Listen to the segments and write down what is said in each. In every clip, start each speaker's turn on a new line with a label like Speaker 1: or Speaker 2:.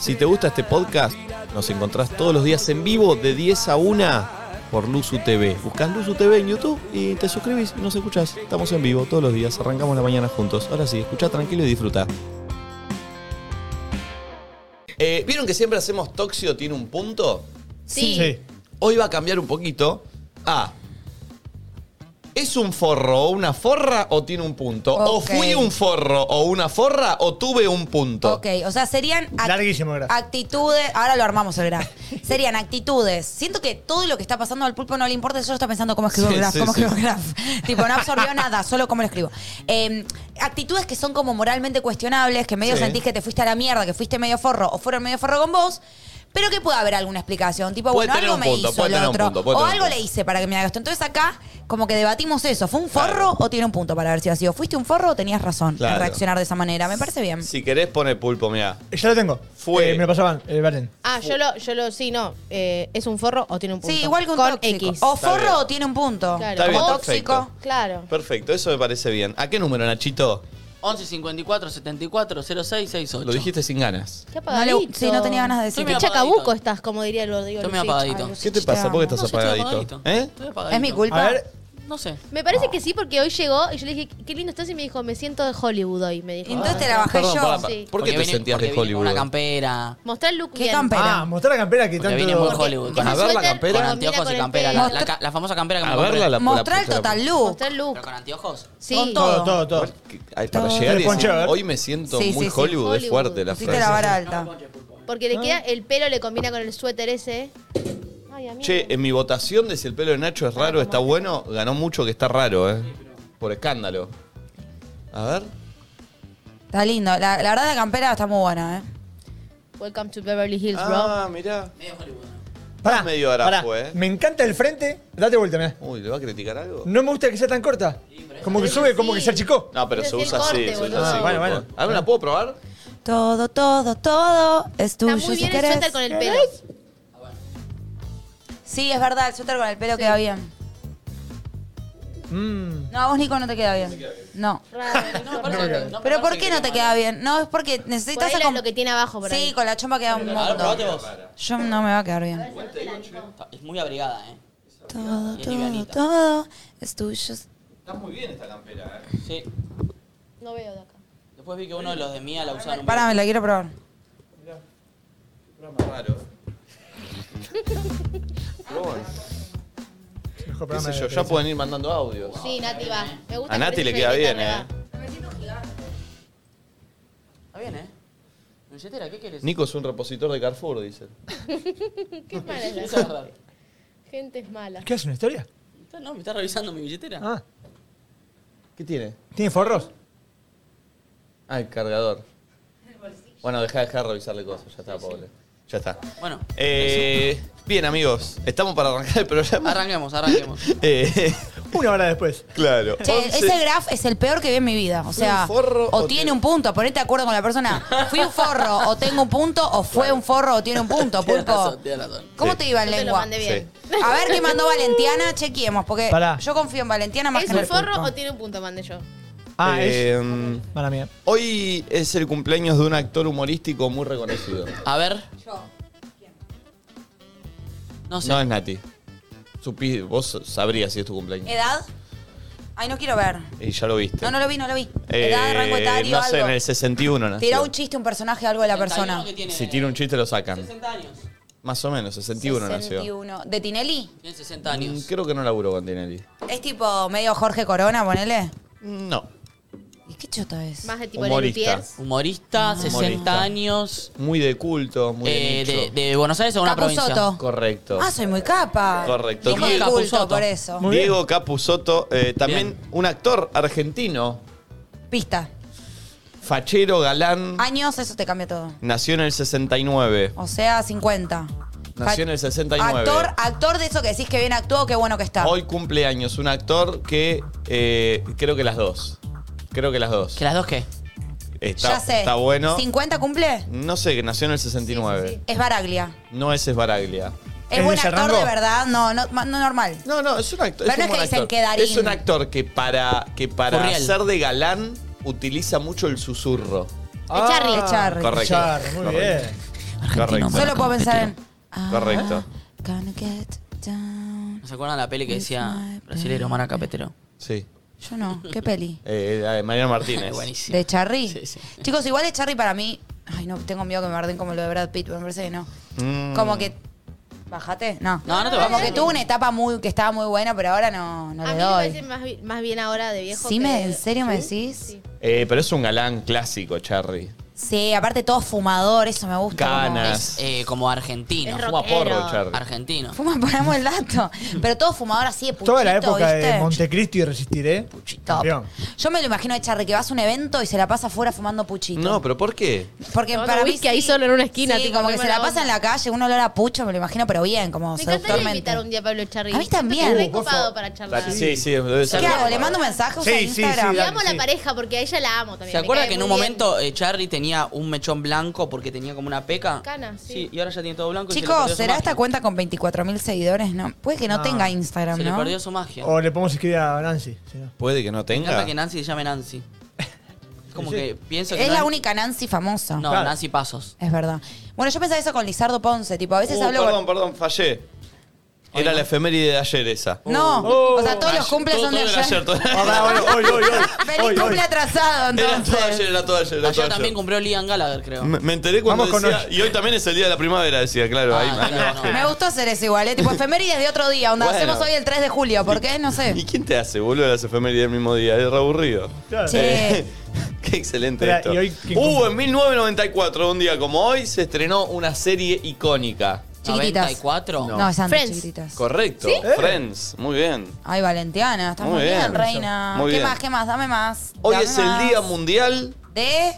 Speaker 1: Si te gusta este podcast, nos encontrás todos los días en vivo de 10 a 1 por Luzu TV. Buscás Luzu TV en YouTube y te suscribís y nos escuchás. Estamos en vivo todos los días, arrancamos la mañana juntos. Ahora sí, escuchá tranquilo y disfruta. Eh, ¿Vieron que siempre hacemos Toxio tiene un punto?
Speaker 2: Sí.
Speaker 1: Hoy va a cambiar un poquito a. ¿Es un forro o una forra o tiene un punto? ¿O
Speaker 2: Ok.
Speaker 1: fui un forro o una forra o tuve un punto?
Speaker 2: Ok, o sea, serían ac-
Speaker 3: Larguísimo, graf.
Speaker 2: actitudes. Ahora lo armamos el graf. Serían actitudes. Siento que todo lo que está pasando al pulpo no le importa. Yo está pensando cómo escribo
Speaker 1: Sí,
Speaker 2: el graf,
Speaker 1: sí,
Speaker 2: cómo
Speaker 1: sí.
Speaker 2: escribo el graf. tipo, no absorbió nada, solo cómo lo escribo. Eh, actitudes que son como moralmente cuestionables, que medio
Speaker 1: Sí.
Speaker 2: sentís que te fuiste a la mierda, que fuiste medio forro o fueron medio forro con vos. Pero que puede haber alguna explicación. Tipo,
Speaker 1: Puede
Speaker 2: bueno,
Speaker 1: tener
Speaker 2: algo
Speaker 1: un
Speaker 2: me
Speaker 1: punto,
Speaker 2: hizo
Speaker 1: puede tener
Speaker 2: el
Speaker 1: un
Speaker 2: otro.
Speaker 1: punto, puede
Speaker 2: o
Speaker 1: tener un
Speaker 2: algo le
Speaker 1: punto.
Speaker 2: hice para que me haga esto. Entonces acá, como que debatimos eso. ¿Fue un forro
Speaker 1: Claro.
Speaker 2: o tiene un punto para ver si ha sido? ¿Fuiste un forro o tenías razón
Speaker 1: Claro.
Speaker 2: en reaccionar de esa manera? Me parece bien.
Speaker 1: Si querés, pone pulpo, mira.
Speaker 3: Ya lo tengo.
Speaker 1: Fue.
Speaker 3: Eh, me lo pasaban, el Verden.
Speaker 4: Ah, yo lo, yo lo, sí, no. Eh, ¿Es un forro o tiene un punto?
Speaker 2: Sí, igual que un
Speaker 4: Con
Speaker 2: tóxico.
Speaker 4: X.
Speaker 2: O
Speaker 1: Está
Speaker 2: forro
Speaker 1: bien.
Speaker 2: o tiene un punto.
Speaker 4: Claro.
Speaker 1: Está bien,
Speaker 2: o
Speaker 1: perfecto.
Speaker 2: tóxico.
Speaker 4: Claro.
Speaker 1: Perfecto, eso me parece bien. ¿A qué número, Nachito?
Speaker 5: 11 54 74 06 68.
Speaker 1: Lo dijiste sin ganas.
Speaker 4: Qué
Speaker 2: No
Speaker 4: apagadito.
Speaker 2: le- sí, no tenía ganas de decir.
Speaker 4: Qué
Speaker 5: Estoy medio
Speaker 4: chacabuco
Speaker 5: apagadito.
Speaker 4: estás, como diría el Rodrigo.
Speaker 5: Estoy medio
Speaker 4: Lucich.
Speaker 5: apagadito.
Speaker 2: Ay,
Speaker 1: ¿Qué te pasa? ¿Por qué estás
Speaker 5: No sé, estoy
Speaker 1: apagadito? ¿Eh?
Speaker 5: Estoy apagadito.
Speaker 2: Es mi culpa.
Speaker 3: A ver,
Speaker 5: No sé.
Speaker 4: Me parece que sí, porque hoy llegó y yo le dije, qué lindo estás, y me dijo, me siento de Hollywood hoy, me dijo.
Speaker 2: Entonces te
Speaker 4: Ah.
Speaker 2: la bajé
Speaker 1: Perdón,
Speaker 2: yo.
Speaker 1: pará, pará.
Speaker 4: Sí.
Speaker 1: ¿Por qué te
Speaker 5: vine-
Speaker 1: sentías de
Speaker 5: porque vine con
Speaker 1: Hollywood?
Speaker 5: Una campera.
Speaker 4: Mostrá el look
Speaker 2: Qué
Speaker 4: bien.
Speaker 2: campera.
Speaker 3: ah, mostrar la campera que
Speaker 5: Porque
Speaker 3: tanto.
Speaker 5: vine muy
Speaker 4: Porque
Speaker 5: Hollywood.
Speaker 4: tiene
Speaker 1: A ver la
Speaker 4: suéter,
Speaker 1: campera.
Speaker 5: Con
Speaker 4: pero
Speaker 5: anteojos
Speaker 4: mira
Speaker 5: y
Speaker 4: con el
Speaker 5: campera.
Speaker 4: pelo.
Speaker 5: La, la ca- la famosa campera que me
Speaker 1: A
Speaker 5: compré.
Speaker 1: verla la
Speaker 2: Mostrar
Speaker 1: la-
Speaker 2: el total look.
Speaker 4: Mostrá el look.
Speaker 5: ¿Pero con anteojos?
Speaker 4: Sí.
Speaker 2: Con
Speaker 3: Todo,
Speaker 2: todo.
Speaker 3: todo, todo.
Speaker 1: Igual que- ay, Para llegar y
Speaker 3: Poncho,
Speaker 1: decir,
Speaker 3: a ver.
Speaker 1: hoy me siento
Speaker 2: Sí,
Speaker 1: muy
Speaker 2: sí, sí.
Speaker 1: Hollywood, es
Speaker 4: Hollywood.
Speaker 1: fuerte la
Speaker 2: Pusiste la
Speaker 1: frase.
Speaker 2: vara alta.
Speaker 4: Porque le queda, el pelo le combina con el suéter ese. Ay, amigo.
Speaker 1: Che, en mi votación de si el pelo de Nacho es raro, está bueno, ganó mucho que está raro, ¿eh? Por escándalo. A ver.
Speaker 2: Está lindo. La, la verdad, la campera está muy buena, ¿eh?
Speaker 4: Welcome to Beverly Hills,
Speaker 1: Ah, mirá.
Speaker 5: Medio Hollywood.
Speaker 3: Pará,
Speaker 1: medio grafo,
Speaker 3: pará.
Speaker 1: eh.
Speaker 3: Me encanta el frente. Date vuelta, mirá.
Speaker 1: Uy, ¿le va a criticar algo?
Speaker 3: No me gusta que sea tan corta. Como que
Speaker 4: Sí.
Speaker 3: sube, como que se achicó.
Speaker 1: No, pero
Speaker 4: Es
Speaker 1: se
Speaker 4: el
Speaker 1: usa
Speaker 4: corte,
Speaker 1: así, se
Speaker 4: boludo.
Speaker 1: usa así.
Speaker 3: Ah, bueno,
Speaker 1: Pulpo.
Speaker 3: bueno.
Speaker 1: A ver, ¿la puedo probar?
Speaker 2: Todo, todo, todo es
Speaker 4: bro.
Speaker 2: tuyo
Speaker 4: Está muy
Speaker 2: si
Speaker 4: bien el
Speaker 2: querés.
Speaker 4: suéter con el pelo.
Speaker 2: Sí, es verdad, el suéter con el pelo queda bien.
Speaker 3: Mm.
Speaker 2: No, a vos, Nico, no te queda bien. No.
Speaker 4: Raro,
Speaker 5: No,
Speaker 4: ¿no?
Speaker 5: parece-
Speaker 3: no, no.
Speaker 5: no,
Speaker 2: ¿Pero por
Speaker 5: parece
Speaker 2: qué
Speaker 5: que
Speaker 2: no te
Speaker 5: mal.
Speaker 2: queda bien? No, es porque
Speaker 4: Por
Speaker 2: necesitas...
Speaker 4: ahí lo-
Speaker 2: acom-
Speaker 4: lo que tiene abajo, por ahí.
Speaker 2: Sí, con la chompa queda un
Speaker 5: A ver, probate
Speaker 2: montón.
Speaker 5: vos.
Speaker 2: Yo no me va a quedar bien.
Speaker 5: Está- Es muy abrigada, ¿eh?
Speaker 2: Todo,
Speaker 5: Y es
Speaker 2: todo,
Speaker 5: livianita.
Speaker 2: todo es tuyo.
Speaker 1: Está muy bien esta campera, ¿eh?
Speaker 5: Sí.
Speaker 4: No veo de acá.
Speaker 5: Después vi que uno de los de Mía la usaron.
Speaker 2: Pará, me la quiero probar.
Speaker 1: Raro. eh. Pero bueno,
Speaker 3: Mejor
Speaker 1: qué
Speaker 3: programa
Speaker 1: sé
Speaker 3: de
Speaker 1: yo, ya
Speaker 3: televisión.
Speaker 1: pueden ir mandando audios.
Speaker 4: Sí, Nati va. Me gusta
Speaker 1: A
Speaker 4: que
Speaker 1: Nati le
Speaker 4: parece
Speaker 1: queda bien,
Speaker 4: chaqueta,
Speaker 1: ¿eh?
Speaker 4: me va.
Speaker 5: Está bien, ¿eh? Billetera, ¿qué quieres?
Speaker 1: Nico es un repositor de Carrefour, dicen.
Speaker 4: Qué mala es la-
Speaker 5: Eso es raro.
Speaker 4: Gente es mala.
Speaker 3: ¿Qué hace una historia?
Speaker 5: Está- No, me está revisando mi billetera.
Speaker 3: Ah,
Speaker 1: ¿Qué tiene?
Speaker 3: ¿tiene forros?
Speaker 1: Ah, el cargador. Bueno, deja, deja de revisarle cosas, ya está, pobre. Ya está.
Speaker 5: Bueno,
Speaker 1: Eh, bien, amigos, estamos para arrancar el programa.
Speaker 5: Arranquemos, arranquemos.
Speaker 1: Eh,
Speaker 3: Una hora después.
Speaker 1: claro.
Speaker 2: Che,
Speaker 1: Once-
Speaker 2: ese graf es el peor que vi en mi vida. O sea,
Speaker 1: ¿Fui un forro
Speaker 2: o
Speaker 1: o
Speaker 2: tiene
Speaker 1: tiene-
Speaker 2: un punto, ponete de acuerdo con la persona. Fui un forro, o tengo un punto, o fue un forro, o tiene un punto,
Speaker 5: Tienes
Speaker 2: pulpo.
Speaker 5: razón, tienes razón.
Speaker 2: ¿Cómo
Speaker 1: Sí.
Speaker 2: te iba en
Speaker 4: Yo te lo
Speaker 2: lengua?
Speaker 4: mandé bien.
Speaker 2: A ver qué mandó Valentiana, chequeemos, porque
Speaker 3: Pará.
Speaker 2: yo confío en Valentiana más
Speaker 4: ¿Es
Speaker 2: que en
Speaker 4: un
Speaker 2: el
Speaker 4: forro
Speaker 2: pulpo.
Speaker 4: o tiene un punto, mandé yo?
Speaker 3: Ah, es.
Speaker 1: Eh,
Speaker 3: Mala mía.
Speaker 1: Hoy es el cumpleaños de un actor humorístico muy reconocido.
Speaker 5: A ver. No sé.
Speaker 1: No es Nati. Supí- vos sabrías si es tu cumpleaños.
Speaker 2: ¿Edad? Ay, no quiero ver.
Speaker 1: Y ya lo viste.
Speaker 2: No, no lo vi, no lo vi.
Speaker 1: Eh,
Speaker 2: Edad, rango etario,
Speaker 1: No sé, en
Speaker 2: algo.
Speaker 1: el 61 nació.
Speaker 2: Tirá un chiste, un personaje, algo de la
Speaker 5: 61
Speaker 2: persona.
Speaker 5: que tiene
Speaker 1: Si tira un chiste lo sacan.
Speaker 5: 60 años.
Speaker 1: Más o menos, 61, nació.
Speaker 2: 61. ¿De Tinelli?
Speaker 5: Tiene 60 años.
Speaker 1: Mm, Creo que no laburó con Tinelli.
Speaker 2: ¿Es tipo medio Jorge Corona, ponele?
Speaker 1: No.
Speaker 2: ¿Y qué chota es?
Speaker 4: Más de tipo
Speaker 1: Humorista.
Speaker 4: Lelutiers.
Speaker 5: Humorista, 60 años.
Speaker 1: Muy de culto, muy de
Speaker 5: eh, de,
Speaker 1: nicho.
Speaker 5: de Buenos Aires o una provincia.
Speaker 2: Capusotto.
Speaker 1: Correcto.
Speaker 2: Ah, soy muy capa.
Speaker 1: Correcto.
Speaker 2: Hijo de
Speaker 5: Bien.
Speaker 2: culto,
Speaker 5: Capusotto.
Speaker 2: por eso.
Speaker 3: Muy bien.
Speaker 1: Diego Capusotto, eh, también
Speaker 5: Bien.
Speaker 1: un actor argentino,
Speaker 2: Pista.
Speaker 1: fachero, galán,
Speaker 2: Años, eso te cambia todo.
Speaker 1: nació en el 69.
Speaker 2: O sea, 50.
Speaker 1: Nació en el 69.
Speaker 2: Actor, actor de eso que decís que bien actuó, qué bueno que está.
Speaker 1: Hoy cumple años un actor que eh, creo que las dos. Creo que las dos.
Speaker 5: ¿Que las dos qué?
Speaker 1: Está,
Speaker 2: ya sé.
Speaker 1: está bueno.
Speaker 2: ¿50 cumple?
Speaker 1: No sé, que nació en el 69.
Speaker 4: Sí, sí,
Speaker 2: Es Baraglia.
Speaker 1: No es Esbaraglia.
Speaker 2: Es,
Speaker 3: ¿Es
Speaker 2: buen
Speaker 3: de ese
Speaker 2: actor
Speaker 3: rango?
Speaker 2: de verdad, no, no, ma- no normal.
Speaker 1: No, no, es un actor.
Speaker 2: Pero
Speaker 1: es
Speaker 2: no
Speaker 1: un
Speaker 2: es
Speaker 1: buen
Speaker 2: que dicen
Speaker 1: actor.
Speaker 2: que Darín.
Speaker 1: Es un actor que para, que para
Speaker 5: Furriel.
Speaker 1: ser de galán utiliza mucho el susurro.
Speaker 2: Es Charlie. Es Charlie.
Speaker 1: Correcto.
Speaker 3: Char, muy
Speaker 2: Eh,
Speaker 1: Correcto.
Speaker 3: bien.
Speaker 5: Argentino,
Speaker 1: Correcto.
Speaker 5: bueno,
Speaker 2: Solo puedo
Speaker 5: como
Speaker 2: pensar en.
Speaker 5: Petro.
Speaker 1: Ah. Correcto.
Speaker 2: I can't get down.
Speaker 5: ¿No se acuerdan la peli que decía Brasilero Maraca Petero?
Speaker 1: Sí.
Speaker 2: Yo no. ¿Qué peli?
Speaker 1: Eh, la de Mariano Martínez.
Speaker 5: Buenísimo.
Speaker 2: ¿De Charry?
Speaker 5: Sí, sí.
Speaker 2: Chicos, igual de Charry para mí. Ay, no, tengo miedo que me barden como lo de Brad Pitt, pero me parece que no.
Speaker 1: Mm.
Speaker 2: Como que. Bájate, no.
Speaker 5: No, no te
Speaker 2: Como
Speaker 5: bajes.
Speaker 2: que tuvo una etapa muy que estaba muy buena, pero ahora no, no
Speaker 4: A
Speaker 2: le
Speaker 4: mí me
Speaker 2: doy.
Speaker 4: parece más, bi- más bien ahora de viejo.
Speaker 2: ¿Sí
Speaker 4: que-
Speaker 2: me, ¿En serio me decís?
Speaker 4: Sí.
Speaker 2: Sí.
Speaker 1: Eh, pero es un galán clásico, Charry.
Speaker 2: aparte todo fumador, eso me gusta. como-
Speaker 1: Cana.
Speaker 5: Es eh, como argentino.
Speaker 4: Es
Speaker 1: Fuma
Speaker 4: Rockero.
Speaker 1: porro, Charry.
Speaker 5: Argentino.
Speaker 2: Fuma, ponemos el dato. Pero todo fumador así de puchito,
Speaker 3: Toda la época
Speaker 2: ¿viste?
Speaker 3: de Montecristo y Resistiré.
Speaker 2: Top.
Speaker 3: Campeón.
Speaker 2: Yo me lo imagino de Charry que vas a un evento y se la pasa afuera fumando puchito.
Speaker 1: No, pero ¿por qué?
Speaker 2: Porque
Speaker 4: Tomando
Speaker 2: para mí.
Speaker 4: whisky ahí solo en una esquina,
Speaker 2: Sí,
Speaker 4: tipo,
Speaker 2: como
Speaker 4: re
Speaker 2: que se
Speaker 4: mala
Speaker 2: la pasa en
Speaker 4: onda.
Speaker 2: la calle, un olor a pucho, me lo imagino, pero bien, como
Speaker 4: Me encantaría
Speaker 2: seductormente.
Speaker 4: invitar un día a Pablo Charri.
Speaker 2: A mí
Speaker 4: Siento que
Speaker 2: también.
Speaker 4: es re
Speaker 2: Uh,
Speaker 4: copado para charlar.
Speaker 1: Sí, sí, debe ser.
Speaker 2: ¿Qué hago? ¿Le mando un mensaje? ¿Usa
Speaker 3: Sí, sí,
Speaker 2: Instagram?
Speaker 3: sí,
Speaker 4: Y
Speaker 3: dale.
Speaker 4: amo a la pareja porque a ella la amo también.
Speaker 5: ¿Se
Speaker 4: me
Speaker 5: acuerda
Speaker 4: cae
Speaker 5: que en
Speaker 4: muy
Speaker 5: un
Speaker 4: bien.
Speaker 5: momento eh, Charlie tenía un mechón blanco porque tenía como una peca?
Speaker 4: Cana, sí.
Speaker 5: y ahora ya tiene todo blanco. y se le
Speaker 2: Chicos,
Speaker 5: perdió su
Speaker 2: ¿será
Speaker 5: magia.
Speaker 2: esta cuenta con 24.000 seguidores? No, puede que no, tenga Instagram,
Speaker 5: Se
Speaker 2: ¿no?
Speaker 5: le perdió su magia.
Speaker 3: Ah. O le podemos escribir a Nancy. si no.
Speaker 1: Puede que no
Speaker 5: Me encanta
Speaker 1: tenga.
Speaker 5: que Nancy se llame Nancy. Es como
Speaker 3: Sí, sí.
Speaker 5: que pienso que.
Speaker 2: Es
Speaker 5: no
Speaker 2: la única Nancy famosa.
Speaker 5: No,
Speaker 3: Claro.
Speaker 5: Nancy Pasos.
Speaker 2: Es verdad. Bueno, yo pensaba eso con Lizardo Ponce, tipo, a veces
Speaker 1: Uh,
Speaker 2: hablo con-
Speaker 1: perdón, perdón, fallé.
Speaker 5: Hoy
Speaker 1: Era
Speaker 5: no.
Speaker 1: la efeméride de ayer esa.
Speaker 2: No,
Speaker 3: Oh.
Speaker 2: o sea, todos los cumples
Speaker 1: Todo-
Speaker 2: son de
Speaker 1: todo era
Speaker 2: ayer.
Speaker 1: todo-
Speaker 3: Ahora, ahora, hoy, hoy, hoy.
Speaker 2: Feliz
Speaker 3: Hoy, hoy.
Speaker 2: cumple atrasado,
Speaker 1: Era todo
Speaker 2: entonces.
Speaker 1: ayer, era todo ayer. era todo
Speaker 5: Ayer también cumplió Liam Gallagher, creo.
Speaker 1: Me, me enteré cuando
Speaker 3: Vamos con
Speaker 1: decía,
Speaker 3: hoy.
Speaker 1: y hoy también es el día de la primavera, decía, claro,
Speaker 5: Ah,
Speaker 1: ahí, ahí me
Speaker 5: claro,
Speaker 1: bajé.
Speaker 2: Me gustó hacer eso igual, ¿eh? Tipo, efemérides de otro día, onda,
Speaker 1: Bueno.
Speaker 2: hacemos hoy el 3 de julio, ¿por qué? No
Speaker 1: ¿Y
Speaker 2: sé.
Speaker 1: quién te hace, boludo, las efemérides del mismo día? Es re aburrido.
Speaker 3: Claro.
Speaker 2: Sí.
Speaker 1: Eh, qué excelente
Speaker 3: Espera,
Speaker 1: esto.
Speaker 3: ¿y hoy quién
Speaker 1: Uh,
Speaker 3: cumple?
Speaker 1: en 1994, un día como hoy, se estrenó una serie icónica.
Speaker 2: Chiquititas.
Speaker 5: 94.
Speaker 2: No, es antes, ¿Eh?
Speaker 4: Friends.
Speaker 2: chiquititas.
Speaker 1: Correcto. Friends, muy bien.
Speaker 2: Ay, Valentiana, estás
Speaker 1: Muy
Speaker 2: muy bien,
Speaker 1: bien.
Speaker 2: reina.
Speaker 1: Muy
Speaker 2: ¿Qué
Speaker 1: bien.
Speaker 2: más? ¿Qué más? Dame más.
Speaker 1: Hoy
Speaker 2: Dame
Speaker 1: es el
Speaker 2: más.
Speaker 1: Día Mundial.
Speaker 2: de...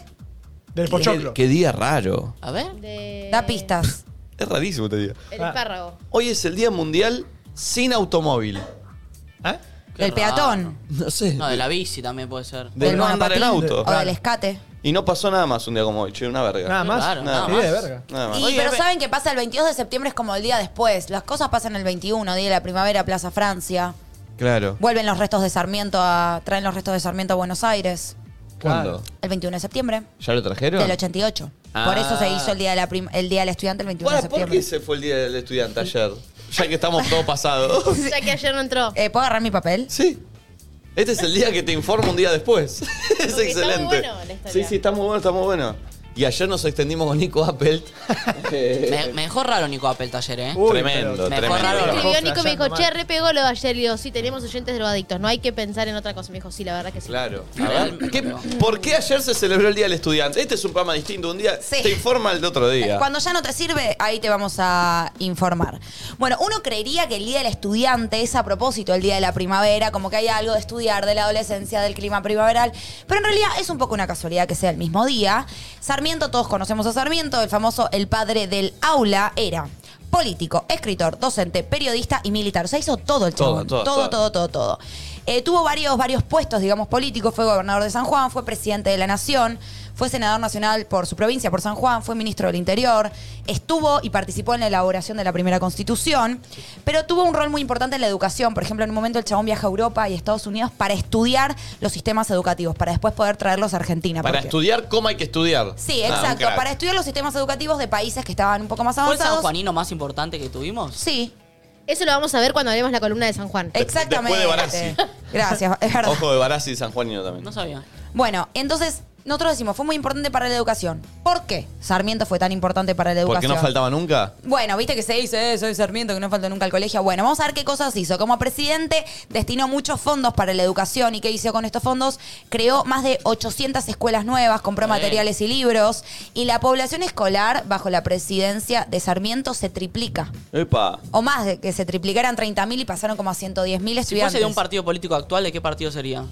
Speaker 3: Del pochoclo.
Speaker 1: Qué día raro.
Speaker 5: A ver.
Speaker 4: De-
Speaker 2: Da pistas.
Speaker 1: Es rarísimo este día.
Speaker 4: El
Speaker 3: Ah.
Speaker 4: espárrago.
Speaker 1: Hoy es el Día Mundial sin automóvil.
Speaker 3: ¿Eh?
Speaker 5: Qué
Speaker 2: Del
Speaker 5: raro.
Speaker 2: peatón.
Speaker 1: No sé.
Speaker 5: No, de la bici también puede ser.
Speaker 1: De
Speaker 2: del
Speaker 1: no andar en
Speaker 2: monopatín,
Speaker 1: auto.
Speaker 2: O del escate.
Speaker 1: Y no pasó nada más un día como hoy, che, una verga.
Speaker 3: Nada más.
Speaker 5: Claro,
Speaker 1: nada
Speaker 3: Idea de
Speaker 5: más.
Speaker 3: verga.
Speaker 1: Nada más.
Speaker 2: Y,
Speaker 5: Oye,
Speaker 2: pero
Speaker 5: ve-
Speaker 2: ¿saben qué pasa? El 22 de septiembre es como el día después. Las cosas pasan el 21, día de la primavera, Plaza Francia.
Speaker 1: Claro.
Speaker 2: Vuelven los restos de Sarmiento a... Traen los restos de Sarmiento a Buenos Aires.
Speaker 1: ¿Cuándo?
Speaker 2: El 21 de septiembre
Speaker 1: ¿Ya lo trajeron?
Speaker 2: del 88.
Speaker 1: Ah.
Speaker 2: Por eso se hizo el día, de la prim- el día del estudiante el 21 de
Speaker 1: Bueno, ¿Por
Speaker 2: septiembre.
Speaker 1: qué se fue el día del estudiante ayer? Ya que estamos todo pasados.
Speaker 4: Ya que ayer no entró.
Speaker 2: Eh, ¿Puedo agarrar mi papel?
Speaker 1: Sí. Este es el día que te informa un día después. es
Speaker 4: Porque está muy
Speaker 1: excelente.
Speaker 4: bueno la historia.
Speaker 1: sí, sí, está muy bueno, está muy bueno. Y ayer nos extendimos con Nico Appelt.
Speaker 6: Este,
Speaker 1: Eh,
Speaker 5: Me, me dejó raro Nico Apple Taller, ¿eh.
Speaker 3: Uy,
Speaker 1: tremendo,
Speaker 3: pero-
Speaker 1: tremendo.
Speaker 5: Mejor raro.
Speaker 4: Me escribió
Speaker 3: Vos
Speaker 4: Nico y me dijo,
Speaker 3: flasheando
Speaker 4: che,
Speaker 3: mal.
Speaker 4: re pegó lo de ayer. Le digo, sí, tenemos oyentes drogadictos. No hay que pensar en otra cosa. Me dijo, sí, la verdad que sí.
Speaker 1: Claro. A
Speaker 5: Real,
Speaker 1: ver, ¿qué-
Speaker 5: pero-
Speaker 1: ¿Por qué ayer se celebró el Día del Estudiante? Este es un programa distinto. Un día
Speaker 2: Sí.
Speaker 1: te informa el otro día.
Speaker 2: Cuando ya no te sirve, ahí te vamos a informar. Bueno, uno creería que el Día del Estudiante es a propósito el Día de la Primavera, como que hay algo de estudiar, de la adolescencia, del clima primaveral, pero en realidad es un poco una casualidad que sea el mismo día. Sarmiento, todos conocemos a Sarmiento, el famoso el padre del aula, era político, escritor, docente, periodista y militar. O sea, hizo todo el
Speaker 1: Todo,
Speaker 2: chabón.
Speaker 1: todo,
Speaker 2: todo,
Speaker 1: todo.
Speaker 2: todo, todo, todo. Eh, tuvo varios, varios puestos, digamos, políticos. Fue gobernador de San Juan, fue presidente de la Nación, fue senador nacional por su provincia, por San Juan, fue ministro del Interior, estuvo y participó en la elaboración de la primera constitución, pero tuvo un rol muy importante en la educación. Por ejemplo, en un momento el chabón viaja a Europa y Estados Unidos para estudiar los sistemas educativos, para después poder traerlos a Argentina.
Speaker 1: Para
Speaker 2: porque-
Speaker 1: estudiar, ¿cómo hay que estudiar?
Speaker 2: Sí,
Speaker 1: Ah, un
Speaker 2: exacto.
Speaker 1: crack.
Speaker 2: para este estudiar los sistemas educativos de países que estaban un poco más
Speaker 5: ¿Fue el San
Speaker 2: avanzados.
Speaker 5: Juanino más importante que tuvimos?
Speaker 2: Sí,
Speaker 4: Eso lo vamos a ver cuando hablemos la columna de San Juan.
Speaker 2: exactamente.
Speaker 1: después de Barassi.
Speaker 2: Gracias, es verdad.
Speaker 1: Ojo de Barassi y San Juanino también.
Speaker 5: No sabía.
Speaker 2: Bueno, entonces nosotros decimos, fue muy importante para la educación. ¿Por qué Sarmiento fue tan importante para la
Speaker 1: ¿Por
Speaker 2: educación?
Speaker 1: qué no faltaba nunca?
Speaker 2: Bueno, viste que se dice, eh, soy Sarmiento, que no falta nunca al colegio. Bueno, vamos a ver qué cosas hizo. Como presidente, destinó muchos fondos para la educación. ¿Y qué hizo con estos fondos? Creó más de 800 escuelas nuevas, compró
Speaker 5: Bien.
Speaker 2: materiales y libros. Y la población escolar, bajo la presidencia de Sarmiento, se triplica.
Speaker 1: Epa.
Speaker 2: O más, de que se triplicaran 30.000 y pasaron como a 110.000
Speaker 5: Si fuese
Speaker 2: estudiantes.
Speaker 5: de un partido político actual, ¿de qué partido sería?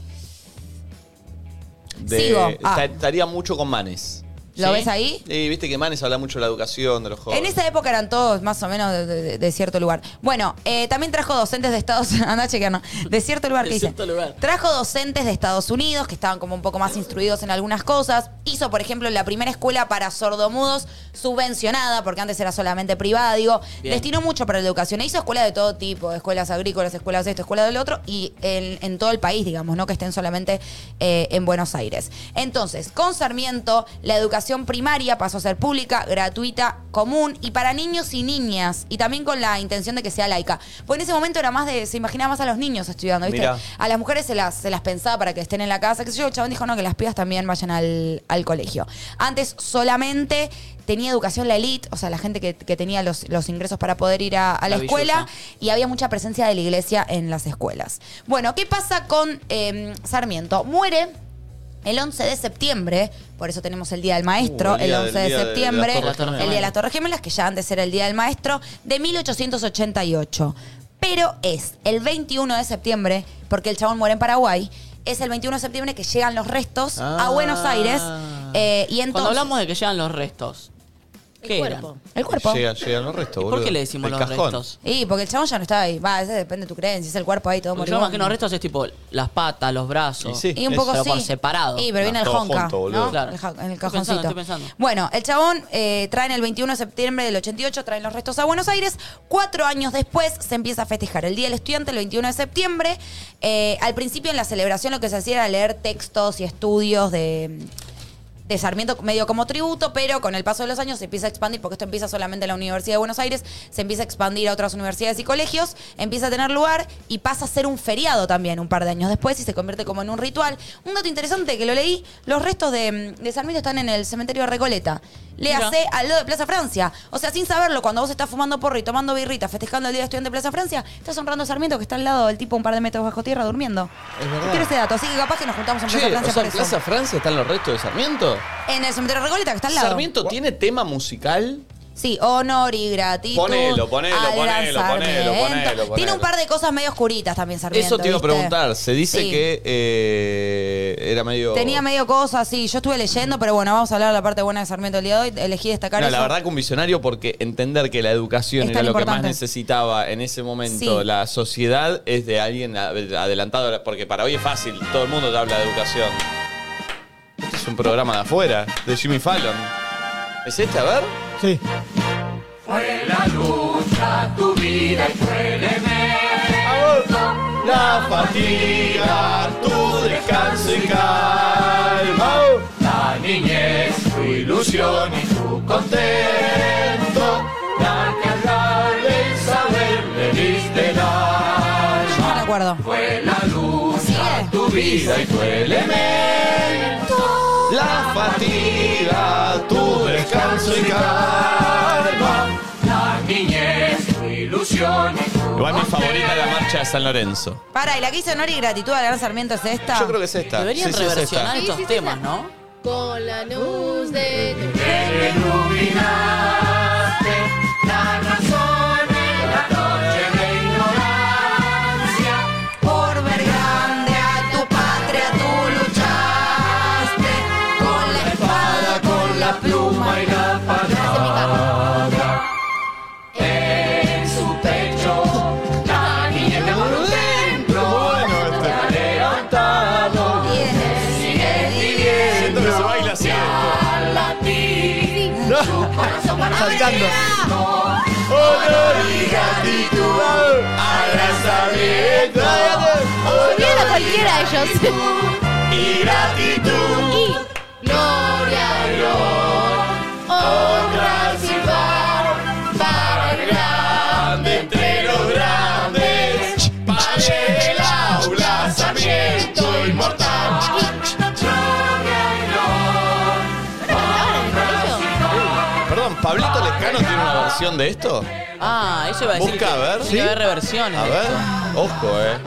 Speaker 1: De-
Speaker 2: Sigo. Ah.
Speaker 1: ta- Estaría mucho con Manes.
Speaker 2: ¿Lo
Speaker 5: ¿Sí?
Speaker 2: ves ahí?
Speaker 1: Y viste que Manes habla mucho de la educación, de los jóvenes.
Speaker 2: En esa época eran todos más o menos de, de- de cierto lugar. Bueno, eh, también trajo docentes de Estados Unidos. Anda a chequear, no. De cierto lugar
Speaker 5: De
Speaker 2: que
Speaker 5: cierto
Speaker 2: dice.
Speaker 5: lugar.
Speaker 2: Trajo docentes de Estados Unidos que estaban como un poco más instruidos en algunas cosas. Hizo, por ejemplo, la primera escuela para sordomudos subvencionada, porque antes era solamente privada, digo.
Speaker 5: Bien.
Speaker 2: Destinó mucho para la educación. E hizo escuelas de todo tipo, escuelas agrícolas, escuelas de esto, escuelas del otro, y en, en todo el país, digamos, no que estén solamente eh, en Buenos Aires. Entonces, con Sarmiento, la educación educación primaria pasó a ser pública, gratuita, común y para niños y niñas. Y también con la intención de que sea laica. Pues en ese momento era más de, se imaginaba más a los niños estudiando, ¿viste?
Speaker 6: Mirá.
Speaker 2: A las mujeres se las, se las pensaba para que estén en la casa. Que yo, el chabón dijo, no, que las pibas también vayan al, al colegio. Antes solamente tenía educación la elite, o sea, la gente que, que tenía los, los ingresos para poder ir a, a la
Speaker 5: Maravilloso.
Speaker 2: escuela y había mucha presencia de la iglesia en las escuelas. Bueno, ¿qué pasa con eh, Sarmiento? Muere el 11 de septiembre, por eso tenemos el Día del Maestro,
Speaker 6: Uh, el
Speaker 2: el,
Speaker 6: día
Speaker 2: 11 de,
Speaker 6: del- día de- de
Speaker 2: septiembre,
Speaker 6: las Torres
Speaker 5: Gemelas.
Speaker 2: el Día de las Torres Gemelas, que ya antes era el Día del Maestro, de 1888. Pero es el 21 de septiembre, porque el chabón muere en Paraguay, es el 21 de septiembre que llegan los restos a
Speaker 5: Ah.
Speaker 2: Buenos Aires. eh, y entonces,
Speaker 5: Cuando hablamos de que llegan los restos, ¿qué
Speaker 4: El
Speaker 5: eran?
Speaker 4: cuerpo.
Speaker 2: el cuerpo.
Speaker 6: Llega, llegan los restos,
Speaker 5: ¿Y
Speaker 6: boludo.
Speaker 5: ¿Por qué le
Speaker 6: El
Speaker 5: decimos los
Speaker 6: cajón.
Speaker 5: restos?
Speaker 2: Y porque el chabón ya no está ahí. Va, ese depende de tu creencia. Es el cuerpo ahí todo
Speaker 5: Porque yo me
Speaker 2: moribundo.
Speaker 5: imagino los restos es tipo las patas, los brazos.
Speaker 6: Y sí.
Speaker 2: Y un
Speaker 6: Es-
Speaker 2: poco
Speaker 5: pero
Speaker 2: sí.
Speaker 5: por separado.
Speaker 2: Y pero viene el
Speaker 6: Todo
Speaker 2: jonca.
Speaker 6: junto, boludo.
Speaker 2: ¿no?
Speaker 5: Claro.
Speaker 2: El, ja- el
Speaker 5: Estoy
Speaker 2: cajoncito.
Speaker 5: pensando, estoy pensando.
Speaker 2: Bueno, el chabón eh, traen el 21 de septiembre del 88, traen los restos a Buenos Aires. Cuatro años después se empieza a festejar el Día del Estudiante, el 21 de septiembre. Eh, al principio en la celebración lo que se hacía era leer textos y estudios de, de Sarmiento medio como tributo, pero con el paso de los años se empieza a expandir, porque esto empieza solamente en la Universidad de Buenos Aires, se empieza a expandir a otras universidades y colegios, empieza a tener lugar y pasa a ser un feriado también un par de años después y se convierte como en un ritual. Un dato interesante que lo leí, los restos de, de Sarmiento están en el cementerio de Recoleta. Le
Speaker 5: Mira.
Speaker 2: hace al lado de Plaza Francia. O sea, sin saberlo, cuando vos estás fumando porro y tomando birrita, festejando el Día de Estudiante de Plaza Francia, estás honrando a Sarmiento que está al lado del tipo un par de metros bajo tierra durmiendo.
Speaker 1: Es verdad.
Speaker 2: Quiero ese dato, así que capaz que nos juntamos en
Speaker 1: Che,
Speaker 2: Plaza Francia
Speaker 1: o sea,
Speaker 2: por
Speaker 1: en
Speaker 2: eso.
Speaker 1: Plaza Francia están los restos de Sarmiento.
Speaker 2: En el cementerio de Recoleta, que está al lado.
Speaker 1: ¿Sarmiento tiene tema musical?
Speaker 2: Sí, honor y gratitud.
Speaker 6: Ponelo, ponelo,
Speaker 2: al gran
Speaker 6: ponelo, ponelo,
Speaker 2: Sarmiento.
Speaker 6: ponelo, ponelo.
Speaker 2: Tiene un par de cosas medio oscuritas también, Sarmiento.
Speaker 6: Eso te iba a
Speaker 2: ¿viste?
Speaker 6: preguntar. Se dice
Speaker 2: Sí.
Speaker 6: que eh, era medio.
Speaker 2: Tenía medio cosas, sí. Yo estuve leyendo, pero bueno, vamos a hablar de la parte buena de Sarmiento el día de hoy. Elegí destacar
Speaker 6: No,
Speaker 2: eso.
Speaker 6: la verdad que un visionario porque entender que la educación
Speaker 2: Es
Speaker 6: era
Speaker 2: tan
Speaker 6: lo que
Speaker 2: importante.
Speaker 6: más necesitaba en ese momento
Speaker 2: Sí.
Speaker 6: la sociedad es de alguien a- adelantado, a la- porque para hoy es fácil, todo el mundo te habla de educación. Este es un programa de afuera, de Jimmy Fallon. ¿Es este? A ver.
Speaker 3: Sí.
Speaker 6: La fatiga, tu descanso y calma. La niñez, tu ilusión y tu contento. La que hablarle, saber, le diste la
Speaker 2: Yo no me acuerdo.
Speaker 6: Fue la luz,
Speaker 2: Sigue.
Speaker 6: tu vida y tu elemento. La fatiga, tu descanso y calma. La niñez, tu ilusión y tu Igual mi favorita es la marcha de San Lorenzo.
Speaker 2: Para, ¿y la que hizo honor y gratitud al gran Sarmiento es esta?
Speaker 6: Yo creo que es esta.
Speaker 5: Deberían
Speaker 6: Sí, sí, es esta.
Speaker 5: reversionar
Speaker 4: Sí,
Speaker 5: estos
Speaker 4: sí, sí,
Speaker 5: temas,
Speaker 4: sí.
Speaker 5: ¿no?
Speaker 4: Con la luz de tu
Speaker 2: Por ver grande a tu patria tú luchaste. Con la espada, con la pluma y la tienes. Sigue
Speaker 6: Siento que se baila así esto.
Speaker 3: Saltando.
Speaker 6: Honor y gratitud a la sabiduría.
Speaker 4: Subían a cualquiera de ellos.
Speaker 6: y gratitud.
Speaker 4: y gloria a Dios. Honra y valor para el gran
Speaker 6: grande entre los grandes. Padre del aula, sarmiento inmortal. Perdón, ¿Pablito Lescano tiene una versión de esto?
Speaker 5: Ah, eso Ah, iba a decir.
Speaker 6: Busca,
Speaker 5: que
Speaker 6: a ver.
Speaker 5: tiene
Speaker 6: Sí.
Speaker 5: que haber reversiones.
Speaker 6: A
Speaker 5: de
Speaker 6: ver,
Speaker 5: esto.
Speaker 6: ojo, eh.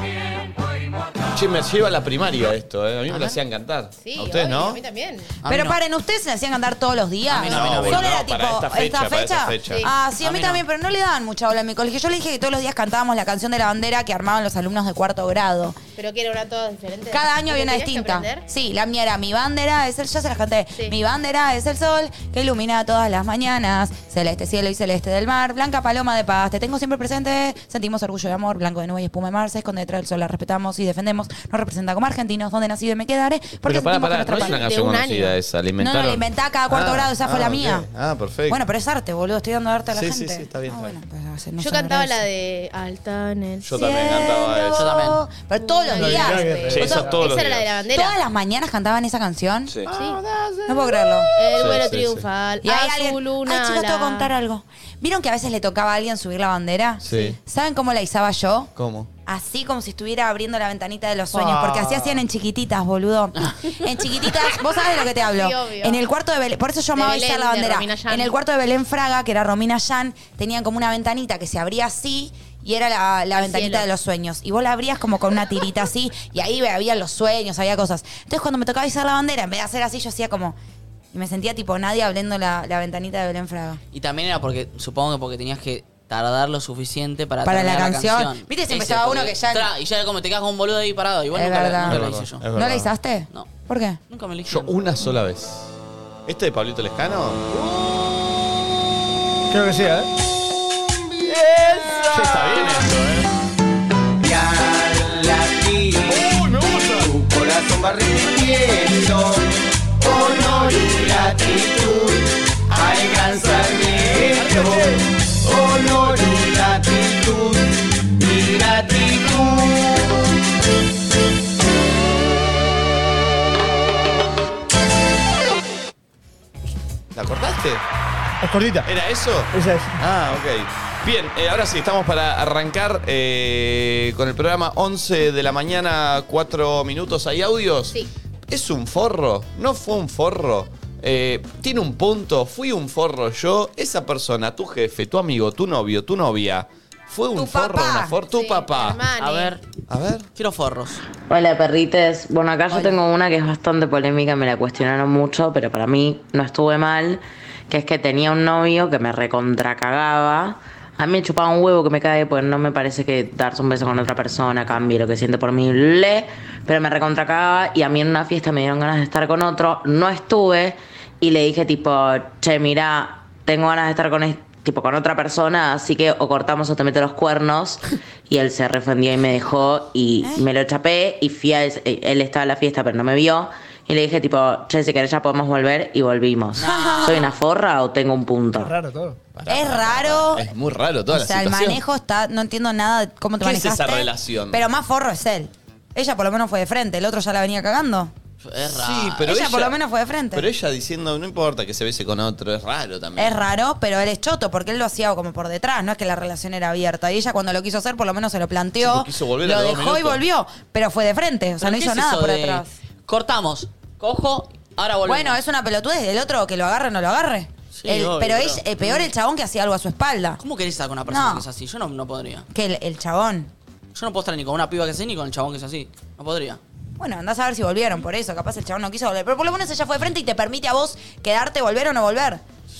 Speaker 6: Che, me lleva a la primaria esto, eh. A mí me lo hacían cantar.
Speaker 4: Sí,
Speaker 6: a ustedes,
Speaker 4: obvio,
Speaker 6: ¿no?
Speaker 4: A mí también.
Speaker 5: A mí
Speaker 2: Pero
Speaker 5: no.
Speaker 2: paren, ¿ustedes se hacían andar todos los días?
Speaker 5: A mí no, a mí no,
Speaker 2: Solo
Speaker 6: no,
Speaker 2: era
Speaker 6: para
Speaker 2: tipo,
Speaker 6: esta fecha, para esta fecha. Sí.
Speaker 2: Ah, sí, a
Speaker 5: A
Speaker 2: mí,
Speaker 5: mí no.
Speaker 2: también, pero no le daban mucha bola en mi colegio. Yo le dije que todos los días cantábamos la canción de la bandera que armaban los alumnos de cuarto grado.
Speaker 4: Pero que eran todas diferentes.
Speaker 2: Cada año había
Speaker 4: ¿Te
Speaker 2: una
Speaker 4: tenías que
Speaker 2: distinta.
Speaker 4: aprender?
Speaker 2: Sí, la mía era mi bandera es el, ya se las canté.
Speaker 4: Sí.
Speaker 2: Mi bandera es el sol que ilumina todas las mañanas. Celeste cielo y celeste del mar, blanca paloma de paz, te tengo siempre presente. Sentimos orgullo y amor, blanco de nube y espuma de mar, se esconde detrás del sol, la respetamos y defendemos. argentinos. Nos representa como argentinos, donde nacido y me quedaré. Porque
Speaker 1: Pero pará,
Speaker 2: sentimos que
Speaker 1: pará,
Speaker 2: nuestro
Speaker 1: no es
Speaker 2: país-
Speaker 1: una canción
Speaker 4: de un
Speaker 1: conocida
Speaker 4: año.
Speaker 1: esa, la
Speaker 2: No, no,
Speaker 1: inventaron.
Speaker 2: la inventada cada cuarto
Speaker 6: Ah,
Speaker 2: grado, esa fue
Speaker 6: ah,
Speaker 2: la
Speaker 6: ok.
Speaker 2: mía.
Speaker 6: Ah, perfecto.
Speaker 2: Bueno, pero es arte, boludo. Estoy dando arte a la
Speaker 6: Sí, sí,
Speaker 2: gente.
Speaker 6: sí, está bien,
Speaker 2: Ah,
Speaker 6: está
Speaker 2: bueno, pues, no se
Speaker 4: Yo cantaba
Speaker 2: agradece.
Speaker 4: la de Alta en el
Speaker 1: Yo también cantaba
Speaker 2: Cielo.
Speaker 1: eso.
Speaker 5: Yo también.
Speaker 2: Pero todos los
Speaker 3: Una
Speaker 2: días.
Speaker 3: guerra.
Speaker 4: güey.
Speaker 3: Sí,
Speaker 1: esa
Speaker 4: Todos-
Speaker 1: todos los
Speaker 4: este, esa era la de la
Speaker 1: días.
Speaker 4: bandera.
Speaker 2: Todas las mañanas cantaban esa canción.
Speaker 1: Sí.
Speaker 4: Sí.
Speaker 2: No puedo creerlo.
Speaker 4: El
Speaker 1: Sí,
Speaker 4: vuelo
Speaker 1: sí, sí.
Speaker 4: triunfal.
Speaker 2: Y hay
Speaker 4: a
Speaker 2: alguien.
Speaker 4: su luna.
Speaker 2: Ay, chicos, te voy a
Speaker 4: la-
Speaker 2: contar algo. ¿Vieron que a veces le tocaba a alguien subir la bandera?
Speaker 6: Sí.
Speaker 2: ¿Saben cómo la izaba yo?
Speaker 6: ¿Cómo?
Speaker 2: Así como si estuviera abriendo la ventanita de los sueños, porque así
Speaker 3: Ah.
Speaker 2: hacían en chiquititas, boludo. En chiquititas, vos sabés de lo que te hablo.
Speaker 4: Sí, obvio.
Speaker 2: En el cuarto de Belén, por eso yo
Speaker 4: De
Speaker 2: amaba
Speaker 4: Belén,
Speaker 2: izar la
Speaker 4: de
Speaker 2: bandera.
Speaker 4: Romina Yan.
Speaker 2: En el cuarto de Belén Fraga, que era Romina Yan, tenían como una ventanita que se abría así y era la, la
Speaker 4: Al
Speaker 2: ventanita
Speaker 4: cielo.
Speaker 2: de los sueños. Y vos la abrías como con una tirita así y ahí había los sueños, había cosas. Entonces cuando me tocaba izar la bandera, en vez de hacer así, yo hacía como... Y me sentía tipo nadie abriendo la, la ventanita de Belén Fraga.
Speaker 5: Y también era porque, supongo que porque tenías que tardar lo suficiente para,
Speaker 2: Para la
Speaker 5: terminar
Speaker 2: canción. Viste,
Speaker 5: Ese,
Speaker 2: siempre estaba uno
Speaker 5: porque-
Speaker 2: que ya-
Speaker 5: Tra, y ya como te quedas con un boludo ahí parado. Igual
Speaker 2: Es
Speaker 5: nunca, la-
Speaker 2: verdad.
Speaker 5: nunca la
Speaker 6: Es
Speaker 5: hice yo.
Speaker 6: verdad.
Speaker 2: ¿No la izaste?
Speaker 5: No.
Speaker 2: ¿Por qué?
Speaker 5: Nunca me lo hice.
Speaker 6: Yo una sola vez.
Speaker 1: ¿Este de Pablito
Speaker 2: Uh.
Speaker 1: Lescano?
Speaker 3: Creo que sí, ¿eh?
Speaker 1: Sí, está bien esto, ¿eh?
Speaker 7: Uy, me gusta. Tu corazón va repitiendo honor y gratitud. Alcanzarme esto. Honor y gratitud. Y gratitud.
Speaker 1: ¿La cortaste?
Speaker 3: Es cortita.
Speaker 1: ¿Era eso?
Speaker 3: Esa es.
Speaker 1: Ah, ok. Bien, eh, ahora sí, estamos para arrancar eh, con el programa 11 de la mañana, 4 minutos. ¿Hay audios?
Speaker 4: Sí.
Speaker 1: ¿Es un forro? ¿No fue un forro? Eh, ¿Tiene un punto? ¿Fui un forro yo? ¿Esa persona, tu jefe, tu amigo, tu novio, tu novia, fue un
Speaker 2: Tu
Speaker 1: forro?
Speaker 2: papá.
Speaker 1: Una for- ¿Tu
Speaker 4: Sí,
Speaker 1: papá?
Speaker 4: hermano.
Speaker 5: A ver,
Speaker 1: A ver.
Speaker 5: quiero forros.
Speaker 8: Hola perrites. Bueno, acá yo tengo una que es bastante polémica, me la cuestionaron mucho, pero para mí no estuve mal, que es que tenía un novio que me recontracagaba. A mí me chupaba un huevo que me cae, pues no me parece que darse un beso con otra persona cambie lo que siente por mí, le, pero me recontracagaba y a mí en una fiesta me dieron ganas de estar con otro, no estuve y le dije tipo, che, mira, tengo ganas de estar con este tipo con otra persona, así que o cortamos o te meto los cuernos. Y él se refendió y me dejó y me lo chapé y fui a es- eh, él estaba en la fiesta pero no me vio. Y le dije tipo, che, si querés ya podemos volver y volvimos. ¿Soy una forra o tengo un punto?
Speaker 3: Raro todo.
Speaker 2: es raro.
Speaker 1: Es muy raro toda
Speaker 2: o sea,
Speaker 1: la
Speaker 2: el
Speaker 1: situación.
Speaker 2: manejo está. No entiendo nada de cómo te
Speaker 1: ¿Qué es
Speaker 2: manejaste.
Speaker 1: esa relación?
Speaker 2: Pero más forro es él. Ella por lo menos fue de frente, el otro ya la venía cagando.
Speaker 5: Es raro.
Speaker 1: Sí, pero
Speaker 2: Ella por lo menos fue de frente.
Speaker 1: Pero ella diciendo, no importa que se bese con otro, es raro también.
Speaker 2: Es raro, pero él es choto, porque él lo hacía como por detrás, no es que la relación era abierta. Y ella cuando lo quiso hacer, por lo menos se lo
Speaker 1: Sí,
Speaker 2: planteó,
Speaker 1: porque quiso volver a
Speaker 2: lo
Speaker 1: los
Speaker 2: dejó
Speaker 1: dos
Speaker 2: y
Speaker 1: minutos.
Speaker 2: volvió, pero fue de frente, o sea,
Speaker 5: ¿Pero
Speaker 2: no
Speaker 5: qué
Speaker 2: hizo
Speaker 5: es
Speaker 2: nada
Speaker 5: eso
Speaker 2: por
Speaker 5: de-
Speaker 2: detrás.
Speaker 5: Cortamos, cojo, ahora volvemos.
Speaker 2: Bueno, es una pelotudez del otro, que lo agarre o no lo agarre.
Speaker 5: Sí,
Speaker 2: El-
Speaker 5: obvio,
Speaker 2: pero
Speaker 5: pero-
Speaker 2: ella- eh, peor el chabón que hacía algo a su espalda,
Speaker 5: ¿Cómo querés estar con una persona
Speaker 2: No.
Speaker 5: que es así? Yo no, no podría.
Speaker 2: que el, el chabón.
Speaker 5: Yo no puedo estar ni con una piba que sé ni con el chabón que es así. No podría.
Speaker 2: Bueno, andás a ver si volvieron por eso. Capaz el chabón no quiso volver. Pero por lo menos ella fue de frente y te permite a vos quedarte, volver o no volver.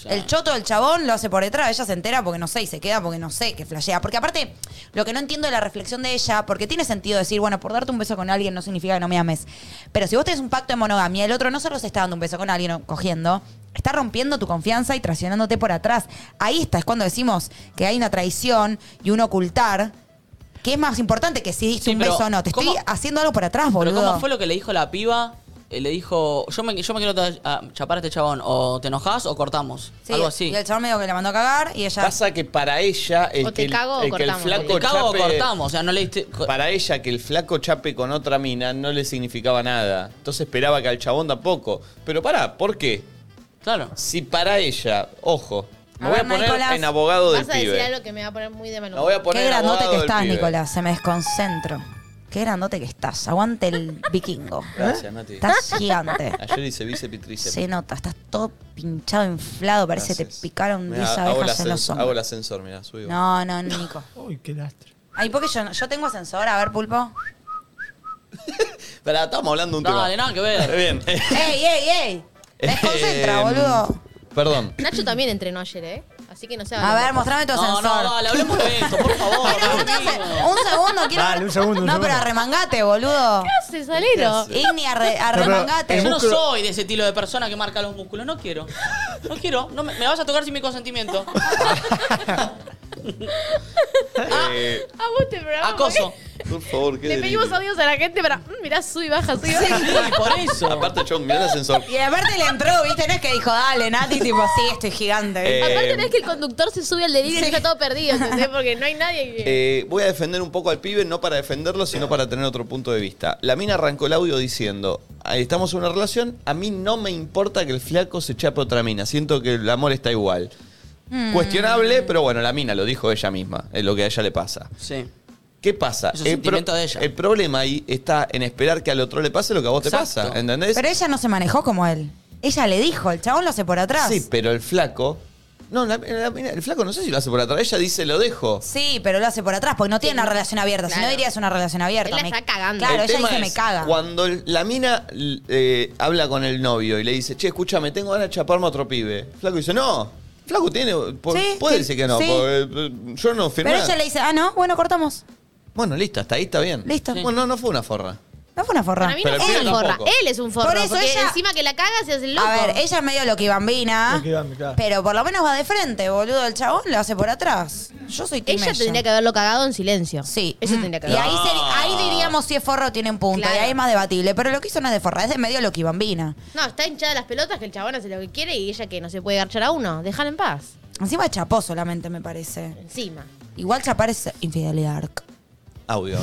Speaker 2: El choto del chabón lo hace por detrás. Ella se entera porque no sé y se queda porque no sé que flashea. Porque aparte, lo que no entiendo de la reflexión de ella, porque tiene sentido decir, bueno, por darte un beso con alguien no significa que no me ames. Pero si vos tenés un pacto de monogamia, el otro no solo se está dando un beso con alguien o cogiendo, está rompiendo tu confianza y traicionándote por atrás. Ahí está, es cuando decimos que hay una traición y un ocultar. Que es más importante que si diste
Speaker 5: Sí,
Speaker 2: un
Speaker 5: pero
Speaker 2: beso o no. Te
Speaker 5: ¿cómo-
Speaker 2: estoy haciendo algo por atrás, boludo.
Speaker 5: Pero ¿cómo fue lo que le dijo la piba? Eh, le dijo, yo me, yo me quiero ta- a- chapar a este chabón. O te enojás o cortamos.
Speaker 2: Sí,
Speaker 5: Algo así.
Speaker 2: Y el chabón medio que la mandó a cagar y ella.
Speaker 1: Pasa que para ella, el,
Speaker 4: O te
Speaker 1: que, el-
Speaker 4: cago o
Speaker 1: el que el
Speaker 4: cortamos.
Speaker 1: flaco
Speaker 5: Te cago o
Speaker 1: chape-
Speaker 5: cortamos. O sea, no le diste... co-
Speaker 1: Para ella que el flaco chape con otra mina no le significaba nada. Entonces esperaba que al chabón tampoco. Pero pará, ¿por qué?
Speaker 5: Claro.
Speaker 1: Si para ella, ojo, me
Speaker 2: A
Speaker 1: voy
Speaker 2: ver,
Speaker 1: a poner
Speaker 2: Nicolás.
Speaker 1: en abogado del
Speaker 4: Vas a decir
Speaker 1: pibe.
Speaker 4: algo que me va a poner muy de mal
Speaker 1: Me voy
Speaker 4: humor.
Speaker 1: a poner
Speaker 2: Qué
Speaker 1: en
Speaker 2: grandote
Speaker 1: abogado
Speaker 2: que
Speaker 1: del
Speaker 2: estás,
Speaker 1: pibe.
Speaker 2: Nicolás. Se me desconcentro. Qué grandote que estás. Aguante el vikingo.
Speaker 1: Gracias, Nati.
Speaker 2: Estás gigante.
Speaker 1: Ayer hice bíceps y tríceps.
Speaker 2: Se nota, estás todo pinchado, inflado. Parece que te
Speaker 1: Gracias.
Speaker 2: picaron
Speaker 1: Mirá,
Speaker 2: 10
Speaker 1: hago, el
Speaker 2: abejas en
Speaker 1: ascen-
Speaker 2: los
Speaker 1: hago el
Speaker 2: hombros.
Speaker 1: ascensor, mirá, subo.
Speaker 2: No, no, Nico.
Speaker 3: Uy, qué lastre.
Speaker 2: Ay, porque yo, no- yo tengo ascensor. A ver, pulpo.
Speaker 1: Pará, estamos hablando de un
Speaker 5: Dale,
Speaker 1: tema.
Speaker 5: nada que ver.
Speaker 1: Bien.
Speaker 2: ¡Ey, ey, ey! Desconcentra,
Speaker 1: Eh,
Speaker 2: boludo.
Speaker 1: Perdón.
Speaker 4: Nacho también entrenó ayer, ¿eh? Así que no se
Speaker 2: A ver, mostrame tu
Speaker 5: No, no,
Speaker 2: ascensor.
Speaker 5: dale, hablemos de esto, por favor.
Speaker 2: Quiero ver tu ascensor. Un segundo, quiero
Speaker 3: Dale,
Speaker 2: ver-
Speaker 3: un segundo, un
Speaker 2: No, pero
Speaker 3: segundo.
Speaker 2: arremangate, boludo.
Speaker 4: Se salero.
Speaker 2: Igni, arre- arremangate.
Speaker 3: el
Speaker 5: Yo no
Speaker 3: músculo-
Speaker 5: soy de ese estilo de persona que marca los músculos. No quiero. No quiero. No me, me vas a tocar sin mi consentimiento.
Speaker 1: Eh,
Speaker 4: A vos te programa.
Speaker 5: Ah, Acoso.
Speaker 1: Por favor, qué
Speaker 4: Le
Speaker 1: delirio.
Speaker 4: pedimos audios a la gente para. mm, mirá, sube y baja, sube y baja.
Speaker 5: Y por eso.
Speaker 1: Aparte, Chong, mira el ascensor.
Speaker 2: Y aparte le entró, ¿viste? No es que dijo, dale, Nati, tipo, sí, estoy gigante.
Speaker 1: Eh,
Speaker 4: Aparte, no es que el conductor se sube al delirio y
Speaker 2: Sí.
Speaker 4: está todo perdido, ¿entendés? Porque no hay nadie que.
Speaker 1: Eh, voy a defender un poco al pibe, no para defenderlo, sino para tener otro punto de vista. La mina arrancó el audio diciendo, "Ah, estamos en una relación, a mí no me importa que el flaco se chape a otra mina, siento que el amor está igual.
Speaker 2: Hmm.
Speaker 5: Mm.
Speaker 1: Cuestionable, pero bueno, la mina lo dijo ella misma, es lo que a ella le pasa.
Speaker 5: Sí.
Speaker 1: ¿Qué pasa?
Speaker 5: Es un sentimiento de ella.
Speaker 1: el problema ahí está en esperar que al otro le pase lo que a vos te
Speaker 5: Exacto.
Speaker 1: pasa, ¿entendés?
Speaker 2: Pero ella no se manejó como él. Ella le dijo, el chabón lo hace por atrás.
Speaker 1: sí, pero el flaco... No, la- la mina- el flaco no sé si lo hace por atrás, ella dice lo dejo.
Speaker 2: Sí, pero lo hace por atrás porque no tiene una relación abierta. Si no
Speaker 4: Claro.
Speaker 2: diría es una relación abierta.
Speaker 4: Él la
Speaker 2: Me-
Speaker 4: está cagando.
Speaker 2: Claro,
Speaker 1: El
Speaker 2: ella
Speaker 1: tema
Speaker 2: dice me
Speaker 1: es,
Speaker 2: caga.
Speaker 1: Cuando el- la mina l- eh, habla con el novio y le dice, che, escúchame, tengo ganas de chaparme a otro pibe. Flaco dice, no. Flaco tiene. por-
Speaker 2: Sí,
Speaker 1: puede
Speaker 2: sí,
Speaker 1: decir que no.
Speaker 2: sí.
Speaker 1: porque, eh, yo no firmé.
Speaker 2: Pero ella le dice, ah, no, bueno, cortamos.
Speaker 1: Bueno, listo, hasta ahí está bien.
Speaker 2: Listo. Sí.
Speaker 1: Bueno, no, no fue una forra.
Speaker 2: No fue una forra.
Speaker 4: Para mí no
Speaker 1: Pero el
Speaker 4: es
Speaker 1: pibe
Speaker 4: una forra.
Speaker 1: tampoco.
Speaker 4: Él es un forro.
Speaker 2: Por eso
Speaker 4: porque
Speaker 2: ella-
Speaker 4: encima que la caga se hace el loco.
Speaker 2: A ver, ella medio lo que bambina.
Speaker 3: Lo que bambi, claro.
Speaker 2: Pero por lo menos va de frente, boludo. El chabón lo hace por atrás. Yo soy team
Speaker 4: Ella tendría que haberlo cagado en silencio.
Speaker 2: Sí.
Speaker 4: Eso
Speaker 2: Mm.
Speaker 4: tendría que
Speaker 2: Y
Speaker 4: haber.
Speaker 2: ahí, se- ahí diríamos si es forro o tiene un punto.
Speaker 4: Claro.
Speaker 2: Y ahí es más debatible. Pero lo que hizo no es de forra, es de medio lo que bambina.
Speaker 4: No, está hinchada las pelotas, que el chabón hace lo que quiere y ella que no se puede garchar a uno. Déjala en paz.
Speaker 2: Encima chapó solamente, me parece.
Speaker 4: Encima.
Speaker 2: Igual chapar es infidelidad.
Speaker 1: Audio, ¿eh?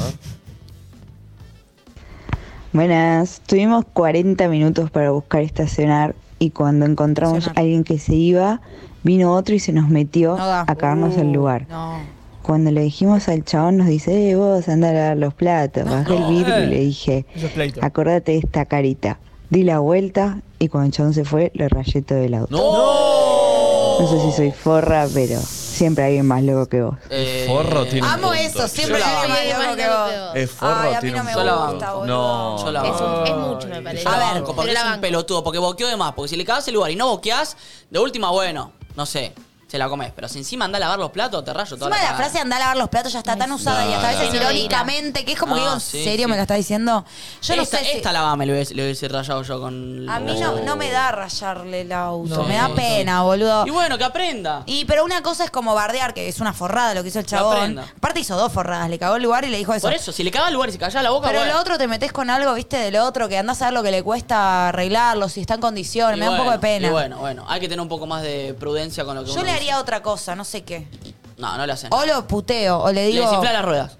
Speaker 9: Buenas, tuvimos 40 minutos para buscar estacionar y cuando encontramos
Speaker 2: Estacionar.
Speaker 9: a alguien que se iba, vino otro y se nos metió
Speaker 2: No da.
Speaker 9: a cagarnos el
Speaker 2: Uh,
Speaker 9: lugar.
Speaker 2: No.
Speaker 9: Cuando le dijimos al chabón nos dice, eh, vos andá a lavar los platos, bajé el vidrio y le dije,
Speaker 3: Eso es pleito.
Speaker 9: acordate de esta carita. Di la vuelta y cuando el chabón se fue, lo rayé todo el auto.
Speaker 1: ¡No!
Speaker 9: No sé si soy forra, pero siempre hay alguien más loco que vos.
Speaker 5: Eh,
Speaker 1: Forro tiene un
Speaker 2: Amo
Speaker 1: punto,
Speaker 2: eso,
Speaker 1: che.
Speaker 2: siempre
Speaker 5: Yo la
Speaker 2: hay
Speaker 5: banco.
Speaker 2: alguien más loco que vos.
Speaker 1: Es forro,
Speaker 2: Ay, a mí
Speaker 1: tiene
Speaker 2: no
Speaker 1: un
Speaker 2: me
Speaker 1: punto.
Speaker 2: gusta, boludo.
Speaker 1: No,
Speaker 5: Yo la
Speaker 1: no.
Speaker 4: Es, un- es
Speaker 3: Ay.
Speaker 4: mucho, me parece.
Speaker 5: Yo la
Speaker 2: A ver,
Speaker 5: banco, porque
Speaker 4: Pero
Speaker 5: es
Speaker 4: la
Speaker 5: un
Speaker 4: banco.
Speaker 5: pelotudo, porque boqueó de más. Porque si le cagás el lugar y no boqueás, de última, bueno, no sé, se la comés. Pero si encima anda a lavar los platos, te rayo toda
Speaker 2: Encima
Speaker 5: la,
Speaker 2: la
Speaker 5: cagada.
Speaker 2: frase anda a lavar los platos ya está tan usada y hasta a
Speaker 1: no,
Speaker 2: veces
Speaker 4: no.
Speaker 2: irónicamente, que es como que
Speaker 5: No,
Speaker 2: digo, ¿en
Speaker 5: Ah, sí,
Speaker 2: serio
Speaker 5: sí.
Speaker 2: me lo está diciendo? Yo no
Speaker 5: esta,
Speaker 2: sé si-
Speaker 5: Esta lavame, le hubiese, le hubiese rayado yo con...
Speaker 2: A mí no, no me da rayarle el auto,
Speaker 5: No.
Speaker 2: me da pena, boludo.
Speaker 5: Y bueno, que aprenda.
Speaker 2: Y pero una cosa es como bardear, que es una forrada lo que hizo el chabón.
Speaker 5: aprenda.
Speaker 2: Aparte hizo dos forradas, le cagó el lugar y le dijo eso.
Speaker 5: Por eso, si le caga el lugar y se calla la boca,
Speaker 2: pero
Speaker 5: bueno.
Speaker 2: lo otro te metes con algo, viste, del otro, que andás a ver lo que le cuesta arreglarlo, si está en condiciones,
Speaker 5: Y
Speaker 2: me da un poco de
Speaker 5: bueno,
Speaker 2: pena.
Speaker 5: Y bueno, bueno, hay que tener un poco más de prudencia con lo que
Speaker 2: Yo
Speaker 5: uno
Speaker 2: le
Speaker 5: dice.
Speaker 2: haría otra cosa, no sé qué.
Speaker 5: No, no le hacen.
Speaker 2: O lo puteo, o le
Speaker 5: Le
Speaker 2: digo.
Speaker 5: desinfla las ruedas.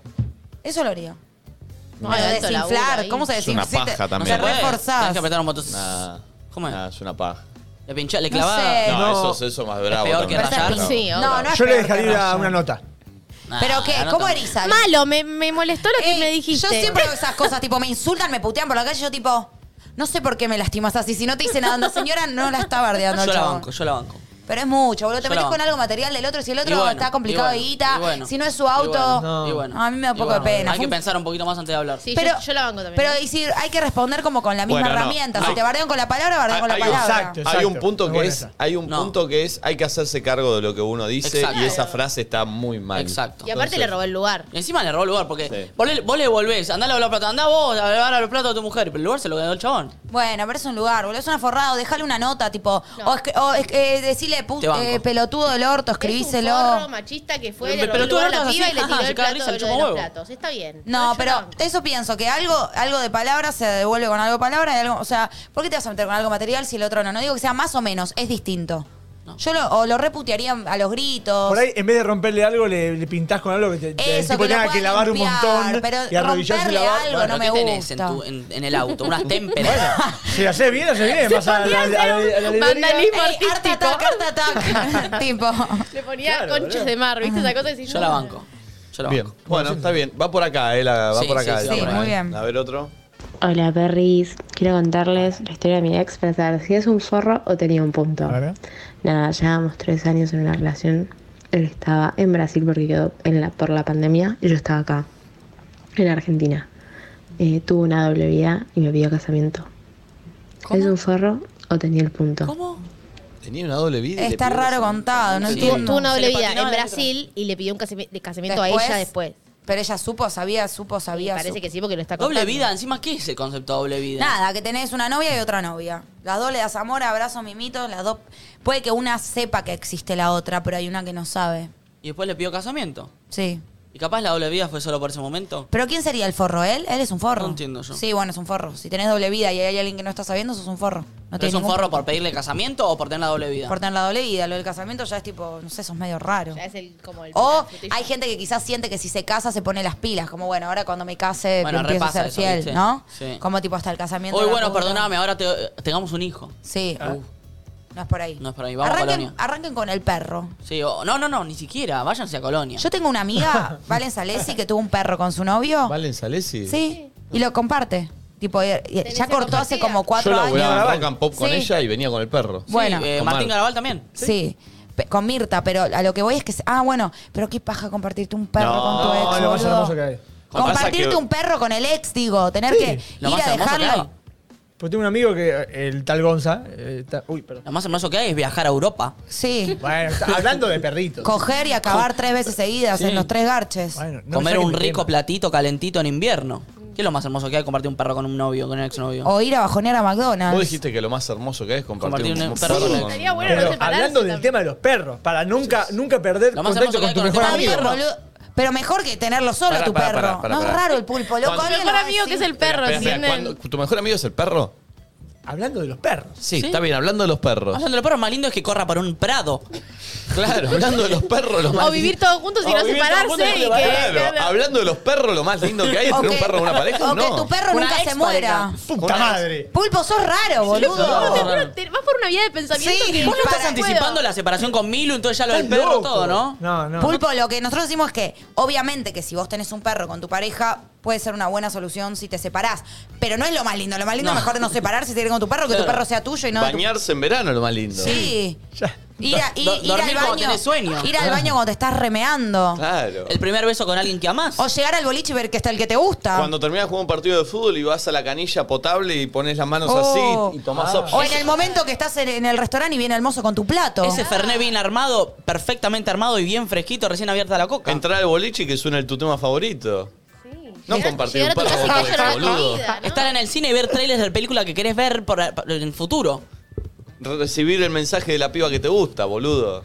Speaker 2: Eso lo haría.
Speaker 4: No,
Speaker 2: Pero
Speaker 4: tanto laburo
Speaker 2: desinflar,
Speaker 4: ahí.
Speaker 2: ¿cómo se
Speaker 1: Es una
Speaker 2: desinfla?
Speaker 1: paja
Speaker 2: Si te-
Speaker 1: también.
Speaker 2: Te
Speaker 5: Puede, Tenés
Speaker 2: reforzás.
Speaker 5: que apretar un botón.
Speaker 1: Nah.
Speaker 5: ¿Cómo es?
Speaker 1: Nah, es una paja.
Speaker 5: Le pinchás, le
Speaker 2: No
Speaker 5: clavás.
Speaker 2: sé.
Speaker 1: No,
Speaker 2: No.
Speaker 1: eso, eso es más bravo.
Speaker 5: peor que
Speaker 1: también.
Speaker 2: Pero
Speaker 5: rayar.
Speaker 2: está-
Speaker 4: Sí, obvio.
Speaker 2: no, no es
Speaker 3: Yo le
Speaker 2: peor
Speaker 3: dejaría
Speaker 2: que
Speaker 3: ir a
Speaker 2: raya.
Speaker 3: una nota.
Speaker 5: Nah,
Speaker 2: ¿Pero qué?
Speaker 5: no
Speaker 2: ¿Cómo
Speaker 5: tanto.
Speaker 2: erizas?
Speaker 4: Malo, me, me molestó lo que
Speaker 2: Ey,
Speaker 4: me dijiste.
Speaker 2: Eh, Yo siempre hago esas cosas, tipo, me insultan, me putean por la calle, yo tipo, no sé por qué me lastimas así. Si no te hice nada, la señora no la está bardeando.
Speaker 5: Yo la
Speaker 2: chabón.
Speaker 5: banco, yo la banco.
Speaker 2: Pero es mucho, boludo. Te
Speaker 5: Yo
Speaker 2: metes
Speaker 5: la
Speaker 2: con
Speaker 5: banco.
Speaker 2: algo material del otro, si el
Speaker 5: Y
Speaker 2: otro
Speaker 5: bueno,
Speaker 2: está
Speaker 5: y
Speaker 2: complicado de
Speaker 5: bueno,
Speaker 2: guita,
Speaker 5: y bueno,
Speaker 2: si no es su
Speaker 5: y
Speaker 2: auto.
Speaker 5: bueno, y bueno.
Speaker 2: A mí me da
Speaker 5: Y
Speaker 2: poco de
Speaker 5: bueno,
Speaker 2: pena.
Speaker 5: Hay
Speaker 2: Fue
Speaker 5: que
Speaker 2: un-
Speaker 5: pensar un poquito más antes de hablar.
Speaker 4: Sí,
Speaker 2: Pero,
Speaker 4: yo, yo la banco también.
Speaker 2: pero
Speaker 4: ¿eh?
Speaker 2: decir, hay que responder como con la misma
Speaker 1: Bueno, no.
Speaker 2: herramienta.
Speaker 1: Hay-
Speaker 2: Si te bardean con la palabra, bardean con la
Speaker 1: Hay- hay-
Speaker 2: palabra.
Speaker 3: exacto.
Speaker 1: Hay un punto
Speaker 3: es
Speaker 1: que
Speaker 3: buena
Speaker 1: es,
Speaker 3: esa.
Speaker 1: hay un
Speaker 5: No.
Speaker 1: punto que es, hay que hacerse cargo de lo que uno dice
Speaker 5: Exacto.
Speaker 1: y esa frase está muy mal.
Speaker 5: Exacto.
Speaker 4: y aparte le robó el lugar.
Speaker 5: Y encima le robó el lugar, porque
Speaker 1: Sí.
Speaker 5: vos, le, vos le volvés, andá a lavar los platos, andá vos a lavar los platos de tu mujer, pero el lugar se lo ganó el chabón.
Speaker 2: Bueno, pero es un lugar, boludo. Es un aforrado. Dejale una nota, tipo,
Speaker 4: No.
Speaker 2: o, es que- o es que- eh, decirle pu-
Speaker 5: Te banco.
Speaker 2: eh, pelotudo del orto, escribíselo.
Speaker 4: Es un forro machista que fue, le
Speaker 5: Pero
Speaker 4: robó el
Speaker 5: tú
Speaker 4: lugar a
Speaker 5: hablas
Speaker 4: la
Speaker 5: así,
Speaker 4: piba y le
Speaker 5: ajá,
Speaker 4: tiró
Speaker 5: se
Speaker 4: el
Speaker 5: caga
Speaker 4: plato
Speaker 5: risa,
Speaker 4: de
Speaker 5: el
Speaker 4: lo
Speaker 5: chupa
Speaker 4: de los
Speaker 5: huevo.
Speaker 4: platos. Está bien.
Speaker 2: No,
Speaker 4: yo
Speaker 2: pero
Speaker 4: la banco.
Speaker 2: eso pienso, que algo, algo de palabra se devuelve con algo de palabra y algo. O sea, ¿por qué te vas a meter con algo material si el otro no? No digo que sea más o menos, es distinto. Yo lo, o lo reputearía a los gritos.
Speaker 3: Por ahí, en vez de romperle algo, le, le pintás con algo que te, te- el
Speaker 2: Eso,
Speaker 3: tipo
Speaker 2: que lo
Speaker 3: tenga que
Speaker 2: pueda
Speaker 3: lavar un
Speaker 2: limpiar,
Speaker 3: montón
Speaker 2: pero
Speaker 3: y arrodillarse y
Speaker 2: romperle
Speaker 3: lavar.
Speaker 2: algo,
Speaker 3: Bueno,
Speaker 2: no me
Speaker 5: ¿Qué tenés en,
Speaker 2: gusta.
Speaker 5: tu- en- en el auto? Unas témperas.
Speaker 3: Si lo haces bien, lo haces bien. Vas a la, a la- a la- a la librería.
Speaker 4: Vandalismo.
Speaker 2: Ey, art attack, art attack. tipo.
Speaker 4: Le ponía conchas de mar, ¿viste esa cosa?
Speaker 5: yo la banco. Yo la
Speaker 1: Bien,
Speaker 5: banco.
Speaker 1: bueno, está bien. Va por acá, eh, la- va
Speaker 5: Sí,
Speaker 1: por
Speaker 5: sí,
Speaker 1: acá.
Speaker 5: sí,
Speaker 1: va
Speaker 2: sí,
Speaker 1: por acá.
Speaker 2: muy bien.
Speaker 1: A ver otro.
Speaker 10: Hola perris, quiero contarles la historia de mi ex para saber si es un forro o tenía un punto.
Speaker 3: A ver.
Speaker 10: Nada, llevábamos tres años en una relación. Él estaba en Brasil porque quedó en la, por la pandemia y yo estaba acá, en Argentina. Eh, tuvo una doble vida y me pidió casamiento. ¿Es un forro o tenía el punto?
Speaker 5: ¿Cómo?
Speaker 1: Tenía una doble vida. y le
Speaker 2: Está
Speaker 1: pidió
Speaker 2: raro
Speaker 1: que se-
Speaker 2: contado, no
Speaker 5: Sí.
Speaker 2: entiendo.
Speaker 4: Tuvo una
Speaker 5: Se le
Speaker 4: doble vida
Speaker 5: patinó
Speaker 4: en
Speaker 5: adentro.
Speaker 4: Brasil y le pidió un casami- de casamiento a ella después.
Speaker 2: Pero ella supo, sabía, supo,
Speaker 4: Y
Speaker 2: sabía.
Speaker 4: parece
Speaker 2: supo.
Speaker 4: que sí, porque lo está contando.
Speaker 5: Doble vida, encima, ¿qué es el concepto de doble vida?
Speaker 2: Nada, que tenés una novia y otra novia. Las dos le das amor, abrazo, mimitos, las dos. Puede que una sepa que existe la otra, pero hay una que no sabe.
Speaker 5: Y después le pidió casamiento.
Speaker 2: Sí.
Speaker 5: ¿Y capaz la doble vida fue solo por ese momento?
Speaker 2: ¿Pero quién sería el forro? ¿Él? Él es un forro.
Speaker 5: No entiendo yo.
Speaker 2: Sí, bueno, es un forro. Si tenés doble vida y hay alguien que no está sabiendo, sos un forro. No
Speaker 5: ¿Pero
Speaker 2: tenés
Speaker 5: ¿Es un forro por pedirle casamiento o por tener la doble vida?
Speaker 2: Por tener la doble vida. Lo del casamiento ya es tipo, no sé, sos medio raro.
Speaker 4: Es el, como el
Speaker 2: O hay gente que quizás siente que si se casa se pone las pilas, como bueno, ahora cuando me case
Speaker 5: Bueno,
Speaker 2: empiezo a
Speaker 5: repasa
Speaker 2: ser
Speaker 5: eso,
Speaker 2: fiel,
Speaker 5: ¿viste?
Speaker 2: ¿no?
Speaker 5: Sí.
Speaker 2: Como tipo hasta el casamiento.
Speaker 5: Uy,
Speaker 2: la
Speaker 5: bueno,
Speaker 2: puta.
Speaker 5: perdóname, ahora te- tengamos un hijo.
Speaker 2: Sí. Ah.
Speaker 5: Uh,
Speaker 2: No es por ahí.
Speaker 5: no es por ahí, vamos a
Speaker 2: Arranquen,
Speaker 5: Colonia.
Speaker 2: arranquen con el perro.
Speaker 5: Sí, o- no, no, no, ni siquiera, váyanse a Colonia.
Speaker 2: Yo tengo una amiga, Valen Salesi, que tuvo un perro con su novio.
Speaker 6: ¿Valen Salesi?
Speaker 2: Sí, y lo comparte. Tipo, eh, eh, ya cortó hace como
Speaker 6: Yo
Speaker 2: cuatro años.
Speaker 6: laburaba en Rock and Pop con
Speaker 2: Sí.
Speaker 6: ella y venía con el perro.
Speaker 2: Bueno.
Speaker 5: Eh,
Speaker 6: Con
Speaker 5: Martín
Speaker 6: Mar-
Speaker 5: Garabal también.
Speaker 2: Sí. pe- con Mirta, pero a lo que voy es que. se- Ah, bueno, pero qué paja compartirte un perro
Speaker 6: No,
Speaker 2: con tu ex.
Speaker 3: No, lo más
Speaker 2: boludo.
Speaker 3: hermoso que hay.
Speaker 2: Compartirte
Speaker 1: Pasa que-
Speaker 2: un perro con el ex, digo. Tener que
Speaker 5: Lo
Speaker 2: ir
Speaker 5: más
Speaker 2: a
Speaker 5: hermoso que hay.
Speaker 2: dejarlo.
Speaker 3: Pues tengo un amigo que, eh, el tal Gonza. eh, ta- uy, perdón.
Speaker 5: Lo más hermoso que hay es viajar a Europa.
Speaker 2: Sí.
Speaker 3: Bueno, está- hablando de perritos.
Speaker 2: Coger y acabar tres veces seguidas
Speaker 5: Sí.
Speaker 2: en los tres garches.
Speaker 3: Bueno, no me
Speaker 5: comer
Speaker 3: saquen
Speaker 5: un
Speaker 3: del
Speaker 5: rico
Speaker 3: tema.
Speaker 5: platito calentito en invierno. ¿Qué es lo más hermoso que hay? Compartir un perro con un novio, con un exnovio.
Speaker 3: Oh,
Speaker 2: O ir a bajonear a McDonald's.
Speaker 1: Vos dijiste que lo más hermoso que hay es compartir,
Speaker 5: Compartir
Speaker 1: un,
Speaker 5: un perro
Speaker 1: perro
Speaker 5: con-
Speaker 1: con-
Speaker 4: Estaría bueno no
Speaker 3: Pero
Speaker 4: separarse
Speaker 3: hablando del
Speaker 4: también.
Speaker 3: tema de los perros, para nunca, nunca perder
Speaker 5: Lo más
Speaker 3: contacto
Speaker 5: hermoso
Speaker 3: con
Speaker 5: que
Speaker 3: tu
Speaker 5: hay con
Speaker 3: mejor
Speaker 5: el
Speaker 2: Está
Speaker 3: amigo.
Speaker 2: bien,
Speaker 5: perro.
Speaker 2: boludo. Pero mejor que tenerlo solo
Speaker 1: Pará,
Speaker 2: tu
Speaker 1: pará,
Speaker 2: perro.
Speaker 1: pará, pará,
Speaker 2: no
Speaker 1: pará.
Speaker 2: es raro el pulpo, loco.
Speaker 1: Cuando-
Speaker 2: alguien
Speaker 4: Mejor
Speaker 2: lo va a
Speaker 4: amigo que es
Speaker 2: decir.
Speaker 4: el perro,
Speaker 1: Espera, espera,
Speaker 4: ¿entienden?
Speaker 1: ¿cuándo- ¿Tu mejor amigo es el perro?
Speaker 3: Hablando de los perros.
Speaker 1: Sí, está bien, hablando de los perros.
Speaker 5: Hablando de los perros, más lindo es que corra por un prado.
Speaker 1: Claro, hablando de los perros, lo más
Speaker 4: O vivir todos juntos y
Speaker 1: O
Speaker 4: no
Speaker 1: vivir todo el mundo
Speaker 4: separarse.
Speaker 1: en
Speaker 4: Y
Speaker 1: una-
Speaker 4: que,
Speaker 1: Claro, hablando de los perros, lo más lindo que hay es
Speaker 2: O
Speaker 1: tener un
Speaker 2: que-
Speaker 1: perro en una pareja,
Speaker 2: o que
Speaker 1: no.
Speaker 2: tu perro
Speaker 5: Una
Speaker 2: nunca se
Speaker 5: ex
Speaker 2: muera.
Speaker 5: pareja.
Speaker 3: ¡Puta madre!
Speaker 2: Pulpo, sos raro,
Speaker 4: No,
Speaker 2: boludo.
Speaker 4: te juro, te- vas por una vía de pensamiento
Speaker 2: Sí,
Speaker 4: que
Speaker 5: Vos no estás
Speaker 2: Para-
Speaker 5: anticipando la separación con Milu, entonces ya lo del perro, todo, ¿no?
Speaker 3: No, no.
Speaker 2: Pulpo, lo que nosotros decimos es que, obviamente, que si vos tenés un perro con tu pareja, puede ser una buena solución si te separás. Pero no es lo más lindo. Lo más lindo
Speaker 5: No.
Speaker 2: es mejor no separarse y seguir con tu perro, que tu perro sea tuyo y no de tu-
Speaker 1: Bañarse en verano es lo más lindo.
Speaker 2: Sí.
Speaker 3: Ya.
Speaker 2: Ir, a- i-
Speaker 5: Do-
Speaker 2: ir
Speaker 5: dormir
Speaker 2: al
Speaker 5: cuando
Speaker 2: baño.
Speaker 5: tenés sueño.
Speaker 2: Ir al baño cuando te estás remeando.
Speaker 1: Claro.
Speaker 5: El primer beso con alguien que amás.
Speaker 2: O llegar al boliche y ver que está el que te gusta.
Speaker 1: Cuando terminas jugando un partido de fútbol y vas a la canilla potable y pones las manos
Speaker 2: Oh.
Speaker 1: así y
Speaker 4: Ah.
Speaker 5: Ah.
Speaker 1: tomás
Speaker 2: O
Speaker 1: opción.
Speaker 2: en el momento que estás en, en el restaurante y viene el mozo con tu plato.
Speaker 5: Ese Fernet bien armado, perfectamente armado y bien fresquito, recién abierta la coca.
Speaker 1: Entrar al boliche y que suena el tu tema favorito. No compartir
Speaker 4: llegar
Speaker 1: un
Speaker 4: a tu casa y
Speaker 1: perro con tu
Speaker 4: que haya
Speaker 1: ex,
Speaker 4: una
Speaker 1: boludo.
Speaker 4: comida, ¿no?
Speaker 5: Estar en el cine y ver trailers de película que querés ver por, por el futuro.
Speaker 1: Recibir el mensaje de la piba que te gusta, boludo.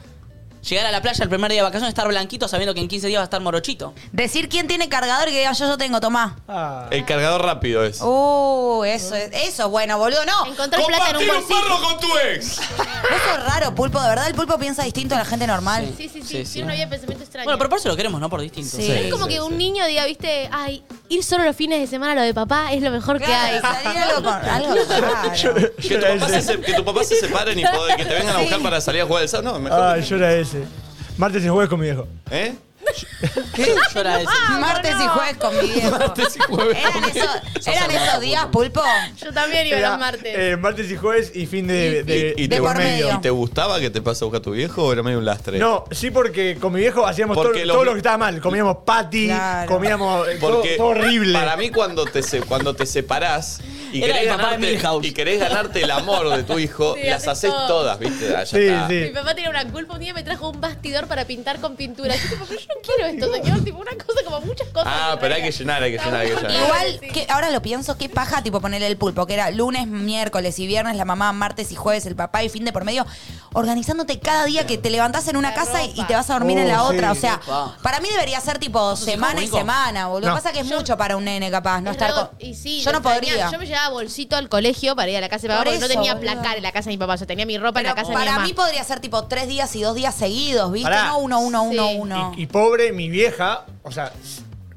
Speaker 5: Llegar a la playa el primer día de vacaciones, estar blanquito sabiendo que en 15 días va a estar morochito.
Speaker 2: Decir quién tiene cargador y que diga yo, yo tengo, tomá.
Speaker 3: Ah.
Speaker 1: El cargador rápido es.
Speaker 2: Uh, eso es, eso es bueno, boludo. No,
Speaker 4: Encontrar plata en un bolsillo.
Speaker 1: con tu ex!
Speaker 2: eso es raro, pulpo. De verdad, el pulpo piensa distinto a la gente normal.
Speaker 4: Sí, sí, sí,
Speaker 5: Sí, sí.
Speaker 4: Tiene una vía de pensamiento extraña.
Speaker 5: Bueno, pero por eso lo queremos, ¿no? Por distinto.
Speaker 2: Sí.
Speaker 4: es como
Speaker 1: sí,
Speaker 4: que un
Speaker 1: sí.
Speaker 4: niño diga, viste, ay, ir solo los fines de semana a lo de papá es lo mejor que hay.
Speaker 2: Claro, salir algo con algo raro.
Speaker 1: Que tu, papá se, se- que tu papá se separen y poder- que te vengan a buscar para salir a jugar al sábado. No, mejor.
Speaker 3: Ah, yo era ese. Martes y jueves con mi viejo.
Speaker 1: ¿Eh?
Speaker 5: ¿Qué? Yo era ese.
Speaker 2: Ah,
Speaker 4: Ah,
Speaker 2: Martes y jueves con mi viejo. Martes y jueves eran esos, eran esos días, pulpo.
Speaker 4: Yo también iba
Speaker 3: Era,
Speaker 4: los martes.
Speaker 3: eh, martes y jueves y fin de, de-
Speaker 1: ¿Y,
Speaker 2: de
Speaker 1: te,
Speaker 2: por medio.
Speaker 1: ¿Y te gustaba que te pase a buscar tu viejo o era medio un lastre?
Speaker 3: No, sí, porque con mi viejo hacíamos todo,
Speaker 1: Porque los-
Speaker 3: todo lo que estaba mal. Comíamos patty,
Speaker 2: Claro.
Speaker 3: comíamos eh, todo-
Speaker 1: Porque
Speaker 3: todo, horrible.
Speaker 1: para mí cuando te, se- cuando te separás y
Speaker 5: Era
Speaker 1: querés,
Speaker 5: el papá de
Speaker 1: ganarte,
Speaker 5: Milhouse.
Speaker 1: y querés ganarte el amor de tu hijo,
Speaker 4: Sí,
Speaker 1: las
Speaker 4: haces
Speaker 1: haces
Speaker 4: todo.
Speaker 1: todas, ¿viste? Ah, ya
Speaker 3: Sí,
Speaker 1: está.
Speaker 3: sí.
Speaker 4: Mi papá tenía una culpa, un día me trajo un bastidor para pintar con pintura. Yo tipo, pero yo no quiero esto, se quedó tipo una cosa como muchas cosas.
Speaker 1: Ah,
Speaker 4: que
Speaker 1: pero hay
Speaker 4: traía.
Speaker 1: que llenar, hay que
Speaker 4: Estaba
Speaker 1: llenar, hay que
Speaker 4: muy
Speaker 1: llenar.
Speaker 4: bien,
Speaker 2: Igual,
Speaker 4: sí.
Speaker 2: que ahora lo pienso, qué paja, tipo, ponerle el pulpo, que era lunes, miércoles y viernes, la mamá, martes y jueves, el papá y fin de por medio, organizándote cada día que te levantás en una
Speaker 4: La
Speaker 2: casa y
Speaker 4: ropa.
Speaker 2: te vas a dormir en la
Speaker 3: Oh,
Speaker 2: otra. O
Speaker 3: sí.
Speaker 2: sea,
Speaker 5: Epa.
Speaker 2: para mí debería ser tipo
Speaker 5: sos hijo
Speaker 2: semana y
Speaker 5: único?
Speaker 2: semana, boludo.
Speaker 3: No.
Speaker 2: Pasa que es mucho para un nene, capaz, no
Speaker 4: Es
Speaker 2: estar
Speaker 4: re-
Speaker 2: con-
Speaker 4: y sí,
Speaker 2: yo no
Speaker 4: extrañaba.
Speaker 2: podría.
Speaker 4: Yo me llevaba bolsito al colegio para ir a la casa de papá
Speaker 2: Por
Speaker 4: porque no
Speaker 2: eso,
Speaker 4: tenía
Speaker 2: boluda.
Speaker 4: placar en la casa de mi papá, yo tenía mi ropa en
Speaker 2: Pero
Speaker 4: la casa de mi
Speaker 2: para
Speaker 4: mamá.
Speaker 2: mí podría ser tipo tres días y dos días seguidos, ¿viste?
Speaker 3: Pará.
Speaker 2: No uno, uno, uno,
Speaker 4: Sí.
Speaker 2: uno.
Speaker 3: Y, y pobre, mi vieja, o sea,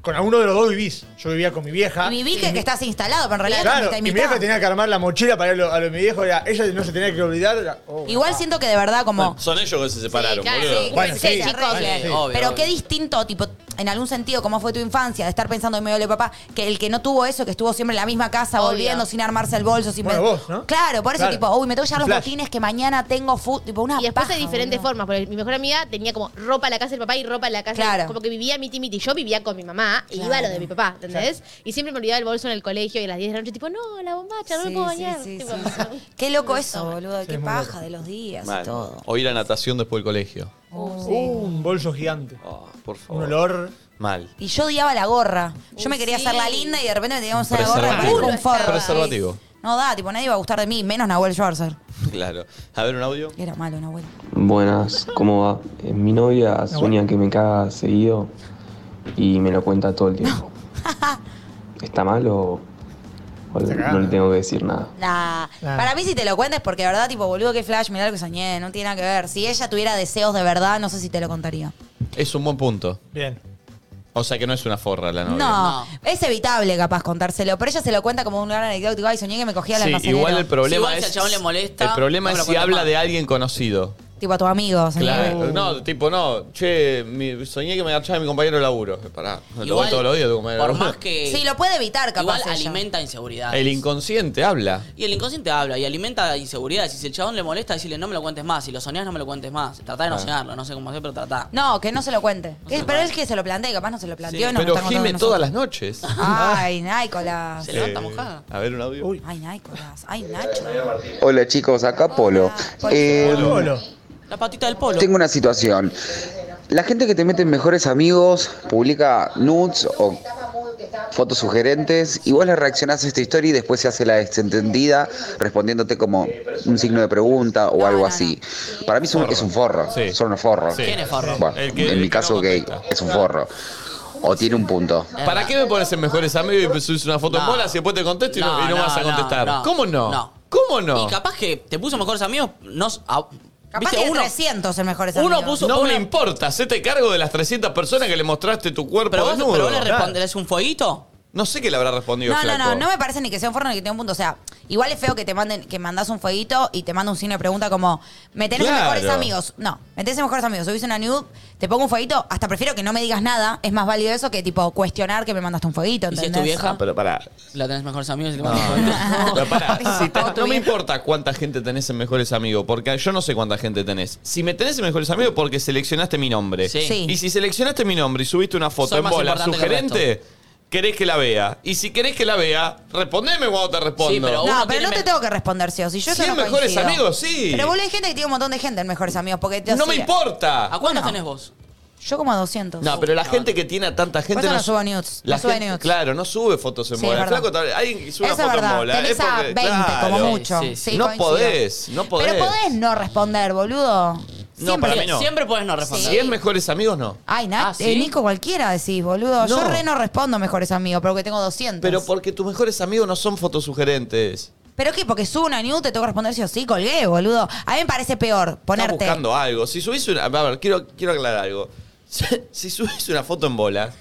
Speaker 3: con alguno de los dos vivís. Yo vivía con mi vieja.
Speaker 2: Y mi vi que, que estás instalado, pero en realidad es
Speaker 3: Claro,
Speaker 2: mitad y
Speaker 3: y mi
Speaker 2: mitad.
Speaker 3: vieja tenía que armar la mochila para ir a lo, a lo de mi viejo. Era, ella no se tenía que olvidar. era- oh,
Speaker 2: Igual
Speaker 3: ah.
Speaker 2: siento que de verdad como...
Speaker 1: Son ellos que se separaron,
Speaker 4: claro,
Speaker 1: boludo.
Speaker 4: sí.
Speaker 3: Bueno,
Speaker 2: Sí,
Speaker 3: sí,
Speaker 2: chicos,
Speaker 3: vale,
Speaker 2: eh,
Speaker 3: sí.
Speaker 5: obvio,
Speaker 2: pero
Speaker 5: obvio.
Speaker 2: qué distinto, tipo, en algún sentido, cómo fue tu infancia, de estar pensando en medio de papá, que el que no tuvo eso, que estuvo siempre en la misma casa,
Speaker 4: Obvio.
Speaker 2: volviendo sin armarse el bolso, sin
Speaker 3: Bueno,
Speaker 2: ver-
Speaker 3: vos, ¿no?
Speaker 2: Claro, por eso,
Speaker 3: Claro.
Speaker 2: tipo, "Oh, uy, me tengo que llevar los
Speaker 3: Flash.
Speaker 2: botines que mañana tengo fútbol, tipo, una
Speaker 4: Y después
Speaker 2: paja,
Speaker 4: de diferentes
Speaker 2: boludo.
Speaker 4: formas, porque mi mejor amiga tenía como ropa en la casa del papá y ropa en la casa.
Speaker 2: Claro.
Speaker 4: Como que vivía miti miti. Yo vivía con mi mamá y
Speaker 2: Claro.
Speaker 4: iba a lo de mi papá, ¿entendés? Y siempre me olvidaba el bolso en el colegio y a las 10 de la noche, tipo, no, la bombacha, no me
Speaker 2: Sí,
Speaker 4: puedo
Speaker 2: sí,
Speaker 4: bañar.
Speaker 2: sí,
Speaker 4: Tipo,
Speaker 2: sí, sí. Qué loco
Speaker 4: no,
Speaker 2: eso,
Speaker 4: no.
Speaker 2: boludo, qué
Speaker 3: muy
Speaker 2: paja de los días
Speaker 1: Mal.
Speaker 2: y todo.
Speaker 1: O ir a natación después del colegio.
Speaker 2: Uh, sí.
Speaker 3: Un bolso gigante.
Speaker 1: Oh, por
Speaker 3: Un
Speaker 1: favor.
Speaker 3: olor.
Speaker 1: Mal.
Speaker 2: Y yo odiaba la gorra. Yo
Speaker 4: Uy,
Speaker 2: me quería
Speaker 4: sí.
Speaker 2: hacer la linda y de repente me tenía que usar la gorra y me
Speaker 1: Preservativo.
Speaker 2: dejó un forro.
Speaker 1: Preservativo.
Speaker 2: No da, tipo, nadie iba a gustar de mí, menos Nahuel Schwarzer.
Speaker 1: Claro. A ver un audio.
Speaker 2: Era malo, Nahuel.
Speaker 11: Buenas, ¿cómo va? Eh, Mi novia sueña que me caga seguido y me lo cuenta todo el tiempo. ¿Está mal o, o no le tengo que decir nada?
Speaker 2: Nah. Para mí si te lo cuentas porque de verdad, tipo, boludo, que flash, mirá lo que soñé, no tiene nada que ver. Si ella tuviera deseos de verdad, no sé si te lo contaría.
Speaker 1: Es un buen punto.
Speaker 3: Bien.
Speaker 1: O sea que no es una forra la
Speaker 2: No,
Speaker 1: novia.
Speaker 2: es evitable capaz contárselo, pero ella se lo cuenta como un gran anecdótico. Ay, soñé que me cogía la
Speaker 1: Sí, igual el problema
Speaker 5: igual
Speaker 1: es.
Speaker 5: si al chabón le molesta,
Speaker 1: el problema
Speaker 5: no me
Speaker 1: es
Speaker 5: lo
Speaker 1: si
Speaker 5: cuenta
Speaker 1: habla
Speaker 5: más.
Speaker 1: de alguien conocido.
Speaker 2: Tipo a tu amigo, soñé.
Speaker 1: Claro. No, tipo, no. Che, mi- soñé que me garchaba mi compañero de laburo. Eh, Pará. Lo
Speaker 5: Igual,
Speaker 1: voy todos los días tu compañero de
Speaker 5: Por
Speaker 1: laburo.
Speaker 5: más que.
Speaker 2: Sí, lo puede evitar capaz
Speaker 5: Igual
Speaker 2: ella.
Speaker 5: alimenta inseguridades.
Speaker 1: El inconsciente habla.
Speaker 5: y el inconsciente habla y alimenta inseguridades. Y si el chabón le molesta, decirle no me lo cuentes más. Si lo soñás, no me lo cuentes más. Tratá de no
Speaker 1: Claro.
Speaker 5: soñarlo, no sé cómo hacer, pero tratá.
Speaker 2: No, que no se lo cuente. Que- pero es que se lo plantea, y capaz no se lo planteó. y nos
Speaker 1: Pero
Speaker 2: estamos
Speaker 1: gime
Speaker 2: todos
Speaker 1: todas las noches.
Speaker 2: nosotros. Ay, Nicolás.
Speaker 1: Eh, A ver un audio.
Speaker 2: Ay, Nicolás. Ay, Nacho.
Speaker 12: Hola chicos, acá Polo. Eh,
Speaker 5: La patita del polo.
Speaker 12: Tengo una situación. La gente que te mete en mejores amigos publica nudes o fotos sugerentes y vos le reaccionás a esta historia y después se hace la desentendida respondiéndote como un signo de pregunta o algo así. Para mí son- es un forro, son unos forros.
Speaker 1: Sí. ¿Quién es forro?
Speaker 12: Bueno,
Speaker 1: El que-
Speaker 12: en
Speaker 1: el
Speaker 12: mi
Speaker 1: que
Speaker 12: caso gay, es un forro. O tiene un punto.
Speaker 5: Eh,
Speaker 1: ¿Para qué me pones en mejores amigos y subís una foto en bolas y después te contesto y no, y no vas a contestar? ¿Cómo no? ¿Cómo no?
Speaker 5: Y capaz que te puso mejores amigos, no. s- a-
Speaker 2: Capaz
Speaker 5: ¿viste?
Speaker 2: tiene
Speaker 5: Uno-
Speaker 2: 300 en mejores
Speaker 5: Uno
Speaker 2: amigos.
Speaker 5: puso-
Speaker 1: no me
Speaker 5: una-
Speaker 1: importa, hacete cargo de las 300 personas que le mostraste tu cuerpo
Speaker 5: Pero vos,
Speaker 1: desnudo.
Speaker 5: pero vos le responderás un fueguito.
Speaker 1: No sé qué le habrá respondido
Speaker 2: No, no,
Speaker 1: flaco.
Speaker 2: no, no me parece ni que sea un forno ni que tenga un punto. O sea, igual es feo que te manden, que mandás un fueguito y te manda un signo de pregunta como, ¿me tenés en
Speaker 1: Claro.
Speaker 2: mejores amigos? No, me tenés en mejores amigos. Subís una nude, te pongo un fueguito, hasta prefiero que no me digas nada. Es más válido eso que tipo cuestionar que me mandaste un fueguito,
Speaker 5: ¿Y
Speaker 2: ¿entendés?
Speaker 5: si es tu vieja?
Speaker 1: Ah, Pero pará.
Speaker 5: La tenés mejores amigos y le
Speaker 1: No.
Speaker 5: mandas un fueguito.
Speaker 1: Pero pará,
Speaker 2: Ah,
Speaker 1: si te- no me importa cuánta gente tenés en Mejores Amigos, porque yo no sé cuánta gente tenés. Si me tenés en Mejores Amigos, porque seleccionaste mi nombre.
Speaker 5: Sí. Sí.
Speaker 1: Y si seleccionaste mi nombre y subiste una foto
Speaker 5: Soy
Speaker 1: en
Speaker 5: más
Speaker 1: bola
Speaker 5: importante que el
Speaker 1: sugerente, querés que la vea. Y si querés que la vea, respondeme cuando te respondo.
Speaker 2: no, pero no te tengo que responder sí o sí. Yo eso
Speaker 1: Sí,
Speaker 2: no
Speaker 1: en Mejores
Speaker 2: coincido.
Speaker 1: Amigos, sí.
Speaker 2: Pero boludo, hay gente que tiene un montón de gente en mejores amigos porque te
Speaker 1: No me
Speaker 2: sigue.
Speaker 1: importa.
Speaker 5: ¿A cuántos
Speaker 2: No.
Speaker 5: tenés vos?
Speaker 2: Yo como a 200.
Speaker 1: No, pero la gente que tiene a tanta gente.
Speaker 2: Por eso no
Speaker 1: su-
Speaker 2: subo nudes,
Speaker 1: La
Speaker 2: no sube
Speaker 1: gente-
Speaker 2: nudes.
Speaker 1: Claro, no sube fotos en
Speaker 2: Sí,
Speaker 1: bola.
Speaker 2: es
Speaker 1: El
Speaker 2: verdad.
Speaker 1: flaco tal- alguien que sube
Speaker 2: Eso
Speaker 1: una
Speaker 2: es
Speaker 1: foto
Speaker 2: verdad.
Speaker 1: en bola.
Speaker 2: Tenés
Speaker 1: es
Speaker 2: a
Speaker 1: porque-
Speaker 2: 20 como
Speaker 1: claro.
Speaker 2: mucho. Sí, sí. Sí,
Speaker 1: no
Speaker 2: coincido.
Speaker 1: podés, no podés.
Speaker 2: Pero podés no responder, boludo.
Speaker 1: No, para mí no.
Speaker 5: Siempre podés no responder.
Speaker 1: Si es mejores amigos, no.
Speaker 2: Ay, Nat,
Speaker 5: Ah, ¿sí?
Speaker 2: eh, Nico cualquiera decís, boludo. Yo
Speaker 1: No.
Speaker 2: re no respondo mejores amigos, pero que tengo 200.
Speaker 1: Pero porque tus mejores amigos no son fotosugerentes.
Speaker 2: ¿Pero qué? Porque subo una news, te tengo que responder sí o sí, colgué, boludo. A mí me parece peor
Speaker 1: Estás
Speaker 2: ponerte...
Speaker 1: buscando algo. Si subís una. A ver, quiero, quiero aclarar algo. Si, si subís una foto en bolas,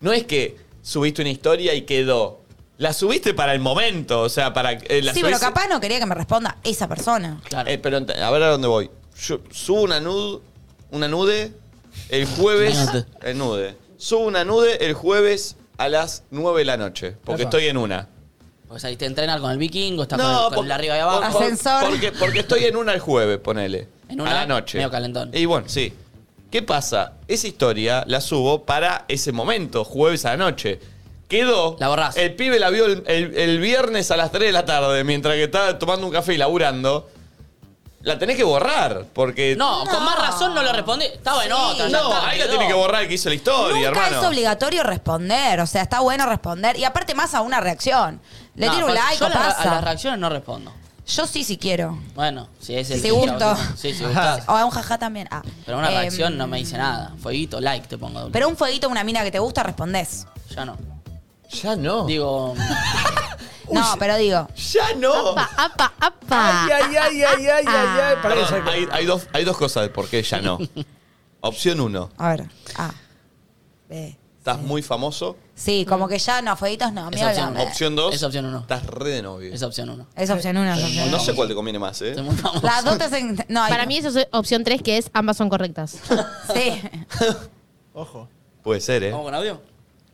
Speaker 1: no es que subiste una historia y quedó. La subiste para el momento. O sea, para. eh, la
Speaker 2: sí, pero
Speaker 1: subís-
Speaker 2: capaz no quería que me responda esa persona.
Speaker 1: Eh, pero ent- a ver a dónde voy. Yo subo una nude, una nude el jueves. el nude. Subo una nude el jueves a las 9 de la noche. Porque
Speaker 5: Epa.
Speaker 1: estoy en una.
Speaker 5: O sea, y Pues te entrenas con el vikingo, estás
Speaker 1: No,
Speaker 5: con, el, con
Speaker 1: por-
Speaker 5: el arriba y abajo.
Speaker 2: Ah,
Speaker 1: por- por- Porque, porque estoy en una el jueves, ponele.
Speaker 5: En una,
Speaker 1: a la noche.
Speaker 5: medio calentón.
Speaker 1: Y bueno, sí. ¿Qué pasa? Esa historia la subo para ese momento, jueves a la noche. Quedó. La borrás. El pibe la vio el, el- el viernes a las 3 de la tarde, mientras que estaba tomando un café y laburando. La tenés que borrar, porque.
Speaker 5: No, con más razón no le respondí. Estaba en otra. Ah, ya
Speaker 1: No,
Speaker 5: está,
Speaker 1: ahí la
Speaker 5: quedó.
Speaker 1: tiene que borrar el que hizo la historia,
Speaker 2: Nunca
Speaker 1: hermano.
Speaker 2: es obligatorio responder, o sea, está bueno responder. Y aparte más a una reacción. Le
Speaker 5: No,
Speaker 2: tiro un
Speaker 5: pues,
Speaker 2: like
Speaker 5: yo
Speaker 2: o
Speaker 5: a la-
Speaker 2: pasa.
Speaker 5: A las reacciones no respondo.
Speaker 2: Yo sí, si quiero.
Speaker 5: Bueno, si es el.
Speaker 2: Si gusto.
Speaker 5: Sí, si gustás.
Speaker 2: O a un jajá también. Ah.
Speaker 5: Pero una
Speaker 2: Em,
Speaker 5: reacción no me dice nada. Fueguito, like te pongo. de última.
Speaker 2: Pero un fueguito, una mina que te gusta, respondés.
Speaker 5: Ya no.
Speaker 1: Ya no.
Speaker 5: Digo.
Speaker 2: No, pero digo.
Speaker 1: ¡Ya no!
Speaker 4: Apa, apa, apa.
Speaker 3: Ay, ay, ay, ay, ay, ay.
Speaker 2: Ah.
Speaker 3: Pará,
Speaker 1: Perdón,
Speaker 3: saca.
Speaker 1: hay, hay dos, hay dos cosas de por qué ya no. Opción uno,
Speaker 2: A ver. Ah. B.
Speaker 1: estás muy famoso.
Speaker 2: Sí, como que ya no, fueguitos no.
Speaker 5: Esa
Speaker 2: Mira,
Speaker 5: opción.
Speaker 1: Opción dos,
Speaker 5: Esa eh. opción uno.
Speaker 1: estás re de novio.
Speaker 5: Esa opción uno.
Speaker 2: Es opción una. es opción
Speaker 1: No
Speaker 2: una.
Speaker 1: sé cuál te conviene más, ¿eh?
Speaker 2: Las dos te hacen- No,
Speaker 4: Para
Speaker 2: ahí
Speaker 4: mí esa es opción 3, que es ambas son correctas.
Speaker 2: no. Sí.
Speaker 3: Ojo.
Speaker 1: Puede ser, ¿eh?
Speaker 5: ¿Vamos con audio?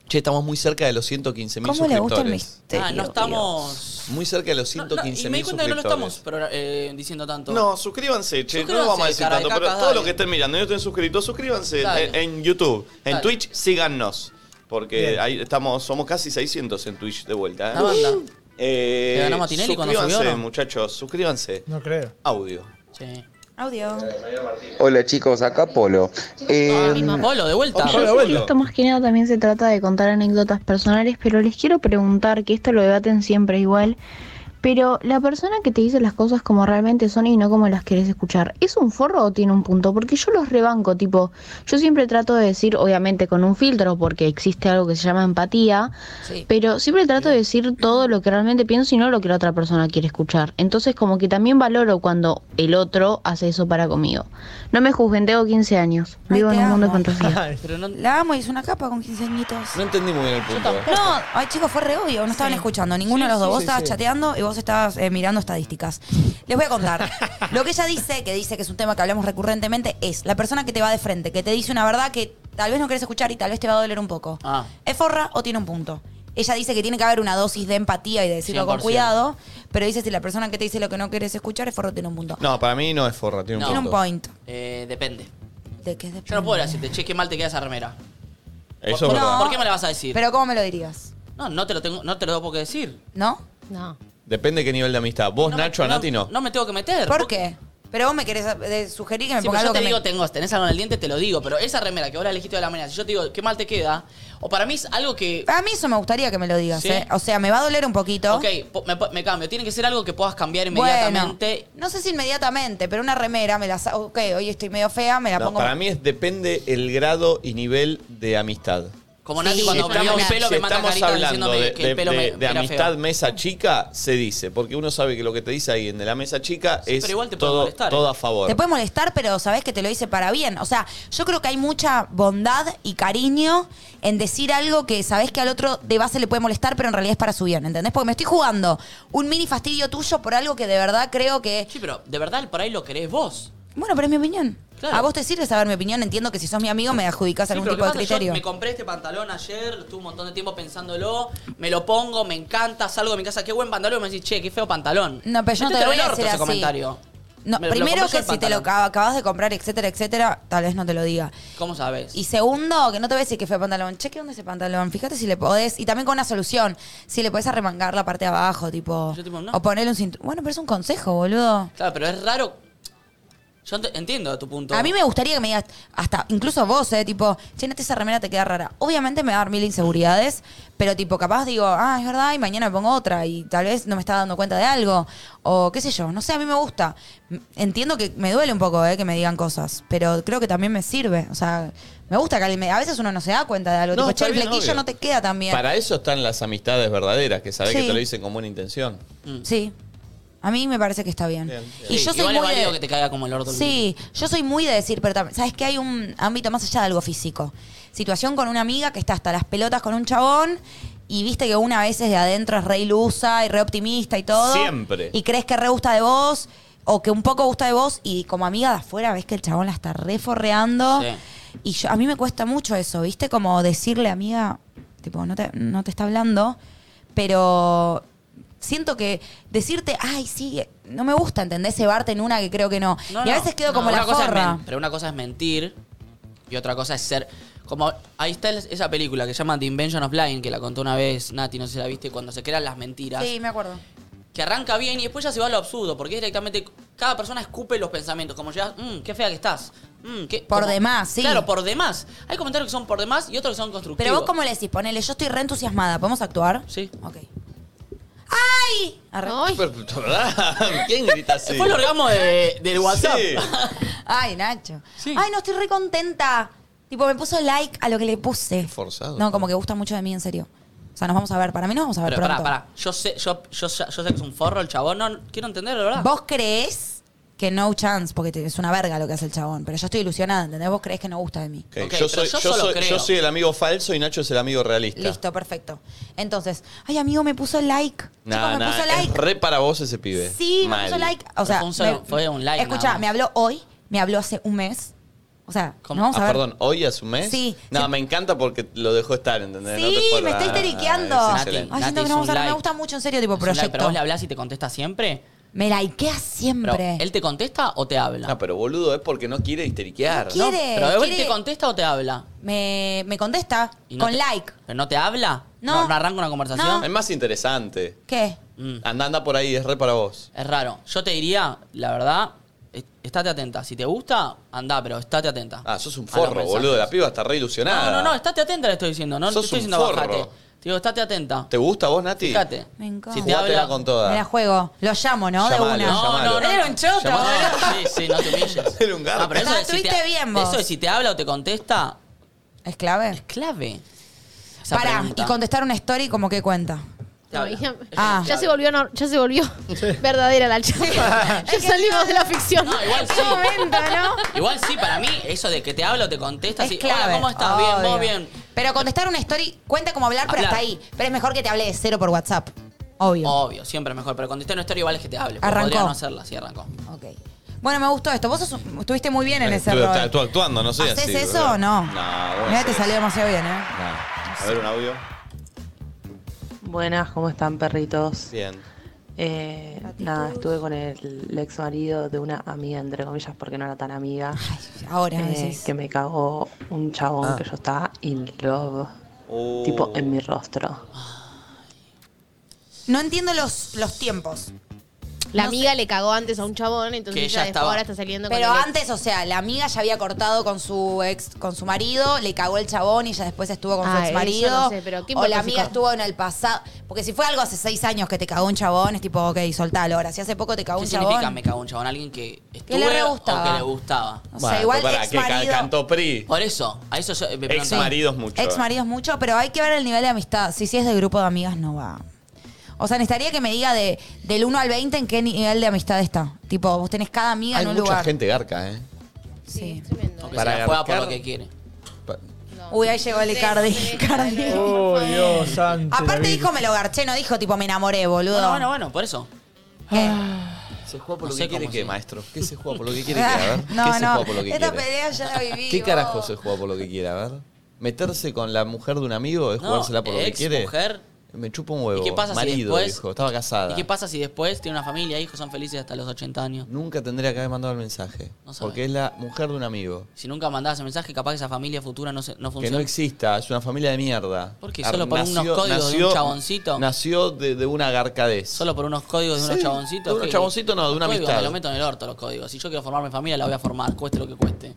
Speaker 1: Che, estamos muy cerca de los 115 mil
Speaker 2: ¿Cómo le
Speaker 1: suscriptores.
Speaker 2: gusta el
Speaker 5: Ah, no estamos.
Speaker 1: Muy cerca de los
Speaker 5: No, no,
Speaker 1: 115
Speaker 5: y me
Speaker 1: mil
Speaker 5: di cuenta
Speaker 1: suscriptores.
Speaker 5: que no lo estamos pero, eh, diciendo tanto.
Speaker 1: No, suscríbanse, che. no
Speaker 5: Suscríbanse,
Speaker 1: lo vamos a decir
Speaker 5: cara de
Speaker 1: tanto, pero
Speaker 5: cacas,
Speaker 1: todos
Speaker 5: dale.
Speaker 1: los que estén mirando y no estén suscritos, suscríbanse
Speaker 5: Dale.
Speaker 1: en, en YouTube. En
Speaker 5: Dale.
Speaker 1: Twitch, síganos. Porque
Speaker 5: Bien.
Speaker 1: ahí estamos, somos casi 600 en Twitch de vuelta. ¿eh?
Speaker 5: La banda.
Speaker 1: Eh,
Speaker 5: ¿Le ganamos a Tinelli cuando
Speaker 1: suscríbanse,
Speaker 5: subió, no?
Speaker 1: muchachos, suscríbanse.
Speaker 3: No creo.
Speaker 1: Audio.
Speaker 2: Audio.
Speaker 12: Hola chicos, acá Polo. Eh,
Speaker 5: Ah, Polo, de vuelta.
Speaker 9: Esto más que nada también se trata de contar anécdotas personales, pero les quiero preguntar, que esto lo debaten siempre igual,
Speaker 13: Pero la persona que te dice las cosas como realmente son y no como las querés escuchar, ¿es un forro o tiene un punto? Porque yo los rebanco, tipo, yo siempre trato de decir, obviamente con un filtro, porque existe algo que se llama empatía, pero siempre trato de decir todo lo que realmente pienso y no lo que la otra persona quiere escuchar. Entonces como que también valoro cuando el otro hace eso para conmigo. No me juzguen, tengo 15 años, vivo en un mundo de fantasía.
Speaker 2: La amo y es una capa con 15 añitos.
Speaker 1: No entendí muy bien el punto. eh.
Speaker 2: No, ay chicos, fue re obvio, no estaban escuchando ninguno de los dos.
Speaker 1: sí,
Speaker 2: vos
Speaker 1: sí,
Speaker 2: estabas
Speaker 1: sí.
Speaker 2: chateando y vos estabas eh, mirando estadísticas. Les voy a contar. Lo que ella dice, que dice que es un tema que hablamos recurrentemente, es la persona que te va de frente, que te dice una verdad que tal vez no querés escuchar y tal vez te va a doler un poco.
Speaker 1: Ah.
Speaker 2: ¿Es forra o tiene un punto? Ella dice que tiene que haber una dosis de empatía y de decirlo con
Speaker 1: 100%.
Speaker 2: cuidado, pero dice si la persona que te dice lo que no querés escuchar es forro, tiene un punto.
Speaker 1: No, para mí no es forra, tiene un
Speaker 2: Tiene un
Speaker 1: punto.
Speaker 2: point.
Speaker 5: Eh, depende.
Speaker 2: ¿De qué depende?
Speaker 5: Yo no puedo decirte, che, qué mal te queda esa remera.
Speaker 1: Eso
Speaker 5: ¿Por,
Speaker 1: es verdad.
Speaker 5: ¿por qué me la vas a decir?
Speaker 2: Pero ¿cómo me lo dirías?
Speaker 5: No, no te lo tengo, no te lo tengo por qué decir.
Speaker 2: ¿No?
Speaker 4: No.
Speaker 1: Depende de qué nivel de amistad. Vos, Nacho, a Nati no.
Speaker 5: No me tengo que
Speaker 1: Este
Speaker 5: meter.
Speaker 2: ¿Por qué? Pero vos me querés eh, sugerir que me
Speaker 5: Sí,
Speaker 2: ponga
Speaker 5: pero
Speaker 2: algo
Speaker 5: yo te
Speaker 2: que me-
Speaker 5: digo, tengo, tenés algo en el diente, te lo digo, pero esa remera que vos la elegiste de la manera, si yo te digo, qué mal te queda, o para mí es algo que...
Speaker 2: A mí eso me gustaría que me lo digas,
Speaker 5: Sí.
Speaker 2: ¿eh? O sea, me va a doler un poquito.
Speaker 5: Ok, po- me, po- me cambio, tiene que ser algo que puedas cambiar inmediatamente.
Speaker 2: No sé si inmediatamente, pero una remera me la sa- Ok, hoy estoy medio fea, me la
Speaker 1: No,
Speaker 2: pongo.
Speaker 1: para mí es, depende el grado y nivel de amistad.
Speaker 5: Como Nati cuando perdió
Speaker 1: estamos,
Speaker 5: un pelo
Speaker 1: si
Speaker 5: me manda
Speaker 1: estamos
Speaker 5: carita
Speaker 1: hablando
Speaker 5: diciéndome
Speaker 1: de,
Speaker 5: que el
Speaker 1: de-
Speaker 5: pelo me-
Speaker 1: de- de
Speaker 5: me era
Speaker 1: amistad
Speaker 5: feo.
Speaker 1: mesa chica, se dice, porque uno sabe que lo que te dice ahí en de la mesa chica es
Speaker 5: pero igual te puede
Speaker 1: todo,
Speaker 5: molestar, ¿eh?
Speaker 1: todo a favor.
Speaker 2: Te puede molestar, pero sabés que te lo hice para bien. O sea, yo creo que hay mucha bondad y cariño en decir algo que sabés que al otro de base le puede molestar, pero en realidad es para su bien, ¿entendés? Porque me estoy jugando un mini fastidio tuyo por algo que de verdad creo que.
Speaker 5: Sí, pero de verdad por ahí lo querés vos.
Speaker 2: Bueno, pero es mi opinión.
Speaker 5: Claro.
Speaker 2: A vos te sirve saber mi opinión. Entiendo que si sos mi amigo me adjudicás
Speaker 5: Sí,
Speaker 2: algún
Speaker 5: pero
Speaker 2: tipo de
Speaker 5: ¿qué pasa? Yo
Speaker 2: criterio.
Speaker 5: me compré este pantalón ayer, estuve un montón de tiempo pensándolo, me lo pongo, me encanta, salgo de mi casa, qué buen pantalón, y me decís, che, qué feo pantalón.
Speaker 2: No, pero yo no te
Speaker 5: Métetelo
Speaker 2: lo voy
Speaker 5: en
Speaker 2: a
Speaker 5: el orto
Speaker 2: decir
Speaker 5: ese
Speaker 2: así.
Speaker 5: comentario.
Speaker 2: No,
Speaker 5: Me- me lo
Speaker 2: primero
Speaker 5: compré yo
Speaker 2: que
Speaker 5: el
Speaker 2: si te lo
Speaker 5: pantalón.
Speaker 2: acab- acabas de comprar, etcétera, etcétera, tal vez no te lo diga.
Speaker 5: ¿Cómo sabes?
Speaker 2: Y segundo, que no te voy a decir que fue pantalón. Cheque dónde es ese pantalón. Fíjate si le podés. Y también con una solución. Si le podés arremangar la parte de abajo, tipo. O ponerle un cinturón. Bueno, pero es un consejo, boludo.
Speaker 5: Claro, pero es raro. Yo ent- entiendo tu punto.
Speaker 2: A mí me gustaría que me digas, hasta incluso vos, ¿eh? Tipo, che, Nati, esa remera te queda rara. Obviamente me va a dar mil inseguridades, pero tipo, capaz digo, ah, es verdad, y mañana me pongo otra, y tal vez no me estaba dando cuenta de algo, o qué sé yo, no sé, a mí me gusta. M- Entiendo que me duele un poco, ¿eh? Que me digan cosas, pero creo que también me sirve, o sea, me gusta que alguien me- a veces uno no se da cuenta de algo,
Speaker 1: No,
Speaker 2: tipo,
Speaker 1: está
Speaker 2: che, el
Speaker 1: bien,
Speaker 2: flequillo
Speaker 1: obvio.
Speaker 2: no te queda tan bien.
Speaker 1: Para eso están las amistades verdaderas, que sabés
Speaker 2: Sí.
Speaker 1: que te lo dicen con buena intención.
Speaker 2: Sí. A mí me parece que está bien. Y
Speaker 5: Sí,
Speaker 2: yo soy
Speaker 5: igual es
Speaker 2: muy de-
Speaker 5: válido que te caiga como el orto. el
Speaker 2: Sí, yo soy muy de decir, pero tam- sabes que hay un ámbito más allá de algo físico. Situación con una amiga que está hasta las pelotas con un chabón y viste que una a veces de adentro es re ilusa y re optimista y todo.
Speaker 1: Siempre.
Speaker 2: Y crees que re gusta de vos o que un poco gusta de vos y como amiga de afuera ves que el chabón la está reforreando.
Speaker 5: Sí.
Speaker 2: Y yo- a mí me cuesta mucho eso, viste, como decirle, amiga, tipo, no te, no te está hablando, pero siento que decirte, ay, sí, no me gusta, ¿entendés? Cebarte en una que creo que no.
Speaker 5: No,
Speaker 2: y a
Speaker 5: no,
Speaker 2: veces quedo
Speaker 5: no,
Speaker 2: como
Speaker 5: una
Speaker 2: la
Speaker 5: cosa es
Speaker 2: forra.
Speaker 5: men- pero una cosa es mentir y otra cosa es ser. Como ahí está el- esa película que se llama The Invention of Lying, que la contó una vez Nati, no sé si la viste, cuando se crean las mentiras.
Speaker 2: Sí, me acuerdo.
Speaker 5: Que arranca bien y después ya se va a lo absurdo, porque es directamente. Cada persona escupe los pensamientos, como llegas, mmm, qué fea que estás. mm, qué-
Speaker 2: Por
Speaker 5: como-
Speaker 2: demás, sí.
Speaker 5: Claro, por demás. Hay comentarios que son por demás y otros que son constructivos.
Speaker 2: Pero vos cómo le decís, ponele, yo estoy re entusiasmada, ¿podemos actuar?
Speaker 5: Sí.
Speaker 2: Ok. ¡Ay! Arre-
Speaker 1: Pero, ¿verdad? ¿Quién grita así?
Speaker 5: Fue el orgasmo de- del WhatsApp.
Speaker 1: Sí.
Speaker 2: Ay, Nacho. Ay, no, estoy re contenta. Tipo, me puso like a lo que le puse.
Speaker 1: Forzado.
Speaker 2: No, como que gusta mucho de mí, en serio. O sea, nos vamos a ver. Para mí nos vamos a ver
Speaker 5: Pero
Speaker 2: pronto.
Speaker 5: pará, pará. Yo sé, yo, yo, yo sé que es un forro el chabón. No, no, quiero entender, la verdad.
Speaker 2: Vos creés que no chance, porque te- es una verga lo que hace el chabón. Pero yo estoy ilusionada, ¿entendés? Vos creés que no gusta de mí.
Speaker 1: Ok,
Speaker 5: Ok,
Speaker 1: yo, soy,
Speaker 5: pero yo
Speaker 1: yo
Speaker 5: solo
Speaker 1: soy- yo
Speaker 5: creo.
Speaker 1: soy el amigo falso y Nacho es el amigo realista.
Speaker 2: Listo, perfecto. Entonces, ay, amigo, me puso like.
Speaker 1: Nah,
Speaker 2: me
Speaker 1: nah,
Speaker 2: puso
Speaker 1: es
Speaker 2: like.
Speaker 1: re para vos ese pibe.
Speaker 2: Sí, me
Speaker 1: Mal.
Speaker 2: puso like. O sea,
Speaker 5: Fue un solo- fue un like nada
Speaker 2: Escucha,
Speaker 5: más.
Speaker 2: me habló hoy, me habló hace un mes. O sea,
Speaker 1: ¿Cómo?
Speaker 2: nos vamos a
Speaker 1: ah,
Speaker 2: ver.
Speaker 1: perdón, ¿hoy a su mes?
Speaker 2: Sí,
Speaker 1: No, me encanta porque lo dejó estar, ¿entendés? No
Speaker 2: Sí,
Speaker 1: te fue
Speaker 2: me está
Speaker 1: nada.
Speaker 2: histeriqueando.
Speaker 1: Ah,
Speaker 2: Nati,
Speaker 1: excelente.
Speaker 2: Ay, siento que no vamos a hablar. Me gusta mucho, en serio, tipo
Speaker 5: Es un like,
Speaker 2: proyecto.
Speaker 5: pero vos le hablas y te contesta siempre.
Speaker 2: Me likea
Speaker 5: Pero,
Speaker 2: siempre.
Speaker 5: ¿Él te contesta o te habla?
Speaker 1: No, pero boludo, es porque no quiere histeriquear.
Speaker 2: No quiere,
Speaker 5: pero ¿él
Speaker 2: quiere-
Speaker 5: te contesta o te habla?
Speaker 2: Me, me contesta
Speaker 5: Y no
Speaker 2: con
Speaker 5: te-
Speaker 2: like.
Speaker 5: ¿Pero no te habla?
Speaker 2: No.
Speaker 5: arranca una conversación? Mm.
Speaker 2: No.
Speaker 1: Es más interesante.
Speaker 2: ¿Qué?
Speaker 1: Anda, anda por ahí, es re para vos.
Speaker 5: Es raro. Yo te diría, la verdad, est- estate atenta. Si te gusta, anda, pero estate atenta.
Speaker 1: Ah, sos un
Speaker 5: A los
Speaker 1: forro,
Speaker 5: mensajes.
Speaker 1: boludo. La piba está re ilusionada.
Speaker 5: No, no, no, estate atenta, le estoy diciendo. No
Speaker 1: Sos
Speaker 5: te estoy
Speaker 1: un
Speaker 5: diciendo
Speaker 1: forro.
Speaker 5: bajate. Te digo, estate atenta.
Speaker 1: ¿Te gusta vos, Nati?
Speaker 5: Fíjate.
Speaker 2: Me encanta.
Speaker 5: Si te habla
Speaker 1: con toda.
Speaker 2: Me la juego. Lo llamo, ¿no?
Speaker 1: Llamalo,
Speaker 2: de una.
Speaker 1: llamalo. No, no, no.
Speaker 2: Era un choto.
Speaker 5: Llamalo.
Speaker 2: boludo.
Speaker 5: Sí, sí, no te humilles.
Speaker 1: Era un gato.
Speaker 5: Ah, pero eso
Speaker 2: Ah,
Speaker 5: de si te-
Speaker 2: estuviste bien vos.
Speaker 5: Eso de si te habla o te contesta,
Speaker 2: ¿Es clave?
Speaker 5: es clave. Esa
Speaker 2: Pará,
Speaker 5: pregunta.
Speaker 2: y contestar una story como que cuenta.
Speaker 4: No, ya,
Speaker 2: Ah.
Speaker 4: ya se volvió, no- ya se volvió verdadera la charla. ya salimos de la ficción.
Speaker 5: No, Ah, igual sí.
Speaker 4: Un momento, ¿no?
Speaker 5: Igual sí, para mí, eso de que te habla o te contesta,
Speaker 2: Es
Speaker 5: sí,
Speaker 2: clave,
Speaker 5: hola, ¿cómo estás? Bien,
Speaker 2: obvio.
Speaker 5: vos bien.
Speaker 2: Pero contestar una story cuenta como hablar, pero
Speaker 5: Hablar.
Speaker 2: hasta ahí. Pero es mejor que te hable de cero por WhatsApp. Obvio.
Speaker 5: Obvio, siempre es mejor. Pero contestar una historia igual es que te hable. porque
Speaker 2: Arrancó.
Speaker 5: Podría no hacerla, sí, arrancó.
Speaker 2: Ok. Bueno, me gustó esto. Vos sos- estuviste muy bien en ese
Speaker 1: Eh, Estuve-
Speaker 2: rol.
Speaker 1: está- estuve actuando, no sé.
Speaker 2: ¿Haces
Speaker 1: así,
Speaker 2: eso
Speaker 1: boludo.
Speaker 2: o no?
Speaker 1: No, bueno.
Speaker 2: Mira, te salió demasiado bien, ¿eh?
Speaker 1: A ver un audio.
Speaker 14: Buenas, ¿cómo están, perritos?
Speaker 1: Bien.
Speaker 14: Eh, nada, estuve con el, ex marido de una amiga, entre comillas, porque no era tan amiga.
Speaker 2: ahora
Speaker 14: eh,
Speaker 2: decís.
Speaker 14: Que me cagó un chabón que yo estaba in love. Tipo en mi rostro.
Speaker 2: No entiendo los, los tiempos.
Speaker 4: La amiga le cagó antes a un chabón, entonces ella
Speaker 14: Que ella
Speaker 4: después
Speaker 14: estaba-
Speaker 4: ahora está saliendo
Speaker 2: Pero
Speaker 4: con el ex.
Speaker 2: antes, o sea, la amiga ya había cortado con su ex, con su marido, le cagó el chabón y ya después estuvo con su
Speaker 4: Ah,
Speaker 2: ex marido.
Speaker 4: eso no sé, pero ¿qué
Speaker 2: o la
Speaker 4: importa si
Speaker 2: amiga
Speaker 4: cor-
Speaker 2: estuvo en el pasado. Porque si fue algo hace seis años que te cagó un chabón, es tipo, ok, soltalo. Ahora, si hace poco te cagó
Speaker 5: ¿Qué
Speaker 2: un
Speaker 5: significa
Speaker 2: chabón.
Speaker 5: me cago en un chabón? Alguien que estuvo
Speaker 2: le re
Speaker 5: o
Speaker 2: gustaba.
Speaker 5: que le gustaba.
Speaker 2: O sea, Bueno, igual pero pará,
Speaker 1: que ca- exmarido- cantó PRI.
Speaker 5: Por eso, a eso yo me
Speaker 1: Ex maridos mucho.
Speaker 2: Ex maridos mucho, pero hay que ver el nivel de amistad. Si si es de grupo de amigas, no va. O sea, necesitaría que me diga de, del 1 al 20 en qué nivel de amistad está. Tipo, vos tenés cada amiga
Speaker 1: Hay
Speaker 2: en un
Speaker 1: mucha
Speaker 2: lugar.
Speaker 1: gente garca, ¿eh?
Speaker 2: Sí.
Speaker 5: Porque
Speaker 1: Para
Speaker 5: se la juega por
Speaker 1: garcar-
Speaker 5: lo que quiere.
Speaker 2: Uy, ahí llegó el Icardi. Icardi.
Speaker 3: Oh, Dios santo.
Speaker 2: Aparte
Speaker 3: David.
Speaker 2: dijo me lo garché, no dijo tipo me enamoré, boludo.
Speaker 5: Bueno, Ah, bueno, bueno, por eso.
Speaker 3: Ah.
Speaker 1: Se juega por lo
Speaker 5: No sé
Speaker 1: que quiere
Speaker 5: cómo
Speaker 1: que,
Speaker 5: se-
Speaker 1: maestro. ¿Qué se juega por lo que quiere que, a ver? ¿Qué
Speaker 2: No,
Speaker 1: se
Speaker 2: no.
Speaker 1: juega por lo que
Speaker 2: Esta
Speaker 1: quiere?
Speaker 2: pelea ya la viví.
Speaker 1: ¿Qué
Speaker 2: vos.
Speaker 1: carajo se juega por lo que quiere? A ver. ¿Meterse con la mujer de un amigo es
Speaker 5: No,
Speaker 1: jugársela por lo que
Speaker 5: ex,
Speaker 1: quiere?
Speaker 5: mujer.
Speaker 1: Me chupa un huevo.
Speaker 5: ¿Y qué pasa si
Speaker 1: Marido,
Speaker 5: después-
Speaker 1: dijo. Estaba casada.
Speaker 5: ¿Y qué pasa si después tiene una familia, hijos, son felices hasta los 80 años?
Speaker 1: Nunca tendría que haber mandado el mensaje.
Speaker 5: No sabe.
Speaker 1: porque es la mujer de un amigo.
Speaker 5: Si nunca mandás ese mensaje, capaz que esa familia futura no, se- no
Speaker 1: Que
Speaker 5: funciona.
Speaker 1: no exista, es una familia de mierda.
Speaker 5: ¿Por qué?
Speaker 1: Ar-
Speaker 5: ¿Solo por unos códigos de un chaboncito?
Speaker 1: Nació de, de una garcadez. ¿Solo
Speaker 5: por unos códigos de unos chaboncitos.
Speaker 1: De unos
Speaker 5: que-
Speaker 1: chaboncitos, no, de
Speaker 5: los
Speaker 1: una
Speaker 5: códigos,
Speaker 1: amistad.
Speaker 5: Me lo meto en el orto los códigos. Si yo quiero formar mi familia, la voy a formar, cueste lo que cueste.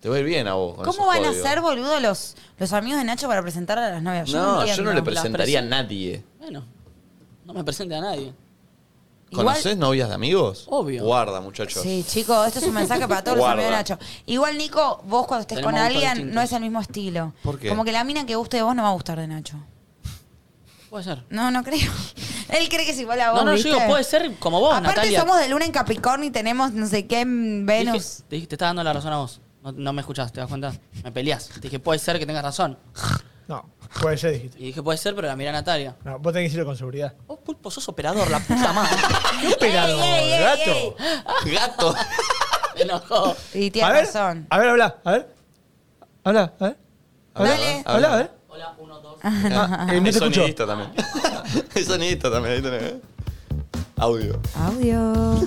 Speaker 1: Te va a ir bien a vos. con
Speaker 2: ¿Cómo
Speaker 1: esos
Speaker 2: van
Speaker 1: códigos.
Speaker 2: a ser, boludo, los, los amigos de Nacho para presentar a las novias? Yo no,
Speaker 1: No, yo
Speaker 2: entiendo.
Speaker 1: no le presentaría a nadie.
Speaker 5: Bueno, no me presente a nadie. Igual-
Speaker 1: ¿Conocés novias de amigos?
Speaker 5: Obvio.
Speaker 1: Guarda, muchachos.
Speaker 2: Sí, chicos, esto es un mensaje para todos
Speaker 1: Guarda.
Speaker 2: los amigos de Nacho. Igual, Nico, vos cuando estés
Speaker 1: Tenemos
Speaker 2: con
Speaker 1: gustos
Speaker 2: alguien
Speaker 1: distintos.
Speaker 2: no es el mismo estilo.
Speaker 1: ¿Por qué?
Speaker 2: Como que la mina que guste de vos no va a gustar de Nacho.
Speaker 5: Puede ser.
Speaker 2: No, no creo. Él cree que es igual a vos.
Speaker 5: No, no, yo
Speaker 2: ¿viste?
Speaker 5: digo, puede ser como vos,
Speaker 2: Aparte,
Speaker 5: Natalia.
Speaker 2: somos de Luna en Capricornio y tenemos no sé qué en
Speaker 5: Te dije-
Speaker 2: Venus.
Speaker 5: Te, dije, te está dando la razón a vos. No, no me escuchás, ¿te das cuenta? Me peleás. Te dije, puede ser que tengas razón.
Speaker 3: No, puede ser, dijiste.
Speaker 5: Y dije, puede ser, pero la mira Natalia.
Speaker 3: No, vos tenés que decirlo con seguridad.
Speaker 5: Vos, pulpo, sos operador, la puta madre.
Speaker 3: ¿Qué operador,
Speaker 5: ey, ey,
Speaker 3: gato?
Speaker 5: Gato. Me enojó.
Speaker 2: Y
Speaker 3: A ver, a ver, habla, a ver. Habla, a ver.
Speaker 1: Dale.
Speaker 3: Habla, a ver.
Speaker 1: Ah,
Speaker 3: eh, no te
Speaker 1: es
Speaker 3: escucho.
Speaker 1: sonidista también. es sonidista también. ahí tenés. Audio.
Speaker 5: Ah.
Speaker 2: Audio.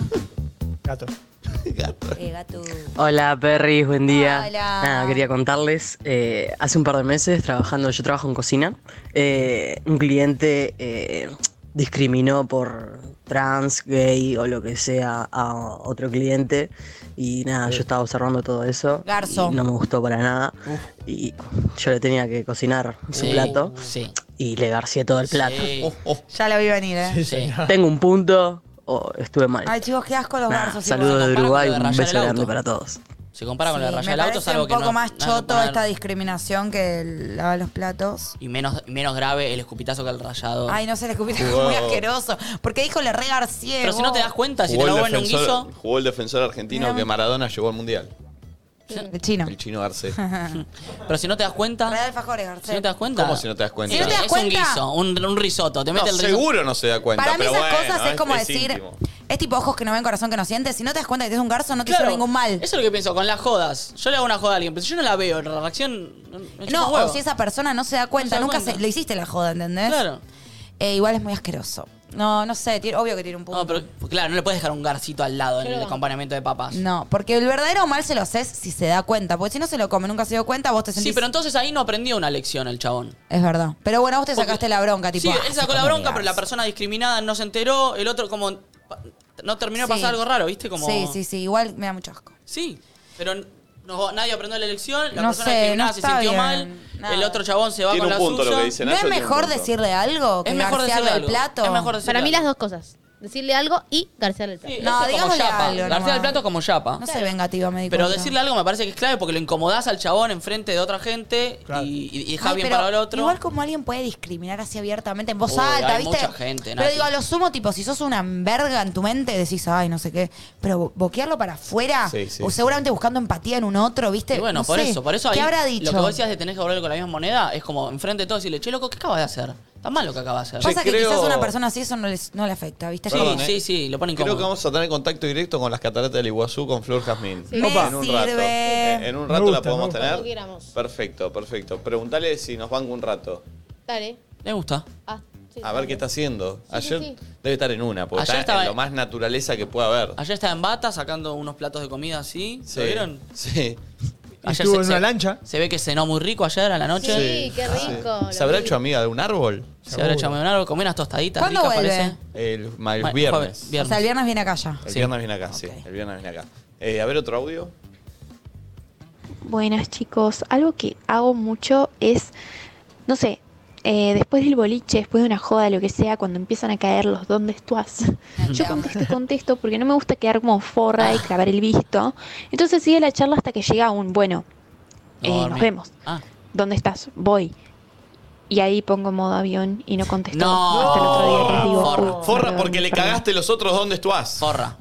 Speaker 3: Gato.
Speaker 1: Gato.
Speaker 2: Eh, gato.
Speaker 14: Hola Perris, buen día.
Speaker 2: Hola.
Speaker 14: Nada, quería contarles, eh, hace un par de meses trabajando, yo trabajo en cocina, eh, un cliente eh, discriminó por trans, gay o lo que sea a otro cliente y nada, yo estaba observando todo eso.
Speaker 2: Garzo.
Speaker 14: y no me gustó para nada y yo le tenía que cocinar su
Speaker 5: Sí,
Speaker 14: plato
Speaker 5: sí.
Speaker 14: y le garcié todo el plato.
Speaker 5: Sí.
Speaker 1: Oh,
Speaker 2: Ya la vi venir, ¿eh?
Speaker 14: Tengo un punto o estuve mal.
Speaker 2: Ay, chicos, qué asco los
Speaker 14: Nada,
Speaker 2: garzos. igual.
Speaker 14: saludos de Uruguay,
Speaker 5: de
Speaker 14: un
Speaker 5: rayar
Speaker 14: beso
Speaker 5: el auto.
Speaker 14: grande para todos.
Speaker 5: Se compara con la
Speaker 2: Sí,
Speaker 5: raya
Speaker 2: me
Speaker 5: del auto,
Speaker 2: parece
Speaker 5: es algo
Speaker 2: un
Speaker 5: que
Speaker 2: poco
Speaker 5: no-
Speaker 2: más
Speaker 5: nada que
Speaker 2: choto
Speaker 5: poner.
Speaker 2: esta discriminación que el lavar los platos.
Speaker 5: Y menos, y menos grave el escupitazo que el rayado.
Speaker 2: Ay, no se le escupiste,
Speaker 1: Wow.
Speaker 2: muy asqueroso. Porque dijo le re García.
Speaker 5: Pero si no te das cuenta, si
Speaker 1: Jugó
Speaker 5: te
Speaker 1: el
Speaker 5: lo hago en un
Speaker 1: defensor-
Speaker 5: guiso.
Speaker 1: Jugó el defensor argentino que Maradona llevó al mundial.
Speaker 2: El chino.
Speaker 1: El chino Arce.
Speaker 5: Pero si no te das cuenta.
Speaker 2: Real alfajores, García.
Speaker 5: Si no te das cuenta.
Speaker 1: ¿Cómo si no te das cuenta?
Speaker 5: Es-
Speaker 1: Si no te das
Speaker 5: es
Speaker 2: cuenta-
Speaker 5: un guiso, un, un risotto. Te
Speaker 1: No,
Speaker 5: mete el risotto.
Speaker 1: seguro no se da cuenta.
Speaker 2: Para mí
Speaker 1: pero
Speaker 2: esas
Speaker 1: bueno,
Speaker 2: cosas es como decir,
Speaker 1: íntimo.
Speaker 2: es tipo ojos que no ven, corazón que no sientes. Si no te das cuenta que tienes un garzo, no te
Speaker 5: Claro,
Speaker 2: hizo ningún mal.
Speaker 5: Eso es lo que pienso, con las jodas. Yo le hago una joda a alguien, pero si yo no la veo, la reacción. No, me chupa
Speaker 2: No,
Speaker 5: un huevo.
Speaker 2: o si esa persona no se da cuenta,
Speaker 5: da
Speaker 2: nunca
Speaker 5: cuenta.
Speaker 2: se- le hiciste la joda, ¿entendés?
Speaker 5: Claro.
Speaker 2: Eh, igual es muy asqueroso. No, no sé, tiene- obvio que tiene un punto.
Speaker 5: No, pero pues, claro, no le puedes dejar un garcito al lado en el acompañamiento de papas.
Speaker 2: No, porque el verdadero mal se lo haces si se da cuenta. Porque si no se lo come, nunca se dio cuenta, vos te sentís.
Speaker 5: Sí, pero entonces ahí no aprendió una lección el chabón.
Speaker 2: Es verdad. Pero bueno, vos te
Speaker 5: Porque-
Speaker 2: sacaste la bronca, tipo.
Speaker 5: sí,
Speaker 2: ah,
Speaker 5: él
Speaker 2: se
Speaker 5: sacó la
Speaker 2: come
Speaker 5: bronca,
Speaker 2: mi
Speaker 5: pero la
Speaker 2: garzo.
Speaker 5: persona discriminada no se enteró, el otro como... No terminó de pasar algo raro, ¿viste? Como...
Speaker 2: Sí, sí, sí. Igual me da mucho asco.
Speaker 5: Sí, pero no- nadie aprendió la elección, la
Speaker 2: No
Speaker 5: persona
Speaker 2: sé,
Speaker 5: discriminada
Speaker 2: no
Speaker 5: se
Speaker 2: está
Speaker 5: sintió
Speaker 2: bien,
Speaker 5: mal,
Speaker 2: nada.
Speaker 5: el otro chabón se va
Speaker 1: Tiene
Speaker 5: con
Speaker 1: un
Speaker 5: la
Speaker 1: punto lo
Speaker 5: suya.
Speaker 1: que dice
Speaker 2: ¿No es
Speaker 1: Nacho, tiene un
Speaker 2: mejor
Speaker 1: punto.
Speaker 2: decirle algo que
Speaker 5: Es mejor
Speaker 2: garcearlo
Speaker 5: decirle
Speaker 2: del
Speaker 5: algo.
Speaker 2: plato?
Speaker 5: Es mejor decirle
Speaker 4: Para mí las dos cosas. Decirle algo y garcearle el plato.
Speaker 5: Sí, eso como yapa. García del plato como yapa.
Speaker 2: No soy vengativa, me di
Speaker 5: Pero
Speaker 2: cuenta.
Speaker 5: decirle algo me parece que es clave porque lo incomodás al chabón enfrente de otra gente y, y- y
Speaker 2: Ay,
Speaker 5: dejás bien
Speaker 2: pero
Speaker 5: para el otro.
Speaker 2: Igual como alguien puede discriminar así abiertamente en voz
Speaker 5: Uy,
Speaker 2: alta,
Speaker 5: hay
Speaker 2: ¿viste?
Speaker 5: mucha gente,
Speaker 2: pero
Speaker 5: Nati.
Speaker 2: digo, a lo sumo, tipo, si sos una verga en tu mente, decís, ay, no sé qué. Pero bo- boquearlo para afuera,
Speaker 5: Sí, sí.
Speaker 2: o seguramente buscando empatía en un otro, ¿viste?
Speaker 5: Y bueno,
Speaker 2: No
Speaker 5: por
Speaker 2: sé,
Speaker 5: eso, por eso ahí
Speaker 2: ¿Qué habrá dicho?
Speaker 5: lo que vos decías de tenés que volver con la misma moneda es como enfrente de todos y decirle, che, loco, ¿qué acabas de hacer? Está mal lo que acabas de hacer.
Speaker 2: Pasa que quizás a una persona así eso no, les, no le afecta, ¿viste?
Speaker 1: Perdón, ¿eh?
Speaker 5: sí, lo ponen
Speaker 1: Creo
Speaker 5: incómodo.
Speaker 1: que vamos a tener contacto directo con las cataratas del Iguazú con Flor Jazmín.
Speaker 2: Sí. Me
Speaker 1: En un
Speaker 2: sirve.
Speaker 1: rato. Eh, En un
Speaker 2: Me
Speaker 1: rato
Speaker 2: gusta,
Speaker 1: la podemos
Speaker 2: me gusta.
Speaker 4: Cuando
Speaker 1: tener.
Speaker 4: quieramos.
Speaker 1: Perfecto, perfecto. Preguntale si nos banca un rato.
Speaker 4: Dale.
Speaker 5: Me gusta.
Speaker 4: Ah, sí,
Speaker 1: A ver qué está haciendo. Ayer
Speaker 4: sí, sí.
Speaker 1: debe estar en una, porque
Speaker 5: Ayer
Speaker 1: está
Speaker 5: estaba-
Speaker 1: en lo más naturaleza que pueda haber.
Speaker 5: Ayer estaba en bata sacando unos platos de comida así.
Speaker 1: Sí.
Speaker 5: ¿Lo vieron?
Speaker 1: Sí.
Speaker 5: Ayer
Speaker 1: estuvo en una
Speaker 5: lancha. Se ve que cenó muy rico ayer a la noche.
Speaker 4: Sí, qué rico. lo
Speaker 1: ¿Se habrá
Speaker 4: vi.
Speaker 1: hecho amiga de un árbol?
Speaker 5: Se habrá hecho medio algo, comió unas tostaditas
Speaker 2: ¿Cuándo
Speaker 5: ricas,
Speaker 2: vuelve?
Speaker 5: parece.
Speaker 1: El, ma- el
Speaker 5: Ma-
Speaker 1: viernes.
Speaker 2: O sea, el viernes viene acá ya.
Speaker 1: El viernes viene acá, sí. El viernes viene acá. Eh, a ver otro audio.
Speaker 15: Buenas chicos, algo que hago mucho es, no sé, eh, después del boliche, después de una joda, lo que sea, cuando empiezan a caer los dónde estás, yo contesto, contesto, porque no me gusta quedar como forra y clavar el visto. Entonces sigue la charla hasta que llega un, bueno,
Speaker 5: No,
Speaker 15: eh, nos
Speaker 5: dormí.
Speaker 15: vemos,
Speaker 5: Ah.
Speaker 15: ¿dónde estás? Voy. Y ahí pongo modo avión y no contesto
Speaker 5: No.
Speaker 15: hasta
Speaker 2: Este
Speaker 15: el otro día que digo,
Speaker 5: Forra.
Speaker 15: "Uy,
Speaker 1: Forra
Speaker 15: perdón,
Speaker 1: porque le
Speaker 15: perdón".
Speaker 1: cagaste los otros dónde estás.
Speaker 5: Forra.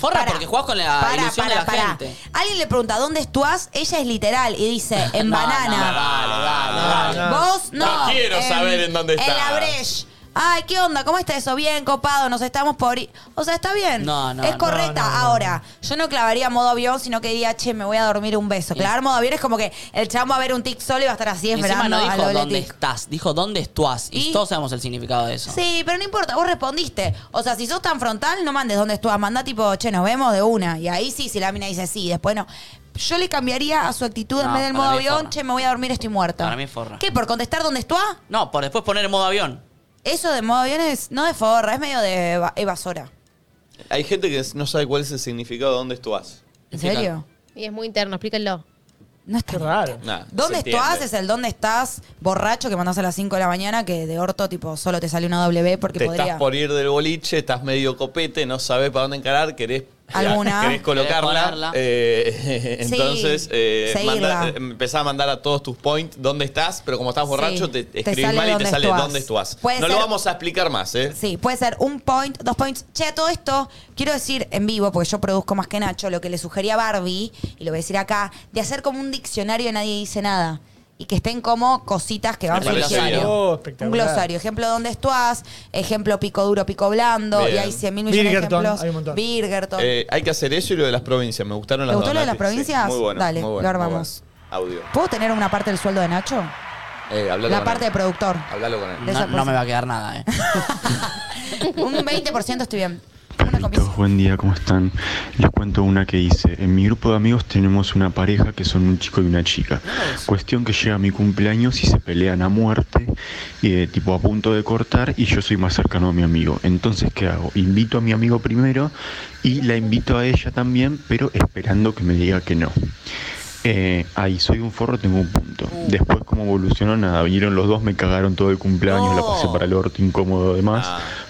Speaker 5: Forra porque jugás con la ilusión de la gente.
Speaker 2: Alguien le pregunta, ¿dónde estás? Ella es literal y dice, en
Speaker 5: No,
Speaker 2: banana.
Speaker 1: Dale, dale.
Speaker 2: Vos no.
Speaker 1: Ah, No quiero saber en dónde
Speaker 2: En la
Speaker 1: estás.
Speaker 2: Breche. Ay, ¿qué onda? ¿Cómo está eso? Bien, copado, nos estamos por... ir. O sea, está bien.
Speaker 5: No, no,
Speaker 2: Es
Speaker 5: no,
Speaker 2: correcta.
Speaker 5: no, no.
Speaker 2: Ahora, yo no clavaría modo avión, sino que diría, che, me voy a dormir un beso. Clavar modo avión es como que el chabón va a ver un tic solo y va a estar así
Speaker 5: Encima
Speaker 2: esperando al
Speaker 5: no dijo
Speaker 2: doble
Speaker 5: dónde
Speaker 2: tic.
Speaker 5: estás, dijo dónde estás. Y, todos sabemos el significado de eso.
Speaker 2: Sí, pero no importa, vos respondiste. O sea, si sos tan frontal, no mandes dónde estás. Mandá tipo, che, nos vemos de una. Y ahí sí, si la mina dice sí, después no. Yo le cambiaría a su actitud en
Speaker 5: No,
Speaker 2: vez del
Speaker 5: para
Speaker 2: modo
Speaker 5: mí
Speaker 2: avión,
Speaker 5: forra.
Speaker 2: che, me voy a dormir, estoy muerta.
Speaker 5: Para mí es forra.
Speaker 2: ¿Qué? ¿Por contestar dónde estás?
Speaker 5: No, por después poner en modo avión.
Speaker 2: Eso de modo avión es, no de forra, es medio de eva- evasora.
Speaker 1: Hay gente que no sabe cuál es el significado de dónde estás.
Speaker 2: ¿En serio?
Speaker 4: Y es muy interno, explíquenlo.
Speaker 2: No está
Speaker 4: raro.
Speaker 1: Nah,
Speaker 2: ¿Dónde
Speaker 1: se entiende.
Speaker 2: estás? Es el dónde estás borracho que mandás a las 5 de la mañana que de orto tipo solo te sale una W porque
Speaker 1: Te
Speaker 2: podría.
Speaker 1: estás por ir del boliche, estás medio copete, no sabes para dónde encarar, querés,
Speaker 2: Alguna.
Speaker 1: querés
Speaker 5: Querés
Speaker 1: colocarla.
Speaker 5: ponerla.
Speaker 1: eh,
Speaker 2: Sí,
Speaker 1: entonces eh,
Speaker 2: seguirla.
Speaker 1: manda- eh, empezá a mandar a todos tus points dónde estás, pero como estás borracho,
Speaker 2: Sí,
Speaker 1: te
Speaker 2: te
Speaker 1: escribís
Speaker 2: sale
Speaker 1: mal y
Speaker 2: dónde
Speaker 1: te sale
Speaker 2: estás.
Speaker 1: dónde estás.
Speaker 2: Puede
Speaker 1: no lo
Speaker 2: ser-
Speaker 1: vamos a explicar más, ¿eh?
Speaker 2: Sí, puede ser un point, dos points. Che, a todo esto, quiero decir en vivo, porque yo produzco más que Nacho, lo que le sugería a Barbie, y lo voy a decir acá, de hacer como un diccionario de nadie dice nada. Y que estén como cositas que van
Speaker 3: Me parece bien. Oh, espectacular.
Speaker 2: un glosario. Ejemplo, ¿dónde estás? Ejemplo, pico duro, pico blando.
Speaker 1: Bien.
Speaker 2: Y hay 100 mil millones de
Speaker 1: Birgerton,
Speaker 2: ejemplos.
Speaker 1: hay un montón.
Speaker 2: Birgerton.
Speaker 1: Eh, hay que hacer eso y lo de las provincias. Me gustaron las
Speaker 2: ¿Te gustó
Speaker 1: dos,
Speaker 2: lo de las
Speaker 1: Nati. Sí,
Speaker 2: provincias?
Speaker 1: muy bueno.
Speaker 2: Dale,
Speaker 1: muy
Speaker 2: lo
Speaker 1: bueno, muy
Speaker 2: armamos.
Speaker 1: bueno. Audio.
Speaker 2: ¿Puedo tener una parte del sueldo de Nacho?
Speaker 1: Eh, hablalo
Speaker 2: La
Speaker 1: con
Speaker 2: parte
Speaker 1: él.
Speaker 2: de productor.
Speaker 1: Hablalo con él.
Speaker 2: De esa
Speaker 5: No, no me va a quedar nada, eh.
Speaker 2: Un 20% estoy bien.
Speaker 16: Chicos, buen día, ¿cómo están? Les cuento una que hice. En mi grupo de amigos tenemos una pareja que son un chico y una chica. Cuestión que llega mi cumpleaños y se pelean a muerte, eh, tipo a punto de cortar, y yo soy más cercano a mi amigo. Entonces, ¿qué hago? Invito a mi amigo primero y la invito a ella también, pero esperando que me diga que no. Eh, ahí soy un forro, tengo un punto. Después, como evolucionó, nada, vinieron los dos, me cagaron todo el cumpleaños, la pasé para el orto, incómodo, demás,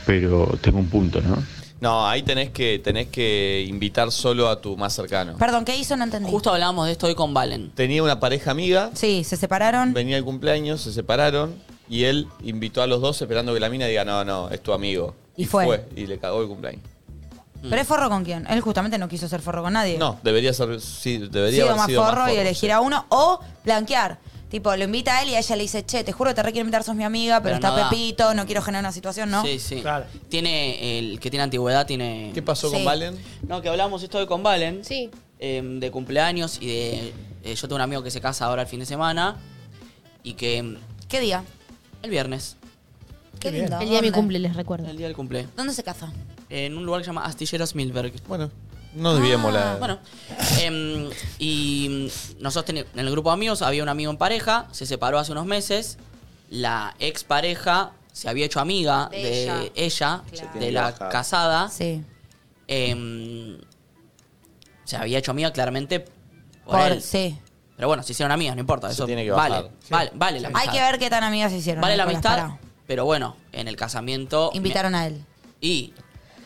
Speaker 16: pero tengo un punto, ¿no?
Speaker 1: No, ahí tenés que, tenés que invitar solo a tu más cercano.
Speaker 2: Perdón, ¿qué hizo? No entendí.
Speaker 5: Justo hablábamos de esto hoy con Valen.
Speaker 1: Tenía una pareja amiga.
Speaker 2: Sí, se separaron.
Speaker 1: Venía el cumpleaños, se separaron. Y él invitó a los dos esperando que la mina diga, no, no, es tu amigo.
Speaker 2: Y fue. Mm.
Speaker 1: y le cagó el cumpleaños.
Speaker 2: ¿Pero es forro con quién? Él justamente no quiso ser forro con nadie.
Speaker 1: Mm. No, debería ser, sí, debería
Speaker 2: sido
Speaker 1: haber
Speaker 2: más
Speaker 1: sido
Speaker 2: forro
Speaker 1: más
Speaker 2: y elegir a uno o blanquear. Tipo, lo invita a él y a ella le dice, che, te juro que te requiero invitar, sos mi amiga, pero,
Speaker 5: Pero
Speaker 2: está
Speaker 5: no da.
Speaker 2: Pepito, no quiero generar una situación, ¿no?
Speaker 5: Sí, sí. Tiene el que tiene antigüedad, tiene. ¿Qué
Speaker 1: pasó
Speaker 2: con Sí. Valen?
Speaker 5: No, que hablamos esto de con Valen. Sí. de cumpleaños y de. eh, yo tengo un amigo que se casa ahora el fin de semana. Y que. mm,
Speaker 2: ¿Qué día?
Speaker 5: El viernes.
Speaker 2: Qué lindo.
Speaker 4: El día de mi
Speaker 2: ¿Dónde?
Speaker 4: cumple, les recuerdo.
Speaker 5: El día del cumple.
Speaker 2: ¿Dónde se casa?
Speaker 5: En un lugar que se llama Astilleros Milberg. Ah,
Speaker 1: Bueno. No desviemos la.
Speaker 5: Bueno. em, y mm, nosotros teni- en el grupo de amigos había un amigo en pareja, se separó hace unos meses. La ex pareja se había hecho amiga de,
Speaker 2: De ella.
Speaker 5: ella, de
Speaker 2: tiene
Speaker 5: la
Speaker 2: bajada.
Speaker 5: casada.
Speaker 2: Sí.
Speaker 5: eh, se había hecho amiga claramente por,
Speaker 2: Por-
Speaker 5: él.
Speaker 2: sí.
Speaker 5: Pero bueno, se hicieron amigas, no importa. Eso
Speaker 1: tiene que
Speaker 5: vale,
Speaker 1: bajar.
Speaker 5: vale, vale la amistad.
Speaker 2: Hay que ver qué tan amigas se hicieron.
Speaker 5: Vale la
Speaker 2: Nicolás,
Speaker 5: amistad,
Speaker 2: pará.
Speaker 5: pero bueno, en el casamiento...
Speaker 2: Invitaron a él.
Speaker 5: Y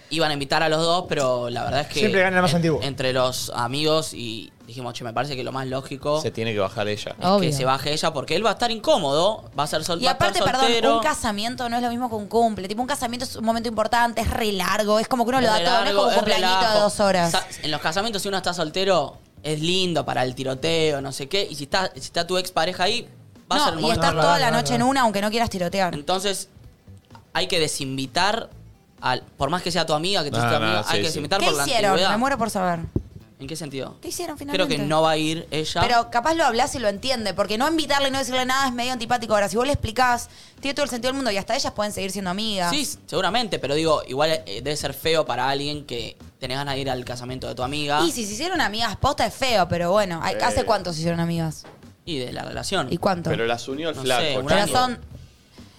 Speaker 5: iban a invitar a los dos, pero la verdad es que...
Speaker 3: Siempre gana el más
Speaker 5: en-
Speaker 3: antiguo.
Speaker 5: Entre los amigos y dijimos, che, me parece que lo más lógico...
Speaker 1: Se tiene que bajar ella.
Speaker 5: es que se baje ella porque él va a estar incómodo, va a ser sol,
Speaker 2: Y
Speaker 5: va a estar
Speaker 2: aparte, perdón,
Speaker 5: soltero.
Speaker 2: un casamiento no es lo mismo que un cumple. Tipo, un casamiento es un momento importante, es re largo, es como que uno lo da
Speaker 5: Es
Speaker 2: todo, no es
Speaker 5: largo,
Speaker 2: como un
Speaker 5: es
Speaker 2: cumpleañito de
Speaker 5: relajo.
Speaker 2: dos horas.
Speaker 5: Sa- En los casamientos, si uno está soltero, es lindo para el tiroteo, no sé qué. Y si está, si está tu ex pareja ahí, va a ser
Speaker 2: no,
Speaker 5: un
Speaker 2: y
Speaker 5: momento
Speaker 2: estar
Speaker 5: raro.
Speaker 2: toda la noche en una, aunque no quieras tirotear.
Speaker 5: Entonces, hay que desinvitar, al, por más que sea tu amiga, que te
Speaker 1: No,
Speaker 5: sea tu
Speaker 1: no,
Speaker 5: amiga,
Speaker 1: sí,
Speaker 5: hay que
Speaker 1: sí.
Speaker 5: desinvitar
Speaker 2: ¿Qué
Speaker 5: por la
Speaker 2: hicieron? Me
Speaker 5: antigüedad.
Speaker 2: muero por saber.
Speaker 5: ¿En qué sentido?
Speaker 2: ¿Qué hicieron
Speaker 5: Creo
Speaker 2: finalmente?
Speaker 5: que no va a ir ella.
Speaker 2: Pero capaz lo hablas y lo entiende, porque no invitarle y no decirle nada es medio antipático. Ahora, si vos le explicás, tiene todo el sentido del mundo y hasta ellas pueden seguir siendo amigas.
Speaker 5: Sí, seguramente, pero digo, igual eh, debe ser feo para alguien que tenés ganas de ir al casamiento de tu amiga
Speaker 2: Y si se hicieron amigas, posta es feo, pero bueno, hay-
Speaker 5: Eh.
Speaker 2: ¿hace cuánto se hicieron amigas?
Speaker 5: y de la relación.
Speaker 2: ¿Y cuánto?
Speaker 1: Pero las unió el
Speaker 5: No
Speaker 1: flaco.
Speaker 5: sé, un
Speaker 1: che.
Speaker 2: Pero son.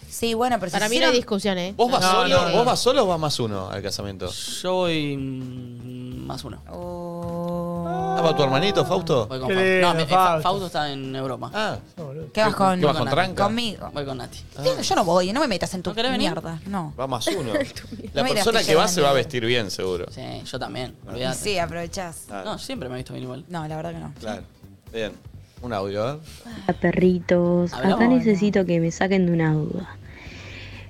Speaker 2: Sí, bueno, pero
Speaker 4: Para
Speaker 2: se
Speaker 4: mí no hay
Speaker 2: hicieron-
Speaker 4: discusión, ¿eh?
Speaker 1: ¿Vos vas,
Speaker 4: No,
Speaker 1: solo,
Speaker 4: no, no.
Speaker 1: ¿Vos vas solo o vas más uno al casamiento?
Speaker 5: Yo voy mm, más uno.
Speaker 2: Oh.
Speaker 1: ¿Ah, va tu hermanito, Fausto?
Speaker 5: Voy con Fausto. No, me- eh, Fa- Fausto. está en Europa.
Speaker 1: Ah,
Speaker 2: ¿Qué vas con?
Speaker 1: ¿Qué vas con
Speaker 5: Nati.
Speaker 1: Tranca? Ah.
Speaker 2: Conmigo.
Speaker 5: Voy con Nati.
Speaker 2: Sí, Yo no voy, no me metas en tu mierda. No.
Speaker 1: Va más uno.
Speaker 2: No
Speaker 1: La
Speaker 2: me
Speaker 1: persona
Speaker 2: digas
Speaker 1: que va
Speaker 2: llevan
Speaker 1: se va a
Speaker 2: bien.
Speaker 1: vestir bien, seguro.
Speaker 5: Sí, yo también.
Speaker 1: Ah.
Speaker 2: Y
Speaker 5: olvidate.
Speaker 2: Sí, aprovechás.
Speaker 5: No, siempre me he visto bien igual.
Speaker 2: No, la verdad que no.
Speaker 1: Claro. Bien. Un audio, ¿eh?
Speaker 17: a perritos. Acá
Speaker 5: Hablamos.
Speaker 17: necesito que me saquen de una duda.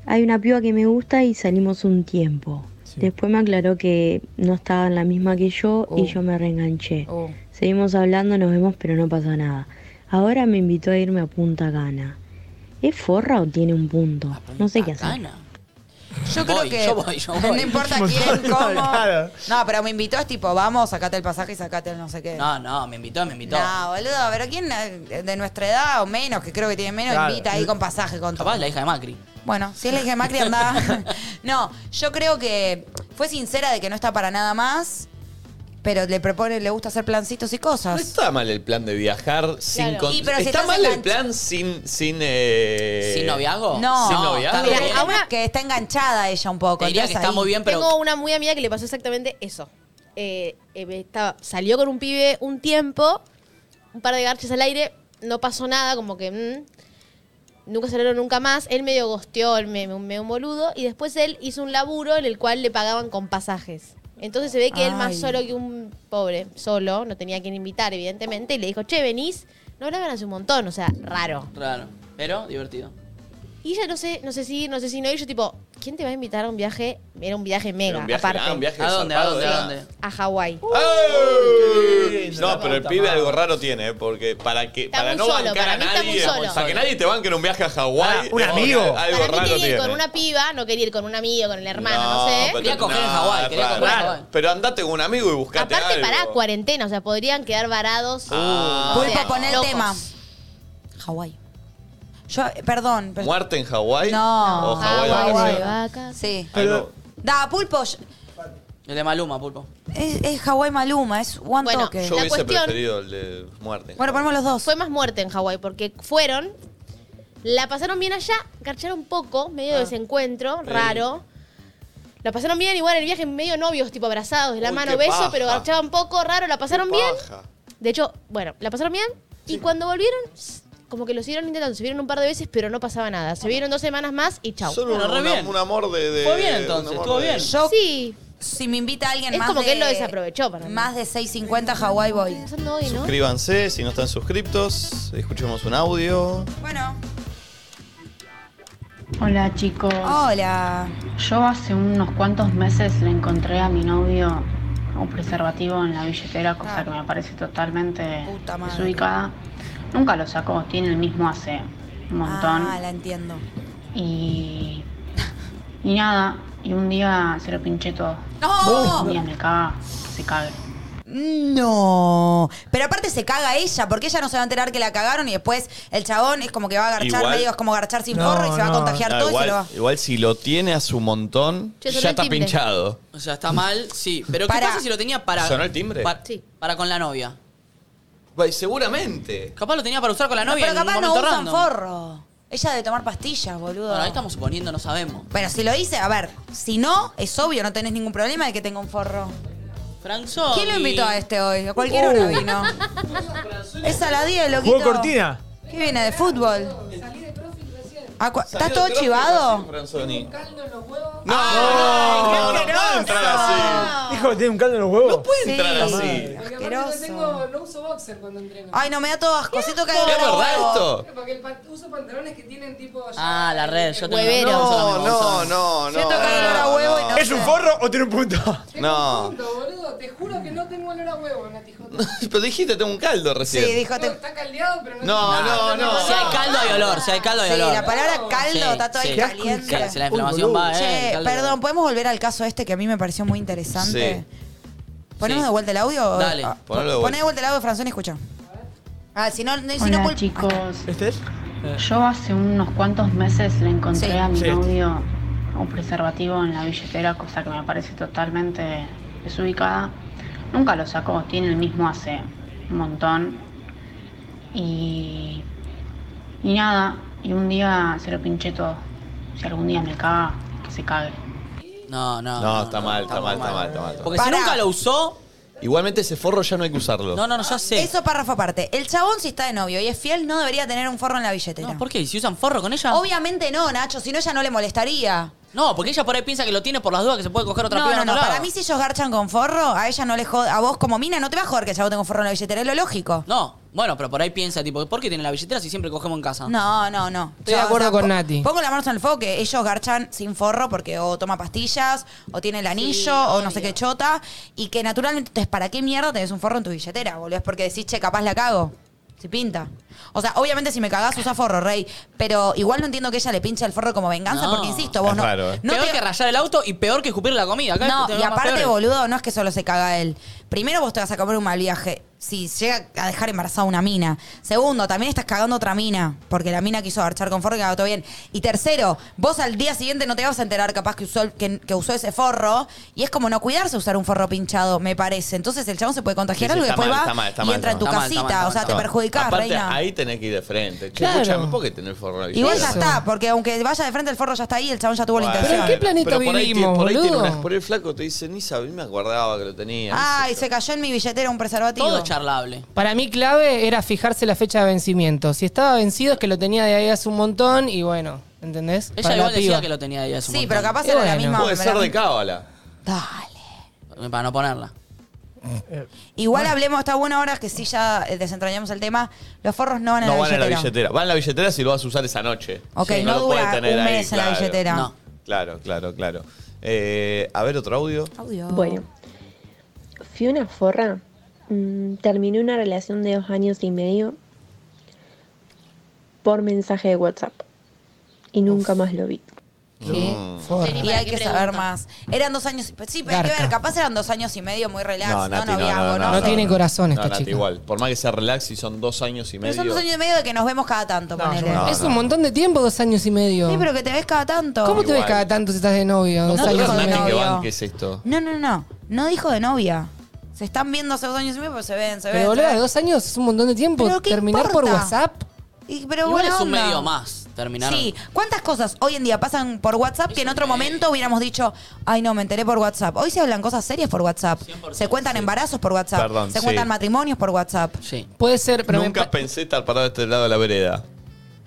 Speaker 17: Hay una piba que me gusta y salimos un tiempo. Después me aclaró que no estaba en la misma que yo y yo me reenganché. Seguimos hablando, nos vemos, pero no pasa nada. Ahora me invitó a irme a Punta Cana. ¿Es forra o tiene un punto? No sé qué hacer.
Speaker 2: Yo
Speaker 5: Voy,
Speaker 2: creo que.
Speaker 5: yo voy, yo
Speaker 2: No
Speaker 5: voy.
Speaker 2: importa
Speaker 5: Un montón,
Speaker 2: quién, cómo.
Speaker 5: claro.
Speaker 2: No, pero me invitó, es tipo, vamos, sacate el pasaje y sacate el no sé qué.
Speaker 5: No, no, me invitó, me invitó.
Speaker 2: No, boludo, pero ¿quién eh, de nuestra edad o menos, que creo que tiene menos,
Speaker 5: Claro.
Speaker 2: invita ahí con pasaje, con todo?
Speaker 5: Capaz la hija de Macri.
Speaker 2: Bueno, si es la hija de Macri andaba. no, yo creo que fue sincera de que no está para nada más, pero le propone, le gusta hacer plancitos y
Speaker 1: No
Speaker 2: cosas.
Speaker 1: está mal el plan de viajar sin con-
Speaker 2: Y, pero si
Speaker 1: Está
Speaker 2: estás
Speaker 1: mal el
Speaker 2: engancha-
Speaker 1: plan sin. ¿Sin, eh...
Speaker 5: ¿Sin noviazgo?
Speaker 2: No,
Speaker 1: ¿Sin noviazgo? Ah,
Speaker 2: Mira, el tema es que está enganchada ella un poco.
Speaker 5: Te diría que
Speaker 2: entonces
Speaker 5: está
Speaker 2: ahí-
Speaker 5: muy bien, pero-
Speaker 4: Tengo una muy amiga que le pasó exactamente eso. Eh, eh, estaba, salió con un pibe un tiempo, un par de garches al aire, no pasó nada, como que mm, nunca salieron nunca más. Él medio gosteó, él me, me un boludo, y después él hizo un laburo en el cual le pagaban con pasajes. Entonces se ve que él más
Speaker 2: Ay.
Speaker 4: solo que un pobre, solo, no tenía quien invitar, evidentemente, y le dijo, che, venís, no hablaban hace un montón, o sea, raro.
Speaker 5: Raro. Pero divertido.
Speaker 4: Y ella no sé, no sé si, no sé si no, y yo tipo, ¿quién te va a invitar a un viaje? Era un viaje mega,
Speaker 1: Era un viaje,
Speaker 4: aparte.
Speaker 1: ah, un viaje
Speaker 5: ¿A dónde,
Speaker 1: zarpado,
Speaker 5: a dónde,
Speaker 1: era- Ah,
Speaker 5: a dónde?
Speaker 4: a Hawái.
Speaker 1: No, pero el pibe algo raro tiene, ¿eh? porque para que para
Speaker 4: muy
Speaker 1: no
Speaker 4: solo,
Speaker 1: bancar
Speaker 4: para
Speaker 1: a
Speaker 4: mí está muy
Speaker 1: nadie,
Speaker 4: solo.
Speaker 1: para que nadie te banque en un viaje a Hawái,
Speaker 3: Ah, un
Speaker 1: no,
Speaker 3: amigo.
Speaker 1: algo
Speaker 4: Para mí
Speaker 1: raro
Speaker 4: quería ir
Speaker 1: tiene.
Speaker 4: con una piba, no quería ir con un amigo, con el hermano, no, sé.
Speaker 1: pero
Speaker 5: Quería coger en
Speaker 1: no,
Speaker 5: Hawái, quería
Speaker 1: raro.
Speaker 5: coger en Hawái.
Speaker 1: Pero andate con un amigo y buscate
Speaker 4: Aparte
Speaker 1: algo.
Speaker 4: para cuarentena, o sea, podrían quedar varados.
Speaker 1: Ah.
Speaker 5: Uh.
Speaker 4: o sea,
Speaker 2: Pulpo, pon el
Speaker 4: locos.
Speaker 2: tema. Hawái. Yo, eh, perdón, pero.
Speaker 1: ¿Muerte en Hawái?
Speaker 2: No.
Speaker 1: O Hawái.
Speaker 2: Hawái.
Speaker 4: vacas.
Speaker 2: Sí.
Speaker 1: Ay, no.
Speaker 2: Da, Pulpo, yo-
Speaker 5: El de Maluma, pulpo.
Speaker 2: es, es Hawái Maluma, es one toque.
Speaker 1: Yo hubiese preferido el de muerte.
Speaker 2: Bueno, ponemos los dos.
Speaker 4: Fue más muerte en Hawái porque fueron, la pasaron bien allá, garcharon un poco, medio
Speaker 1: Ah.
Speaker 4: desencuentro, raro. La pasaron bien, igual en el viaje medio novios, tipo abrazados, de la
Speaker 1: Uy,
Speaker 4: mano
Speaker 1: qué
Speaker 4: beso,
Speaker 1: paja.
Speaker 4: pero garchaban un poco, raro, la pasaron bien.
Speaker 1: Paja.
Speaker 4: De hecho, bueno, la pasaron bien y cuando volvieron, s- como que lo siguieron intentando, se vieron un par de veces, pero no pasaba nada. Se vieron dos semanas más y chau.
Speaker 1: Solo un, una- un amor de, de-
Speaker 5: Fue bien,
Speaker 1: un
Speaker 5: entonces,
Speaker 1: amor
Speaker 5: estuvo
Speaker 1: de-
Speaker 5: bien.
Speaker 2: Yo,
Speaker 4: sí.
Speaker 2: si me invita alguien
Speaker 4: Es
Speaker 2: más.
Speaker 4: como que
Speaker 2: de-
Speaker 4: él lo desaprovechó para mí.
Speaker 2: Más de 6.50 Hawái voy.
Speaker 1: Suscríbanse si no están suscriptos. Escuchemos un audio.
Speaker 18: Hola chicos.
Speaker 2: Hola.
Speaker 18: Yo hace unos cuantos meses le encontré a mi novio un preservativo en la billetera, cosa que me parece totalmente
Speaker 2: Ah. madre.
Speaker 18: desubicada. Nunca lo sacó, tiene el mismo hace un montón.
Speaker 2: Ah, la entiendo.
Speaker 18: Y, y nada, y un día se lo pinché todo.
Speaker 2: ¡No!
Speaker 18: Un día me caga, se cague.
Speaker 2: No. Pero aparte se caga ella, porque ella no se va a enterar que la cagaron y después el chabón es como que va a garchar,
Speaker 1: Igual-
Speaker 2: medio es como garchar sin
Speaker 1: No,
Speaker 2: forro y se va a
Speaker 1: no.
Speaker 2: contagiar
Speaker 1: No,
Speaker 2: todo
Speaker 1: Ah, igual,
Speaker 2: y se lo va.
Speaker 1: igual si lo tiene a su montón,
Speaker 5: Che, sonó
Speaker 1: ya
Speaker 5: el
Speaker 1: está
Speaker 5: timbre.
Speaker 1: pinchado.
Speaker 5: O sea, está mal, sí. Pero ¿qué
Speaker 1: Para.
Speaker 5: pasa si lo tenía para.
Speaker 1: ¿Sonó el timbre?
Speaker 5: Para, para con la novia.
Speaker 1: seguramente.
Speaker 5: Capaz lo tenía para usar con la
Speaker 2: No,
Speaker 5: novia.
Speaker 2: pero
Speaker 5: en un
Speaker 2: capaz no
Speaker 5: momento
Speaker 2: usan
Speaker 5: random.
Speaker 2: forro. Ella debe tomar pastillas, boludo.
Speaker 5: Bueno, ahí estamos suponiendo, no sabemos.
Speaker 2: Bueno, si lo hice, a ver, si no, es obvio, no tenés ningún problema de que tenga un forro.
Speaker 5: Frank Zombie.
Speaker 2: ¿Quién lo invitó a este hoy? A cualquier hora
Speaker 5: Uh.
Speaker 2: vino. es a las 10, loquito.
Speaker 3: ¿Jugó cortina?
Speaker 2: ¿Qué viene de fútbol? ¿A cua- ¿Estás todo chivado?
Speaker 1: Franzoni.
Speaker 2: No,
Speaker 1: no, no puede entrar así.
Speaker 3: Hijo, tiene un caldo en los huevos. No
Speaker 1: puede entrar así.
Speaker 2: Asqueroso.
Speaker 19: Tengo, no uso boxer cuando entreno.
Speaker 2: Ay, no, me da todo asco. Siento que hay
Speaker 1: ¿Es
Speaker 2: olor a
Speaker 1: verdad
Speaker 2: huevo.
Speaker 1: esto?
Speaker 19: Porque el pa- uso pantalones que tienen tipo.
Speaker 5: Ah, la red, yo tengo
Speaker 19: Huevero.
Speaker 1: No, no, no, no.
Speaker 3: ¿Es un forro o tiene un punto?
Speaker 1: No.
Speaker 19: Punto, boludo. Te juro que no tengo olor a huevo, Nati. Jota.
Speaker 1: Pero dijiste, tengo un caldo recién.
Speaker 2: Sí, dijo. te-
Speaker 19: Está caldeado, pero no.
Speaker 1: No, no, no.
Speaker 5: Si hay caldo, hay olor. Si hay caldo, hay
Speaker 2: Sí,
Speaker 5: olor.
Speaker 2: la palabra caldo
Speaker 5: Sí,
Speaker 2: está todo
Speaker 5: sí.
Speaker 2: ahí caliente.
Speaker 5: Cal- Si la inflamación va, eh.
Speaker 2: Che,
Speaker 5: el caldo-
Speaker 2: perdón, ¿podemos volver al caso este que a mí me pareció muy interesante? ¿Ponemos
Speaker 5: Sí.
Speaker 2: de vuelta el audio?
Speaker 5: Dale.
Speaker 2: Ah,
Speaker 5: Ponelo de vuelta.
Speaker 2: Poné de vuelta el audio, Franzón, y escucha. Ah, si no, no- si no
Speaker 18: Hola
Speaker 2: pul-
Speaker 18: chicos. Eh. Yo hace unos cuantos meses le encontré
Speaker 2: Sí.
Speaker 18: a mi
Speaker 2: Sí.
Speaker 18: novio un preservativo en la billetera, cosa que me parece totalmente desubicada. Nunca lo sacó, tiene el mismo hace un montón. Y, y nada, y un día se lo pinché todo. Si algún día me caga, que se cague.
Speaker 5: No, no.
Speaker 1: No, está mal, está mal, está mal, está mal.
Speaker 5: Porque si nunca lo usó.
Speaker 1: Igualmente ese forro ya no hay que usarlo.
Speaker 5: no, ya sé.
Speaker 2: Eso párrafo aparte. El chabón, si está de novio y es fiel, no debería tener un forro en la billetera.
Speaker 5: ¿Por qué? ¿Y si usan forro con ella?
Speaker 2: Obviamente no, Nacho, si no, ella no le molestaría.
Speaker 5: No, porque ella por ahí piensa que lo tiene por las dudas que se puede coger otra
Speaker 2: No,
Speaker 5: piba
Speaker 2: no,
Speaker 5: en
Speaker 2: no.
Speaker 5: otro
Speaker 2: Para
Speaker 5: lado.
Speaker 2: mí, si ellos garchan con forro, a ella no le joda. A vos, como mina, no te va a joder que el chabón tenga un forro en la billetera. Es lo lógico.
Speaker 5: No, bueno, pero por ahí piensa, tipo, ¿por qué tiene la billetera si siempre cogemos en casa?
Speaker 2: No, no, no.
Speaker 5: Estoy de
Speaker 2: Yo,
Speaker 5: acuerdo con
Speaker 2: po-
Speaker 5: Nati.
Speaker 2: Pongo la mano en el fuego que ellos garchan sin forro porque o toma pastillas, o tiene el anillo, o no sé qué chota. Y que naturalmente, entonces, ¿para qué mierda tenés un forro en tu billetera, boludo? Es porque decís, che, capaz la cago. Si pinta. O sea, obviamente si me cagás usa forro, rey. Pero igual no entiendo que ella le pincha el forro como venganza,
Speaker 5: No.
Speaker 2: porque insisto, vos
Speaker 5: Es
Speaker 2: no.
Speaker 5: raro, eh.
Speaker 2: no
Speaker 5: peor
Speaker 2: te-
Speaker 5: que rayar el auto y peor que escupir la comida. Acá
Speaker 2: no,
Speaker 5: te- te
Speaker 2: y
Speaker 5: va más
Speaker 2: aparte,
Speaker 5: peor.
Speaker 2: boludo, no es que solo se caga él. Primero vos te vas a comer un mal viaje. Si llega a dejar embarazada una mina. Segundo, también estás cagando otra mina. Porque la mina quiso archar con forro y cagó todo bien. Y tercero, vos al día siguiente no te vas a enterar capaz que usó, el- que, que usó ese forro. Y es como no cuidarse usar un forro pinchado, me parece. Entonces el chabón se puede contagiar
Speaker 1: Sí, sí,
Speaker 2: algo y
Speaker 1: está
Speaker 2: después
Speaker 1: mal,
Speaker 2: va
Speaker 1: está mal, está
Speaker 2: y
Speaker 1: mal,
Speaker 2: entra en
Speaker 1: está
Speaker 2: tu
Speaker 1: mal,
Speaker 2: casita.
Speaker 1: está mal,
Speaker 2: o sea,
Speaker 1: está
Speaker 2: te
Speaker 1: mal.
Speaker 2: perjudicás,
Speaker 1: Aparte,
Speaker 2: reina.
Speaker 1: ahí tenés que ir de frente. Che,
Speaker 2: Claro.
Speaker 1: escuchame, ¿por qué tenés el forro en la
Speaker 2: Igual ya
Speaker 1: billetera?
Speaker 2: está, porque aunque vaya de frente el forro ya está ahí, el chabón ya tuvo la
Speaker 1: Bueno,
Speaker 2: intención.
Speaker 1: pero por ahí tiene- por ahí tiene
Speaker 2: boludo?
Speaker 1: unas- por el flaco te dice, ni sabía, me acordaba que lo tenía.
Speaker 2: Ay, se cayó en mi billetera un preservativo.
Speaker 5: Todo es charlable.
Speaker 20: Para mí clave era fijarse la fecha de vencimiento. Si estaba vencido es que lo tenía de ahí hace un montón y bueno, ¿entendés?
Speaker 5: Ella
Speaker 20: Para la
Speaker 5: igual decía
Speaker 20: piba.
Speaker 5: que lo tenía ahí hace un
Speaker 2: Sí,
Speaker 5: montón.
Speaker 2: pero capaz era la misma-
Speaker 1: Puede
Speaker 2: me
Speaker 1: ser
Speaker 2: la-
Speaker 1: de cábala.
Speaker 5: Para no ponerla.
Speaker 2: Igual hablemos, está bueno ahora que sí ya eh, desentrañamos el tema. Los forros no van en
Speaker 1: No
Speaker 2: la
Speaker 1: van a la
Speaker 2: billetera.
Speaker 1: billetera. Van a la billetera si lo vas a usar esa noche.
Speaker 2: Ok,
Speaker 1: Sí.
Speaker 2: no
Speaker 1: lo
Speaker 2: dura
Speaker 1: puedes tener
Speaker 2: un
Speaker 1: ahí,
Speaker 2: mes en la
Speaker 1: claro.
Speaker 2: billetera. No.
Speaker 1: Claro, claro, claro. Eh, a ver, otro audio.
Speaker 10: Bueno, fui una forra. Mm, terminé una relación de dos años y medio por mensaje de WhatsApp. Y nunca más lo vi.
Speaker 2: ¿Qué?
Speaker 10: Forra.
Speaker 2: Y hay que saber más. Eran dos años. pues Sí, pero hay que ver,
Speaker 20: Garca.
Speaker 2: capaz eran dos años y medio muy relax. No, no,
Speaker 1: Nati,
Speaker 2: había algo,
Speaker 20: No tiene corazón esta
Speaker 1: Nati,
Speaker 20: chica.
Speaker 1: igual. Por más que sea relax y son dos años y
Speaker 2: Pero
Speaker 1: medio.
Speaker 2: son dos años y medio de que nos vemos cada tanto, ponele.
Speaker 1: no.
Speaker 20: es un montón de tiempo, dos años y medio.
Speaker 2: Sí, pero que te ves cada tanto.
Speaker 20: ¿Cómo te ves cada tanto si estás de novio? Dos
Speaker 1: ¿Vos
Speaker 20: años
Speaker 1: ves,
Speaker 20: y
Speaker 1: Nati, que
Speaker 20: medio.
Speaker 1: van, ¿Qué es esto?
Speaker 2: No, no, no. No dijo de novia. Se están viendo hace dos años y medio, pero se ven, se ven.
Speaker 20: Pero
Speaker 2: se
Speaker 20: boludo,
Speaker 2: ven.
Speaker 20: dos años es un montón de tiempo.
Speaker 2: ¿Pero qué
Speaker 20: Terminar por
Speaker 2: importa?
Speaker 20: WhatsApp.
Speaker 2: Y- pero
Speaker 5: Igual
Speaker 2: buena
Speaker 5: es un
Speaker 2: onda.
Speaker 5: medio más terminar.
Speaker 2: Sí, ¿cuántas cosas hoy en día pasan por WhatsApp que en otro momento hubiéramos dicho, ay no, me enteré por WhatsApp? Hoy se hablan cosas serias por WhatsApp. Se cuentan embarazos por WhatsApp.
Speaker 1: Perdón,
Speaker 2: se
Speaker 1: sí.
Speaker 2: cuentan matrimonios por WhatsApp.
Speaker 5: Sí.
Speaker 20: Puede ser, pero me
Speaker 1: Nunca pensé estar parado de este lado de la vereda.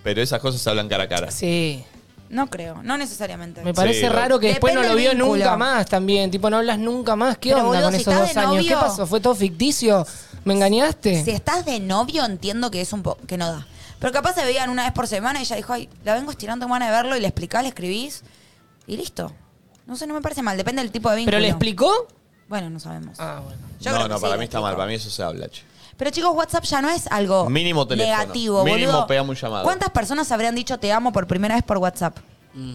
Speaker 1: Pero esas cosas se hablan cara a cara.
Speaker 20: Sí.
Speaker 2: No creo, no necesariamente.
Speaker 20: Me parece
Speaker 1: Sí,
Speaker 20: raro que después no
Speaker 2: Depende
Speaker 20: lo vio
Speaker 2: del vínculo.
Speaker 20: nunca más también. Tipo, no hablas nunca más. ¿Qué
Speaker 2: Pero,
Speaker 20: onda
Speaker 2: boludo,
Speaker 20: con
Speaker 2: si
Speaker 20: esos
Speaker 2: estás
Speaker 20: dos
Speaker 2: de
Speaker 20: años? ¿Qué
Speaker 2: novio-
Speaker 20: pasó? ¿Fue todo ficticio? ¿Me engañaste?
Speaker 2: Si estás de novio, entiendo que es un po que no da. Pero capaz se veían una vez por semana y ella dijo, ay, la vengo estirando humana de verlo y le explicás, le escribís y listo. No sé, no me parece mal, depende del tipo de vínculo.
Speaker 20: ¿Pero le explicó? Ah,
Speaker 2: Bueno, no sabemos. Yo
Speaker 1: No,
Speaker 2: creo
Speaker 1: no,
Speaker 2: que
Speaker 1: para
Speaker 2: sí.
Speaker 1: mí está mal. Para mí eso se habla, che.
Speaker 2: Pero chicos, WhatsApp ya no es algo
Speaker 1: Mínimo teléfono.
Speaker 2: negativo,
Speaker 1: Mínimo
Speaker 2: boludo.
Speaker 1: pegamos un llamado.
Speaker 2: ¿Cuántas personas habrían dicho te amo por primera vez por WhatsApp?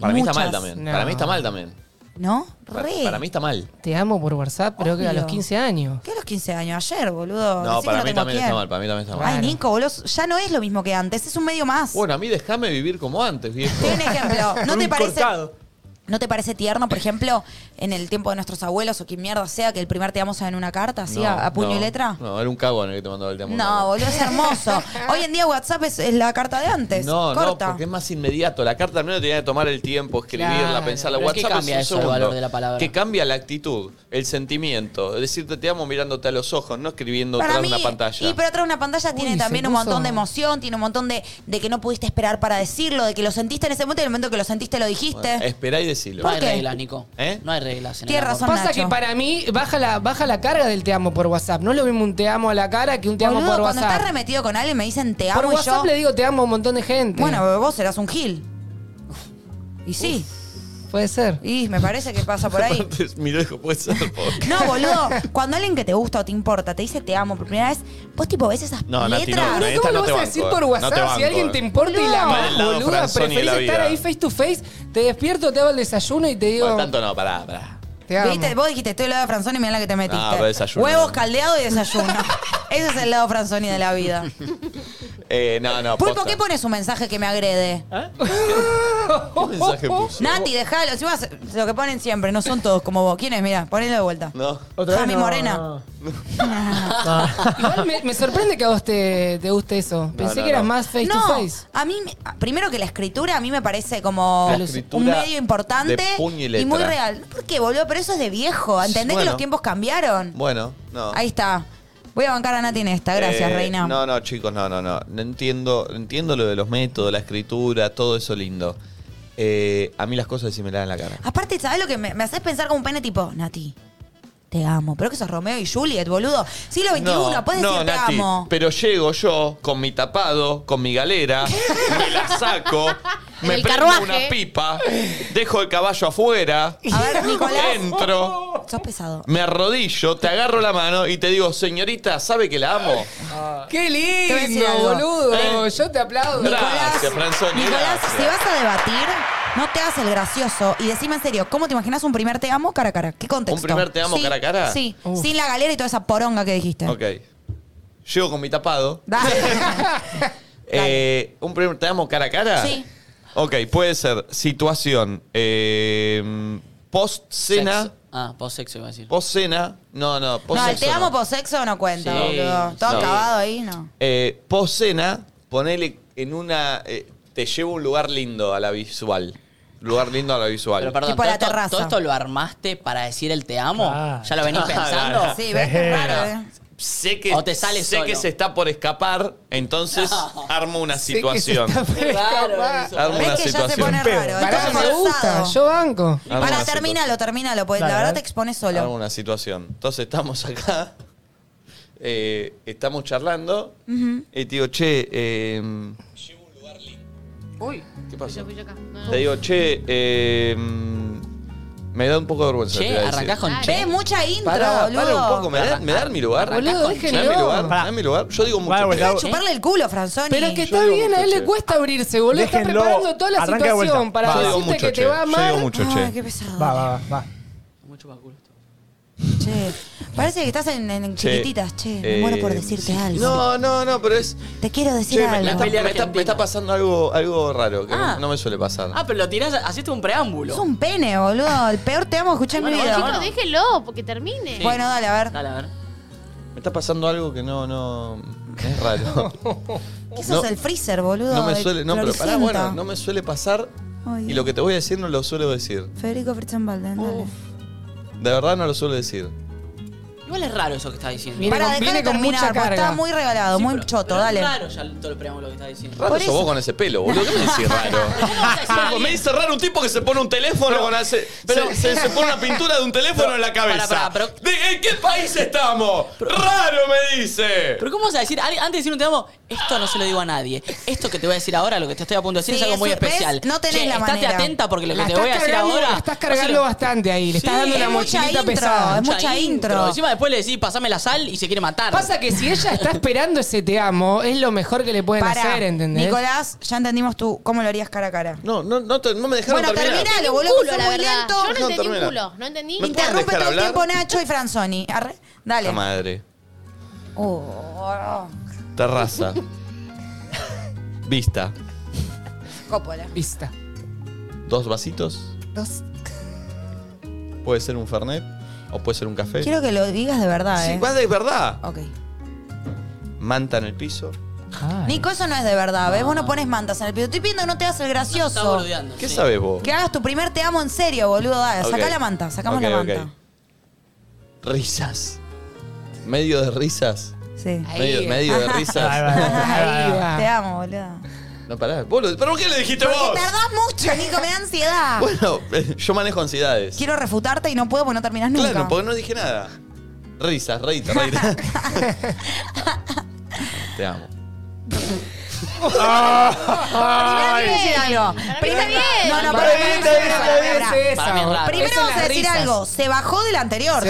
Speaker 1: Para mí está
Speaker 2: Muchas.
Speaker 1: mal también. Para mí está mal también.
Speaker 2: ¿No?
Speaker 1: Para,
Speaker 2: Re.
Speaker 1: para mí está mal.
Speaker 20: Te amo por WhatsApp, pero que a
Speaker 2: Obvio.
Speaker 20: los 15 años.
Speaker 2: ¿Qué a los 15 años? Ayer, boludo.
Speaker 1: No,
Speaker 2: Decí que
Speaker 1: para mí
Speaker 2: tengo
Speaker 1: también está
Speaker 2: quién.
Speaker 1: mal. Para mí también está mal.
Speaker 2: Ay, Nico, boludo, ya no es lo mismo que antes, es un medio más.
Speaker 1: Bueno, a mí déjame vivir como antes, viejo.
Speaker 2: Por ejemplo, ¿no te parece ¿No te parece tierno, por ejemplo, en el tiempo de nuestros abuelos o quien mierda sea, que el primer te amo sea en una carta, así,
Speaker 1: No,
Speaker 2: a, a puño
Speaker 1: no,
Speaker 2: y letra?
Speaker 1: No, era un cagón el que te mandaba el te amo.
Speaker 2: No, boludo, es hermoso. Hoy en día WhatsApp es, es la carta de antes.
Speaker 1: No, no,
Speaker 2: corta.
Speaker 1: porque es más inmediato. La carta al menos tenía que tomar el tiempo, escribirla,
Speaker 5: Claro,
Speaker 1: pensarla.
Speaker 5: pero ¿qué
Speaker 1: WhatsApp
Speaker 5: cambia
Speaker 1: es
Speaker 5: eso,
Speaker 1: un
Speaker 5: el
Speaker 1: segundo.
Speaker 5: valor de la palabra?
Speaker 1: Que cambia la actitud, el sentimiento. Decirte te amo mirándote a los ojos, no escribiendo
Speaker 2: Para
Speaker 1: tras
Speaker 2: mí,
Speaker 1: una pantalla.
Speaker 2: Y pero atrás de una pantalla tiene
Speaker 1: se
Speaker 2: también un
Speaker 1: puso-
Speaker 2: montón de emoción, tiene un montón de, de que no pudiste esperar para decirlo, de que lo sentiste en ese momento y en el momento que lo sentiste lo dijiste.
Speaker 1: Bueno, esperá y decilo. ¿Eh?
Speaker 2: ¿Por
Speaker 5: no hay
Speaker 2: qué?
Speaker 5: reglas, Nico. No hay reglas. En el
Speaker 2: Tienes
Speaker 5: amor.
Speaker 2: razón,
Speaker 20: Pasa
Speaker 2: Nacho.
Speaker 20: que para mí baja la, baja la carga del te amo por WhatsApp. No es lo mismo un te amo a la cara que un te amo
Speaker 2: Boludo,
Speaker 20: por
Speaker 2: cuando
Speaker 20: WhatsApp.
Speaker 2: estás remetido con alguien me dicen te amo
Speaker 20: por
Speaker 2: y
Speaker 20: WhatsApp
Speaker 2: yo.
Speaker 20: le digo te amo a un montón de gente.
Speaker 2: Bueno, vos serás un gil. Y sí.
Speaker 20: Puede ser.
Speaker 2: Y me parece que pasa por ahí.
Speaker 1: Aparte, Miró, dijo, puede ser. porque-
Speaker 2: No, boludo, cuando alguien que te gusta o te importa te dice te amo por primera vez, vos tipo ves esas
Speaker 1: No, Nati,
Speaker 2: letras.
Speaker 1: no, no, esta
Speaker 20: ¿Cómo lo
Speaker 1: no
Speaker 20: vas
Speaker 1: te
Speaker 20: a
Speaker 1: banco,
Speaker 20: decir
Speaker 1: eh.
Speaker 20: por
Speaker 1: No te
Speaker 20: WhatsApp si
Speaker 1: banco,
Speaker 20: alguien
Speaker 1: eh.
Speaker 20: te importa y la
Speaker 1: Boludo. Mal
Speaker 20: amás,
Speaker 1: lado,
Speaker 20: boluda?
Speaker 1: Franzoni,
Speaker 20: Preferís
Speaker 1: la
Speaker 20: estar
Speaker 1: vida.
Speaker 20: ahí face to face, te despierto, te hago el desayuno y te digo.
Speaker 1: Bueno, tanto no, pará, pará.
Speaker 20: Te amo.
Speaker 2: ¿Viste? Vos dijiste, estoy al lado de Franzoni, mirá la que te metiste.
Speaker 1: Ah, pero desayuno.
Speaker 2: Huevos caldeados y desayuno. Ese es el lado Franzoni de la vida.
Speaker 1: Eh, no, no,
Speaker 2: Pulpo,
Speaker 1: posta. ¿Eh?
Speaker 2: ¿qué pones un mensaje que me agrede?
Speaker 20: ¿Eh?
Speaker 1: ¿Qué mensaje puso?
Speaker 2: Nati, déjalo. Encima se- lo que ponen siempre, no son todos como vos. ¿Quién es? Mirá, ponelo de vuelta.
Speaker 1: No.
Speaker 2: ¿Otra Jami
Speaker 20: no,
Speaker 2: Morena.
Speaker 20: Igual me, me sorprende que a vos te, te guste eso. Pensé
Speaker 2: no,
Speaker 20: que eras
Speaker 2: no.
Speaker 20: más face
Speaker 2: No,
Speaker 20: to face.
Speaker 2: A mí, me- a- primero que la escritura, a mí me parece como
Speaker 20: La
Speaker 2: un
Speaker 20: escritura
Speaker 2: medio importante
Speaker 1: de puño y
Speaker 2: y,
Speaker 1: letra.
Speaker 2: muy real. ¿Por qué, boludo? Pero eso es de viejo. ¿Entendés que
Speaker 1: Bueno.
Speaker 2: los tiempos cambiaron?
Speaker 1: Bueno, no.
Speaker 2: Ahí está. Voy a bancar a Nati en esta. Gracias,
Speaker 1: Eh,
Speaker 2: Reina.
Speaker 1: No, no, chicos, no, no, no. No entiendo, entiendo lo de los métodos, la escritura, todo eso lindo. Eh, a mí las cosas sí me la dan en la cara.
Speaker 2: Aparte, ¿sabés lo que me, me haces pensar como un pene tipo, Nati, te amo? Pero que sos Romeo y Juliet, boludo. Siglo XXI, puedes
Speaker 1: no,
Speaker 2: decir te
Speaker 1: Nati,
Speaker 2: amo.
Speaker 1: Pero llego yo con mi tapado, con mi galera, me la saco,
Speaker 2: En
Speaker 1: me
Speaker 2: el
Speaker 1: prendo
Speaker 2: carruaje.
Speaker 1: una pipa, dejo el caballo afuera,
Speaker 2: A ver, Nicolás.
Speaker 1: entro,
Speaker 2: Sos pesado.
Speaker 1: me arrodillo, te agarro la mano y te digo, señorita, ¿sabe que la amo?
Speaker 20: ¡Qué
Speaker 2: Te voy a decir
Speaker 20: lindo,
Speaker 2: algo.
Speaker 20: boludo! Yo te aplaudo.
Speaker 1: Gracias, Franzoni.
Speaker 2: Nicolás,
Speaker 1: gracias.
Speaker 2: si vas a debatir, no te hagas el gracioso y decime en serio, ¿cómo te imaginas un primer te amo cara a cara? ¿Qué contexto?
Speaker 1: ¿Un primer te amo
Speaker 2: Sí,
Speaker 1: cara a cara?
Speaker 2: Sí,
Speaker 1: Uf.
Speaker 2: sin la galera y toda esa poronga que dijiste.
Speaker 1: Ok. Llego con mi tapado. Eh, ¿Un primer te amo cara a cara?
Speaker 2: Sí.
Speaker 1: Ok, puede ser situación eh, post cena.
Speaker 5: Sexo. Ah, post sexo iba a decir.
Speaker 1: Post cena. No, no, post
Speaker 2: No, el
Speaker 1: sexo
Speaker 2: te amo
Speaker 1: no.
Speaker 2: por sexo no cuenta,
Speaker 1: Sí,
Speaker 2: boludo. Todo
Speaker 1: sí.
Speaker 2: acabado ahí, no.
Speaker 1: Eh, post cena, ponele en una. eh, te llevo a un lugar lindo a la visual. Lugar lindo a la visual.
Speaker 5: Pero perdón, todo, esto, todo esto lo armaste para decir el te amo. ¿Ya lo venís
Speaker 1: Claro.
Speaker 5: pensando?
Speaker 1: Sí, ves que es raro,
Speaker 2: eh.
Speaker 1: eh.
Speaker 5: Bueno,
Speaker 1: Sé que,
Speaker 5: O te sale
Speaker 1: sé
Speaker 5: solo.
Speaker 1: que se está por escapar, entonces armo una
Speaker 5: Sé que se
Speaker 1: situación.
Speaker 5: está por
Speaker 20: escapar.
Speaker 1: Armo
Speaker 2: Ves que ya
Speaker 1: una
Speaker 2: se
Speaker 1: situación.
Speaker 2: pone raro,
Speaker 20: Pará,
Speaker 2: Estás
Speaker 20: me gusta.
Speaker 2: forzado.
Speaker 20: Yo banco.
Speaker 1: Armo una
Speaker 2: Para,
Speaker 1: situación.
Speaker 2: terminalo, terminalo, porque pues,
Speaker 1: Dale,
Speaker 2: la verdad
Speaker 1: dale.
Speaker 2: te expones solo.
Speaker 1: Alguna situación. Entonces estamos acá, eh, estamos charlando,
Speaker 2: Ujú.
Speaker 1: y te digo, che, eh,
Speaker 5: Uy.
Speaker 1: ¿Qué pasó? te digo, che, eh, mm, me da un poco de vergüenza. te voy a decir.
Speaker 2: Ves mucha intro,
Speaker 1: Pará,
Speaker 2: boludo.
Speaker 1: pará un poco, me da, me da mi lugar.
Speaker 2: Boludo,
Speaker 1: Me da mi
Speaker 2: déjenlo.
Speaker 1: lugar, me da mi lugar. Yo digo mucho.
Speaker 2: Deja de
Speaker 1: che.
Speaker 2: chuparle el culo, Franzoni.
Speaker 20: Pero es que está bien, a él le cuesta abrirse, boludo. Está
Speaker 3: Déjenlo.
Speaker 20: preparando toda la
Speaker 3: Arranca de
Speaker 20: situación
Speaker 3: vuelta.
Speaker 20: para
Speaker 3: Va. Yo
Speaker 20: decirte
Speaker 3: digo mucho,
Speaker 20: que te
Speaker 3: che.
Speaker 20: va a
Speaker 3: Yo
Speaker 20: amar.
Speaker 3: digo mucho, che.
Speaker 2: Ay, qué pesado.
Speaker 3: Va, va, va.
Speaker 5: Mucho más culo.
Speaker 2: Che, parece que estás en, en
Speaker 1: Che,
Speaker 2: chiquititas, che. Me
Speaker 1: eh,
Speaker 2: muero por decirte
Speaker 1: sí.
Speaker 2: algo.
Speaker 1: No, no, no, pero es.
Speaker 2: Te quiero decir
Speaker 1: Che, me, me
Speaker 2: algo.
Speaker 1: está, me está- me está pasando algo, algo raro que no-
Speaker 2: Ah.
Speaker 1: no, me suele pasar.
Speaker 5: Ah, pero lo tirás, haciste un
Speaker 2: Es
Speaker 5: preámbulo.
Speaker 2: un pene, boludo. El peor te amo escuchar en mi vida.
Speaker 4: Chicos, déjelo, porque termine.
Speaker 2: Bueno, dale, a ver.
Speaker 5: Dale, a ver.
Speaker 1: Me está pasando algo que no, no. Es raro.
Speaker 2: ¿Qué sos
Speaker 1: No.
Speaker 2: el freezer, boludo?
Speaker 1: No me
Speaker 2: de
Speaker 1: suele, no, pero pará,
Speaker 2: Floricienta?
Speaker 1: bueno, no me suele pasar
Speaker 2: Ay,
Speaker 1: y
Speaker 2: Dios.
Speaker 1: lo que te voy a decir no lo suelo decir.
Speaker 2: Federico Fritzen Balden, dale.
Speaker 1: De verdad no lo suelo decir.
Speaker 5: Igual es raro eso que estás diciendo.
Speaker 2: Pará, dejalo terminar, porque Está muy regalado,
Speaker 5: Sí,
Speaker 2: muy
Speaker 5: pero-
Speaker 2: choto,
Speaker 5: pero
Speaker 2: dale.
Speaker 5: Es raro ya todo el preámbulo que estás diciendo.
Speaker 1: Raro sos vos con ese pelo, boludo. ¿Qué me decís raro? Loco, me dice raro un tipo que se pone un teléfono con ese-
Speaker 5: pero-
Speaker 1: se, se- se pone una pintura de un teléfono en la cabeza.
Speaker 5: Pará, pará,
Speaker 1: ¿De- ¿En qué país estamos? ¡Raro me dice!
Speaker 5: Pero ¿cómo vas a decir? Al- Antes de decir un te amo, esto no se lo digo a nadie. Esto que te voy a decir ahora, lo que te estoy a punto de decir,
Speaker 2: Sí,
Speaker 5: es algo
Speaker 2: eso-
Speaker 5: muy
Speaker 2: ¿ves?
Speaker 5: especial.
Speaker 2: No tenés
Speaker 5: Che,
Speaker 2: la
Speaker 5: estate
Speaker 2: manera.
Speaker 5: atenta porque lo que
Speaker 20: La
Speaker 5: te voy a
Speaker 20: estás
Speaker 5: decir
Speaker 20: cargando-
Speaker 5: ahora.
Speaker 20: la estás cargando bastante ahí, le estás dando una mochilita pesada.
Speaker 5: Es mucha intro. Encima después le decís, pasame la sal y se quiere matar.
Speaker 20: Pasa que si ella está esperando ese te amo, es lo mejor que le pueden
Speaker 2: Pará,
Speaker 20: hacer, ¿entendés?
Speaker 2: Nicolás, ya entendimos tú cómo lo harías cara a cara.
Speaker 1: No, no, no, te- no me dejaron
Speaker 2: Bueno,
Speaker 1: terminar.
Speaker 2: terminalo,
Speaker 4: Un
Speaker 2: boludo.
Speaker 4: culo,
Speaker 2: sos
Speaker 4: la
Speaker 2: muy
Speaker 4: verdad.
Speaker 2: lento.
Speaker 4: Yo no,
Speaker 1: No,
Speaker 4: entendí un
Speaker 1: termina.
Speaker 4: culo, no entendí.
Speaker 2: Me interrumpe
Speaker 1: dejar
Speaker 2: todo el
Speaker 1: hablar?
Speaker 2: tiempo Nacho y Franzoni. Arre,
Speaker 1: La
Speaker 2: dale. Uh,
Speaker 1: madre.
Speaker 2: Oh,
Speaker 1: Terraza. Vista.
Speaker 2: Coppola.
Speaker 20: Vista.
Speaker 1: Dos vasitos.
Speaker 2: Dos
Speaker 6: puede ser un Fernet o puede ser un café.
Speaker 2: Quiero que lo digas de verdad,
Speaker 6: Sí,
Speaker 2: ¿eh?
Speaker 6: vas de verdad.
Speaker 2: Ok.
Speaker 6: Manta en el piso.
Speaker 2: Nico, eso no es de verdad, ¿ves? Vos no pones mantas en el piso. Estoy pidiendo que no te hagas el gracioso.
Speaker 6: ¿Qué sabes vos?
Speaker 2: que hagas tu primer te amo en serio, boludo. Dale,
Speaker 6: Ok.
Speaker 2: Sacá la manta, sacamos
Speaker 6: Ok,
Speaker 2: la
Speaker 6: ok.
Speaker 2: manta.
Speaker 6: Risas. Medio de risas.
Speaker 2: Sí.
Speaker 6: Medio, medio de risas.
Speaker 2: Ahí, te amo, boludo.
Speaker 6: no, pará. Vos lo- ¿Pero por qué lo dijiste
Speaker 2: Porque
Speaker 6: vos? Pues.
Speaker 2: tardás mucho, Nico, me da ansiedad.
Speaker 6: Bueno, yo manejo ansiedades.
Speaker 2: Quiero refutarte y no puedo porque no terminás nunca.
Speaker 6: Claro, porque no dije nada. Risas, reita, reita. Te amo.
Speaker 2: Primero quiero decir algo. Primero, no, no, pará, pará,
Speaker 7: Está bien, está bien, está
Speaker 2: pará,
Speaker 7: bien,
Speaker 2: pará.
Speaker 7: para mí es raro.
Speaker 2: Primero
Speaker 7: Eso es
Speaker 2: vamos a
Speaker 7: las
Speaker 2: decir
Speaker 7: risas.
Speaker 2: algo. Se bajó del anterior.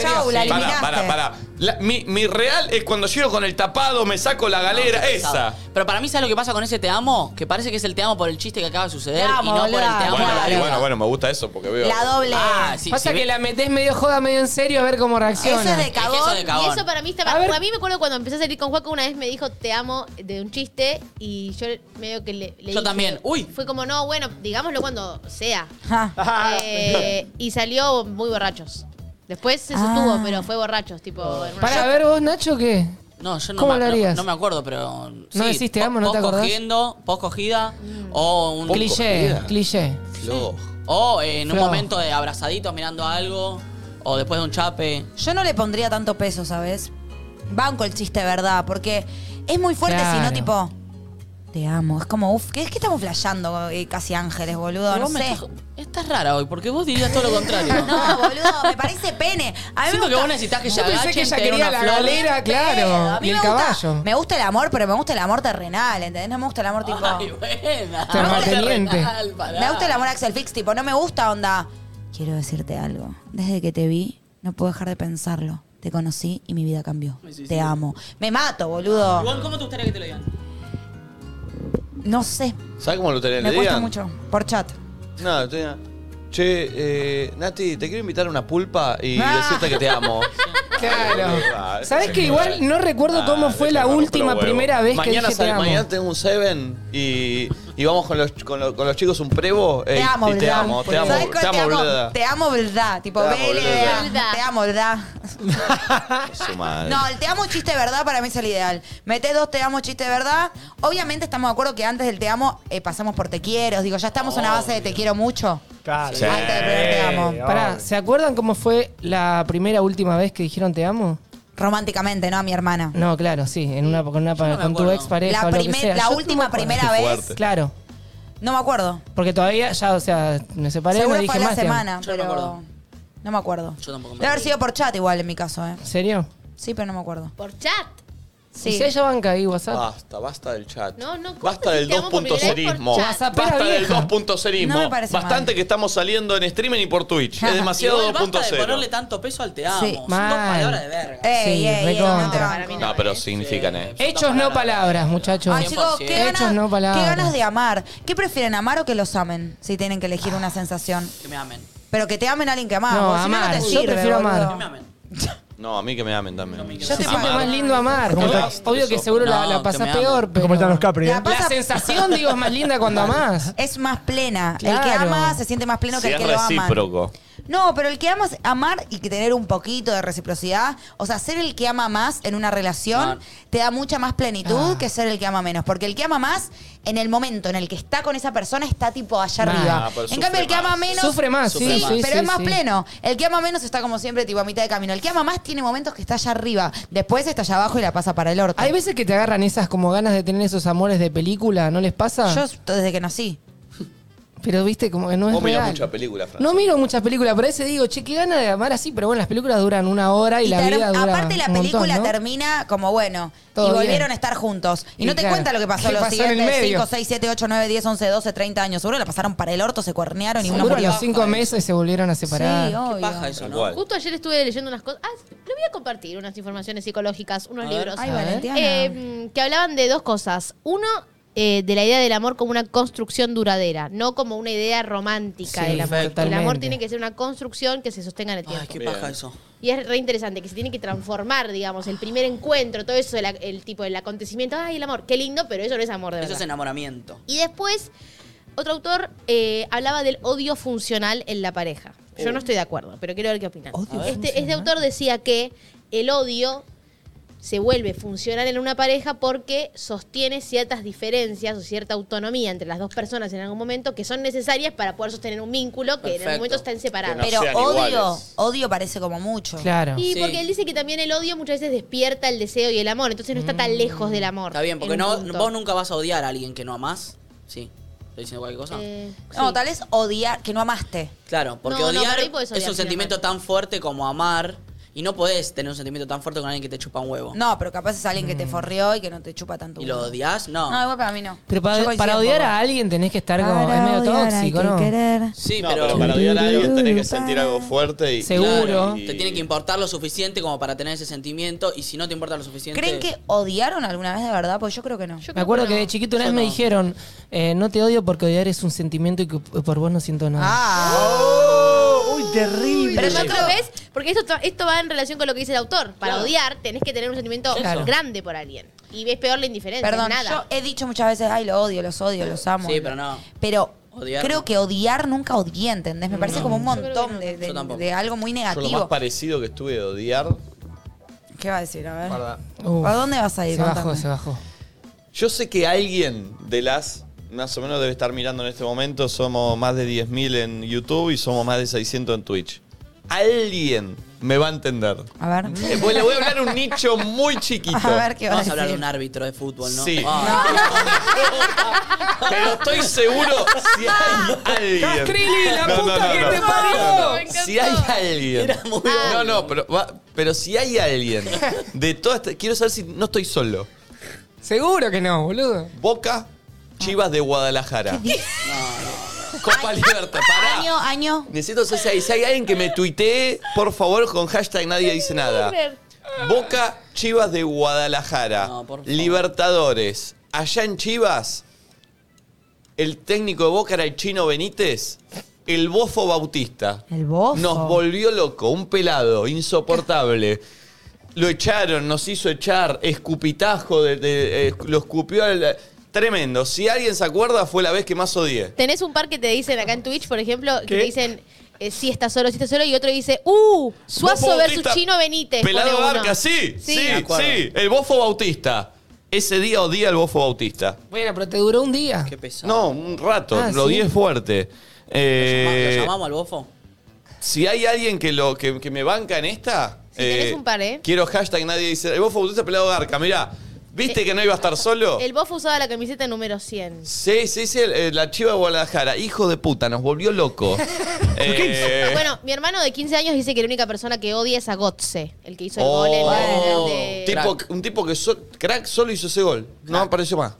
Speaker 2: Chau, la
Speaker 1: Pará,
Speaker 2: eliminaste.
Speaker 1: pará, pará. La- mi, mi real es cuando llego con el tapado, me saco la galera,
Speaker 5: No, qué
Speaker 1: esa.
Speaker 5: pesado. Pero para mí, ¿sabes lo que pasa con ese te amo? Que parece que es el te amo por el chiste que acaba de suceder
Speaker 20: Te amo,
Speaker 5: y no por el
Speaker 20: boluda.
Speaker 5: te amo.
Speaker 1: Bueno,
Speaker 5: por la
Speaker 1: y
Speaker 5: vida.
Speaker 1: bueno, bueno, me gusta eso porque veo.
Speaker 20: Ah, Pasa que la metés medio joda, medio en serio, a ver cómo reacciona.
Speaker 4: Y eso para mí está mal. Porque A mí me acuerdo cuando empecé a salir con Juaco una vez me dijo te amo de un chiste y yo medio que le, le dije-
Speaker 5: también. Uy.
Speaker 4: Fue como, no, bueno, digámoslo cuando sea.
Speaker 1: Ah.
Speaker 4: Eh, y salió muy borrachos. Después se sostuvo,
Speaker 20: Ah.
Speaker 4: pero fue borrachos, tipo. en una-
Speaker 20: Para ver vos, Nacho, ¿qué?
Speaker 5: No, yo no,
Speaker 20: ¿Cómo
Speaker 5: me,
Speaker 20: lo
Speaker 5: no-
Speaker 20: harías?
Speaker 5: no me acuerdo, pero.
Speaker 20: No decís te amo, ¿no
Speaker 5: vos
Speaker 20: te acordás?
Speaker 5: cogiendo, vos cogida
Speaker 20: Mm.
Speaker 5: o un.
Speaker 20: Cliché, cliché.
Speaker 5: O eh, en un
Speaker 20: Flojo.
Speaker 5: momento de abrazaditos mirando algo. O después de un chape.
Speaker 2: Yo no le pondría tanto peso, ¿sabes? Banco el chiste, ¿verdad? Porque es muy fuerte si no,
Speaker 5: Claro.
Speaker 2: tipo. Te amo. Es como, uff, ¿qué es que estamos flasheando eh, casi ángeles, boludo?
Speaker 5: Pero
Speaker 2: No
Speaker 5: vos me
Speaker 2: sé.
Speaker 5: estás- Estás rara hoy, porque vos dirías todo lo contrario.
Speaker 2: No, boludo, me parece pene. A mí
Speaker 5: Siento
Speaker 2: me gusta...
Speaker 5: que vos necesitas que Yo se pensé agachen, que ella te den quería una la flor.
Speaker 2: galera,
Speaker 5: galera, claro, y el
Speaker 20: caballo.
Speaker 2: Me gusta el amor, pero me gusta el amor terrenal, ¿entendés? No me gusta el amor tipo...
Speaker 20: Terrateniente.
Speaker 2: Me gusta el amor Axel Fix, tipo, no me gusta onda. Quiero decirte algo. Desde que te vi, no puedo dejar de pensarlo. Te conocí y mi vida cambió. te amo. Me mato, boludo.
Speaker 5: Igual, ¿cómo te gustaría que te lo digan?
Speaker 2: No sé.
Speaker 1: ¿Sabes cómo lo tenés?
Speaker 2: Me
Speaker 1: ¿Le
Speaker 2: cuesta
Speaker 1: digan?
Speaker 2: mucho. Por chat.
Speaker 1: No, tenía. Che, eh, Nati, te quiero invitar a una pulpa y
Speaker 2: Ah.
Speaker 1: decirte que te amo. Ah,
Speaker 20: Claro. Sabes que igual no recuerdo cómo fue la última primera vez que
Speaker 1: mañana
Speaker 20: dije te
Speaker 1: sale-
Speaker 20: amo.
Speaker 1: Mañana tengo un Seven y, y vamos con los, con, los, con los chicos un prevo.
Speaker 2: Te
Speaker 1: ey,
Speaker 2: amo,
Speaker 1: y te
Speaker 2: boludo.
Speaker 1: amo, te amo,
Speaker 2: ¿Sabés cuál
Speaker 1: te amo, boluda.
Speaker 2: Te amo, verdad. Tipo,
Speaker 1: Te amo,
Speaker 2: vele,
Speaker 4: boluda.
Speaker 2: Te amo, verdad.
Speaker 1: Su madre.
Speaker 2: No, el te amo chiste de verdad para mí es el ideal. Mete dos te amo chiste de verdad. Obviamente estamos de acuerdo que antes del te amo eh, pasamos por te quiero. Digo, ya estamos en una base de te quiero mucho.
Speaker 20: Claro.
Speaker 2: Sí. Antes del primer te amo.
Speaker 20: Pará, ¿se acuerdan cómo fue la primera última vez que dijeron te amo?
Speaker 2: Románticamente, ¿no? A mi hermana.
Speaker 20: No, claro, sí, en una, con, una,
Speaker 2: me
Speaker 20: con tu
Speaker 2: acuerdo.
Speaker 20: ex pareja
Speaker 2: La
Speaker 20: o lo que
Speaker 2: primer-
Speaker 20: sea.
Speaker 2: la
Speaker 20: Yo no me
Speaker 2: última
Speaker 20: acuerdo.
Speaker 2: primera Qué vez. fuerte.
Speaker 20: Claro,
Speaker 2: No me acuerdo.
Speaker 20: porque todavía ya, o sea, me separé
Speaker 2: Seguro
Speaker 20: no dije
Speaker 2: fue la
Speaker 20: más. te amo.
Speaker 2: semana, pero no me acuerdo.
Speaker 5: Yo tampoco
Speaker 2: Debe haber sido por chat igual en mi caso, ¿eh?
Speaker 20: ¿En serio?
Speaker 2: Sí, pero no me acuerdo.
Speaker 4: ¿Por chat?
Speaker 2: Sí.
Speaker 20: ¿Y si ella banca ahí WhatsApp?
Speaker 5: Ah.
Speaker 1: Basta, basta del chat.
Speaker 4: No, no, ¿cómo
Speaker 1: Basta
Speaker 4: si
Speaker 1: del
Speaker 4: te amo por primera vez por
Speaker 1: 2.0ismo.
Speaker 4: chat?
Speaker 1: Basta del
Speaker 5: vieja.
Speaker 1: 2.0ismo.
Speaker 5: No me parece mal.
Speaker 1: Bastante que estamos saliendo en streaming y por Twitch. Es demasiado
Speaker 5: Igual basta de
Speaker 1: 2.0.
Speaker 5: ponerle tanto peso al te amo.
Speaker 20: Sí.
Speaker 5: Son dos
Speaker 20: Mal.
Speaker 5: palabras de verga.
Speaker 2: Eh,
Speaker 20: Ey, Sí, ey, ey, recontra. no te
Speaker 1: No, pero significan, ¿eh?
Speaker 20: Hechos no palabras, muchachos.
Speaker 2: Ay, chicos, qué ganas,
Speaker 20: Hechos no
Speaker 2: qué
Speaker 20: palabras.
Speaker 2: ganas de amar. ¿Qué prefieren, amar o que los amen? Si tienen que elegir una sensación.
Speaker 5: Que me amen.
Speaker 2: Pero que te amen a alguien que amás.
Speaker 20: No,
Speaker 2: porque si no, no
Speaker 20: amar.
Speaker 2: te
Speaker 20: Yo
Speaker 2: sirve,
Speaker 20: prefiero amar.
Speaker 2: boludo.
Speaker 20: Que me
Speaker 1: No, a mí que me amen también.
Speaker 20: Yo te siento más lindo amar. Obvio que seguro la, la pasás peor, pero...
Speaker 3: ¿Cómo están los Capri? eh?
Speaker 20: La sensación, digo, es más linda cuando amás.
Speaker 2: Es más plena. El que
Speaker 20: Claro.
Speaker 2: ama se siente más pleno
Speaker 1: Si
Speaker 2: que el
Speaker 1: es
Speaker 2: que lo ama.
Speaker 1: recíproco.
Speaker 2: No, pero el que ama es amar y que tener un poquito de reciprocidad, o sea, ser el que ama más en una relación te da mucha más
Speaker 20: Ah.
Speaker 2: plenitud que ser el que ama menos, porque el que ama más en el momento en el que está con esa persona está tipo allá
Speaker 20: Ah,
Speaker 2: arriba.
Speaker 20: pero
Speaker 2: en
Speaker 20: sufre
Speaker 2: cambio el que ama
Speaker 20: más.
Speaker 2: menos
Speaker 20: Sufre más, sí, sí,
Speaker 2: pero
Speaker 20: sí,
Speaker 2: es más
Speaker 20: sí.
Speaker 2: pleno. El que ama menos está como siempre tipo a mitad de camino. El que ama más tiene momentos que está allá arriba, después está allá abajo y la pasa para el orto.
Speaker 20: Hay veces que te agarran esas como ganas de tener esos amores de película, ¿no les pasa?
Speaker 2: Yo desde que nací.
Speaker 20: Pero viste, como que no es
Speaker 1: Vos mirás
Speaker 20: real.
Speaker 1: mucha película, Fran.
Speaker 20: No miro muchas películas, pero a veces digo, che, qué gana de amar así, pero bueno, las películas duran una hora y, la
Speaker 2: ter-
Speaker 20: vida dura
Speaker 2: aparte la
Speaker 20: un montón,
Speaker 2: película
Speaker 20: ¿no?
Speaker 2: termina como bueno
Speaker 20: Todo
Speaker 2: y
Speaker 20: bien.
Speaker 2: volvieron a estar juntos y,
Speaker 20: Y
Speaker 2: no te
Speaker 20: claro,
Speaker 2: cuenta lo que pasó
Speaker 20: ¿qué
Speaker 2: los
Speaker 20: pasó en el
Speaker 2: siguientes
Speaker 20: medio?
Speaker 2: 5, 6, 7, 8, 9, 10, 11, 12, 30 años seguro la pasaron para el orto se cuernearon y uno
Speaker 20: Seguro a
Speaker 2: murió
Speaker 20: los cinco meses se volvieron a separar.
Speaker 2: Sí, obvio.
Speaker 5: Baja eso, ¿no?
Speaker 4: Justo ayer estuve leyendo unas cosas. Ah, le voy a compartir unas informaciones psicológicas, unos
Speaker 5: A ver.
Speaker 4: libros.
Speaker 5: Ay, A ver. Valentiana.
Speaker 4: Eh, mm, que hablaban de dos cosas. Uno, eh, de la idea del amor como una construcción duradera, no como una idea romántica
Speaker 5: Sí,
Speaker 4: del amor. El amor
Speaker 5: totalmente.
Speaker 4: tiene que ser una construcción que se sostenga en el tiempo.
Speaker 5: Ay, qué paja eso.
Speaker 4: Y es re interesante que se tiene que transformar, digamos, el primer encuentro, todo eso, el, el tipo, el acontecimiento. Ay, el amor, qué lindo, pero eso no es amor de verdad.
Speaker 5: Eso es enamoramiento.
Speaker 4: Y después Otro autor eh, hablaba del odio funcional en la pareja. Yo no estoy de acuerdo, pero quiero ver qué opinan. Este, este autor decía que el odio se vuelve funcional en una pareja porque sostiene ciertas diferencias o cierta autonomía entre las dos personas en algún momento que son necesarias para poder sostener un vínculo que en
Speaker 2: Perfecto.
Speaker 4: algún momento están separados.
Speaker 2: Pero odio, odio parece como mucho.
Speaker 20: Claro.
Speaker 4: Y porque él dice que también el odio muchas veces despierta el deseo y el amor, entonces no está tan lejos del amor.
Speaker 5: Mm. Está bien, porque
Speaker 4: en
Speaker 5: no,
Speaker 4: un punto.
Speaker 5: vos nunca vas a odiar a alguien que no amás. Sí. ¿Estoy diciendo cualquier cosa?
Speaker 4: Eh,
Speaker 2: No,
Speaker 4: sí.
Speaker 2: tal vez odiar, que no amaste.
Speaker 5: Claro, porque
Speaker 2: No, no,
Speaker 5: odiar,
Speaker 2: pero ahí podés
Speaker 5: es
Speaker 2: odiar
Speaker 5: un
Speaker 2: sin
Speaker 5: sentimiento tan fuerte como amar. Y no podés tener un sentimiento tan fuerte con alguien que te chupa un huevo.
Speaker 2: No, pero capaz es alguien que
Speaker 20: Mm.
Speaker 2: te forrió y que no te chupa tanto.
Speaker 5: ¿Y lo
Speaker 2: huevo.
Speaker 5: odias? No.
Speaker 2: No, igual para mí no.
Speaker 20: Pero para,
Speaker 2: Yo coincido
Speaker 20: para
Speaker 2: con
Speaker 20: odiar
Speaker 2: vos.
Speaker 20: a alguien tenés que estar como. Es medio tóxico, ¿no?
Speaker 5: Sí,
Speaker 1: No,
Speaker 5: pero,
Speaker 1: pero para odiar a alguien tenés que sentir algo fuerte y.
Speaker 20: Seguro.
Speaker 5: Claro, y- Te tiene que importar lo suficiente como para tener ese sentimiento. Y si no te importa lo suficiente.
Speaker 2: ¿Creen que odiaron alguna vez de verdad? Porque yo creo que no.
Speaker 20: Me acuerdo que de chiquito una vez me dijeron, eh, no te odio porque odiar es un sentimiento y que por vos no siento nada.
Speaker 2: Ah. ¡Uy, terrible!
Speaker 4: Pero yo otra vez, porque esto, ta- esto va en relación con lo que dice el autor. Para odiar tenés que tener un sentimiento
Speaker 2: Claro.
Speaker 4: grande por alguien. Y ves peor la indiferencia.
Speaker 2: Perdón,
Speaker 4: nada.
Speaker 2: yo he dicho muchas veces, ay, lo odio, los odio, los amo.
Speaker 5: Sí, pero no.
Speaker 2: Pero
Speaker 5: Odiar.
Speaker 2: creo que odiar nunca odié, ¿entendés? Me
Speaker 20: Mm.
Speaker 2: parece como un montón de, de-
Speaker 1: Yo tampoco.
Speaker 2: de algo muy
Speaker 1: Yo lo más
Speaker 2: negativo.
Speaker 1: parecido que estuve de odiar.
Speaker 2: ¿Qué va a decir? A ver.
Speaker 1: Guarda.
Speaker 20: Uf.
Speaker 2: ¿A dónde vas a ir?
Speaker 20: Se bajó,
Speaker 2: Contame.
Speaker 20: se bajó.
Speaker 1: Yo sé que alguien de las, más o menos debe estar mirando en este momento, somos más de 10.000 en YouTube y somos más de 600 en Twitch. Alguien me va a entender.
Speaker 2: A ver.
Speaker 1: Eh, pues Le voy, le voy a hablar a un nicho muy chiquito.
Speaker 2: A ver qué va a
Speaker 5: Vamos a hablar de
Speaker 2: decir.
Speaker 5: un árbitro de fútbol, ¿no?
Speaker 1: Sí.
Speaker 5: Ah.
Speaker 1: Pero estoy seguro si hay alguien.
Speaker 7: Castrilli, la puta que te
Speaker 1: no,
Speaker 7: parió.
Speaker 1: no. Si hay alguien. No, no, pero, va- pero si hay alguien de todas estas- Quiero saber si no estoy solo.
Speaker 20: Seguro que no, boludo.
Speaker 1: Boca, Chivas de Guadalajara. Copa Libertad, pará.
Speaker 2: Año, año.
Speaker 1: Necesito ser seis. Si hay alguien que me tuitee, por favor, con hashtag nadie dice nada. Boca Chivas de Guadalajara. Libertadores. Allá en Chivas, el técnico de Boca era el chino Benítez. El bofo Bautista.
Speaker 2: El bofo.
Speaker 1: Nos volvió loco, un pelado, insoportable. Lo echaron, nos hizo echar, escupitajo, de, de- eh, lo escupió. al- tremendo. Si alguien se acuerda, fue la vez que más odié.
Speaker 4: Tenés un par que te dicen acá en Twitch, por ejemplo, que
Speaker 1: ¿Qué?
Speaker 4: te dicen eh, si está solo, si está solo, y otro dice, ¡Uh! Suazo
Speaker 1: Vos,
Speaker 4: versus
Speaker 1: Bautista,
Speaker 4: Chino Benítez.
Speaker 1: Pelado
Speaker 4: pone uno.
Speaker 1: Barca, sí, sí,
Speaker 4: De
Speaker 1: sí,
Speaker 4: acuerdo.
Speaker 1: El Bofo Bautista. Ese día odié al Bofo Bautista.
Speaker 20: Bueno, pero te duró un día.
Speaker 5: Qué pesado.
Speaker 1: No, un rato,
Speaker 20: Ah,
Speaker 1: lo
Speaker 20: ¿sí?
Speaker 1: odié fuerte. Eh,
Speaker 5: ¿Lo llamamos al bofo?
Speaker 1: si hay alguien que, lo, que, que me banca en esta,
Speaker 4: Tenés
Speaker 1: eh,
Speaker 4: un par, ¿eh?
Speaker 1: quiero hashtag nadie dice, el Bofo Bautista Pelado Barca, mirá, ¿viste que no iba a estar solo?
Speaker 4: El bofo usaba la camiseta número 100.
Speaker 1: Sí, sí, sí, el- eh, la chiva de Guadalajara, hijo de puta, nos volvió loco. Eh,
Speaker 4: Ah, Bueno, mi hermano de 15 años dice que la única persona que odia es a Gotze, el que hizo el
Speaker 1: Oh.
Speaker 4: gol en el
Speaker 1: Bueno.
Speaker 4: de-
Speaker 1: tipo- un tipo que so- crack solo hizo ese gol, no apareció más.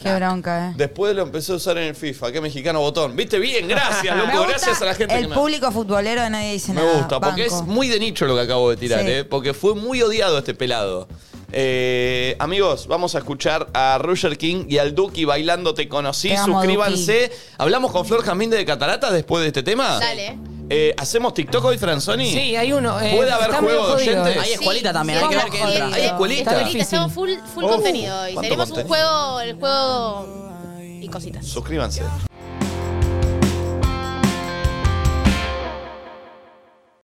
Speaker 2: Qué bronca, ¿eh?
Speaker 1: Después lo empecé a usar en el FIFA. Qué mexicano botón. Viste bien, gracias,
Speaker 2: Me
Speaker 1: loco.
Speaker 2: gusta
Speaker 1: Gracias a la gente que
Speaker 2: El
Speaker 1: me.
Speaker 2: público futbolero de nadie dice
Speaker 1: me
Speaker 2: nada.
Speaker 1: gusta, porque
Speaker 2: Banco.
Speaker 1: es muy de nicho lo que acabo de tirar,
Speaker 2: Sí.
Speaker 1: ¿eh? Porque fue muy odiado este pelado. Eh, amigos, vamos a escuchar a Roger King y al Duki bailando Te Conocí.
Speaker 7: Te amo,
Speaker 1: Suscríbanse. ¿Hablamos con Flor Jamín de Cataratas después de este tema?
Speaker 4: Dale.
Speaker 1: Eh, ¿Hacemos TikTok hoy, Franzoni?
Speaker 20: Sí, hay uno, eh,
Speaker 1: ¿Puede haber
Speaker 20: está medio
Speaker 1: juego de
Speaker 20: jodido,
Speaker 1: oyentes?
Speaker 20: eh. Hay escuelita también, hay que ver qué entra.
Speaker 1: Hay escuelita.
Speaker 4: Está difícil. Estamos full, full
Speaker 1: Oh,
Speaker 4: contenido hoy.
Speaker 1: ¿cuánto
Speaker 4: Tenemos un
Speaker 1: contenido?
Speaker 4: juego, el juego y cositas.
Speaker 1: Suscríbanse.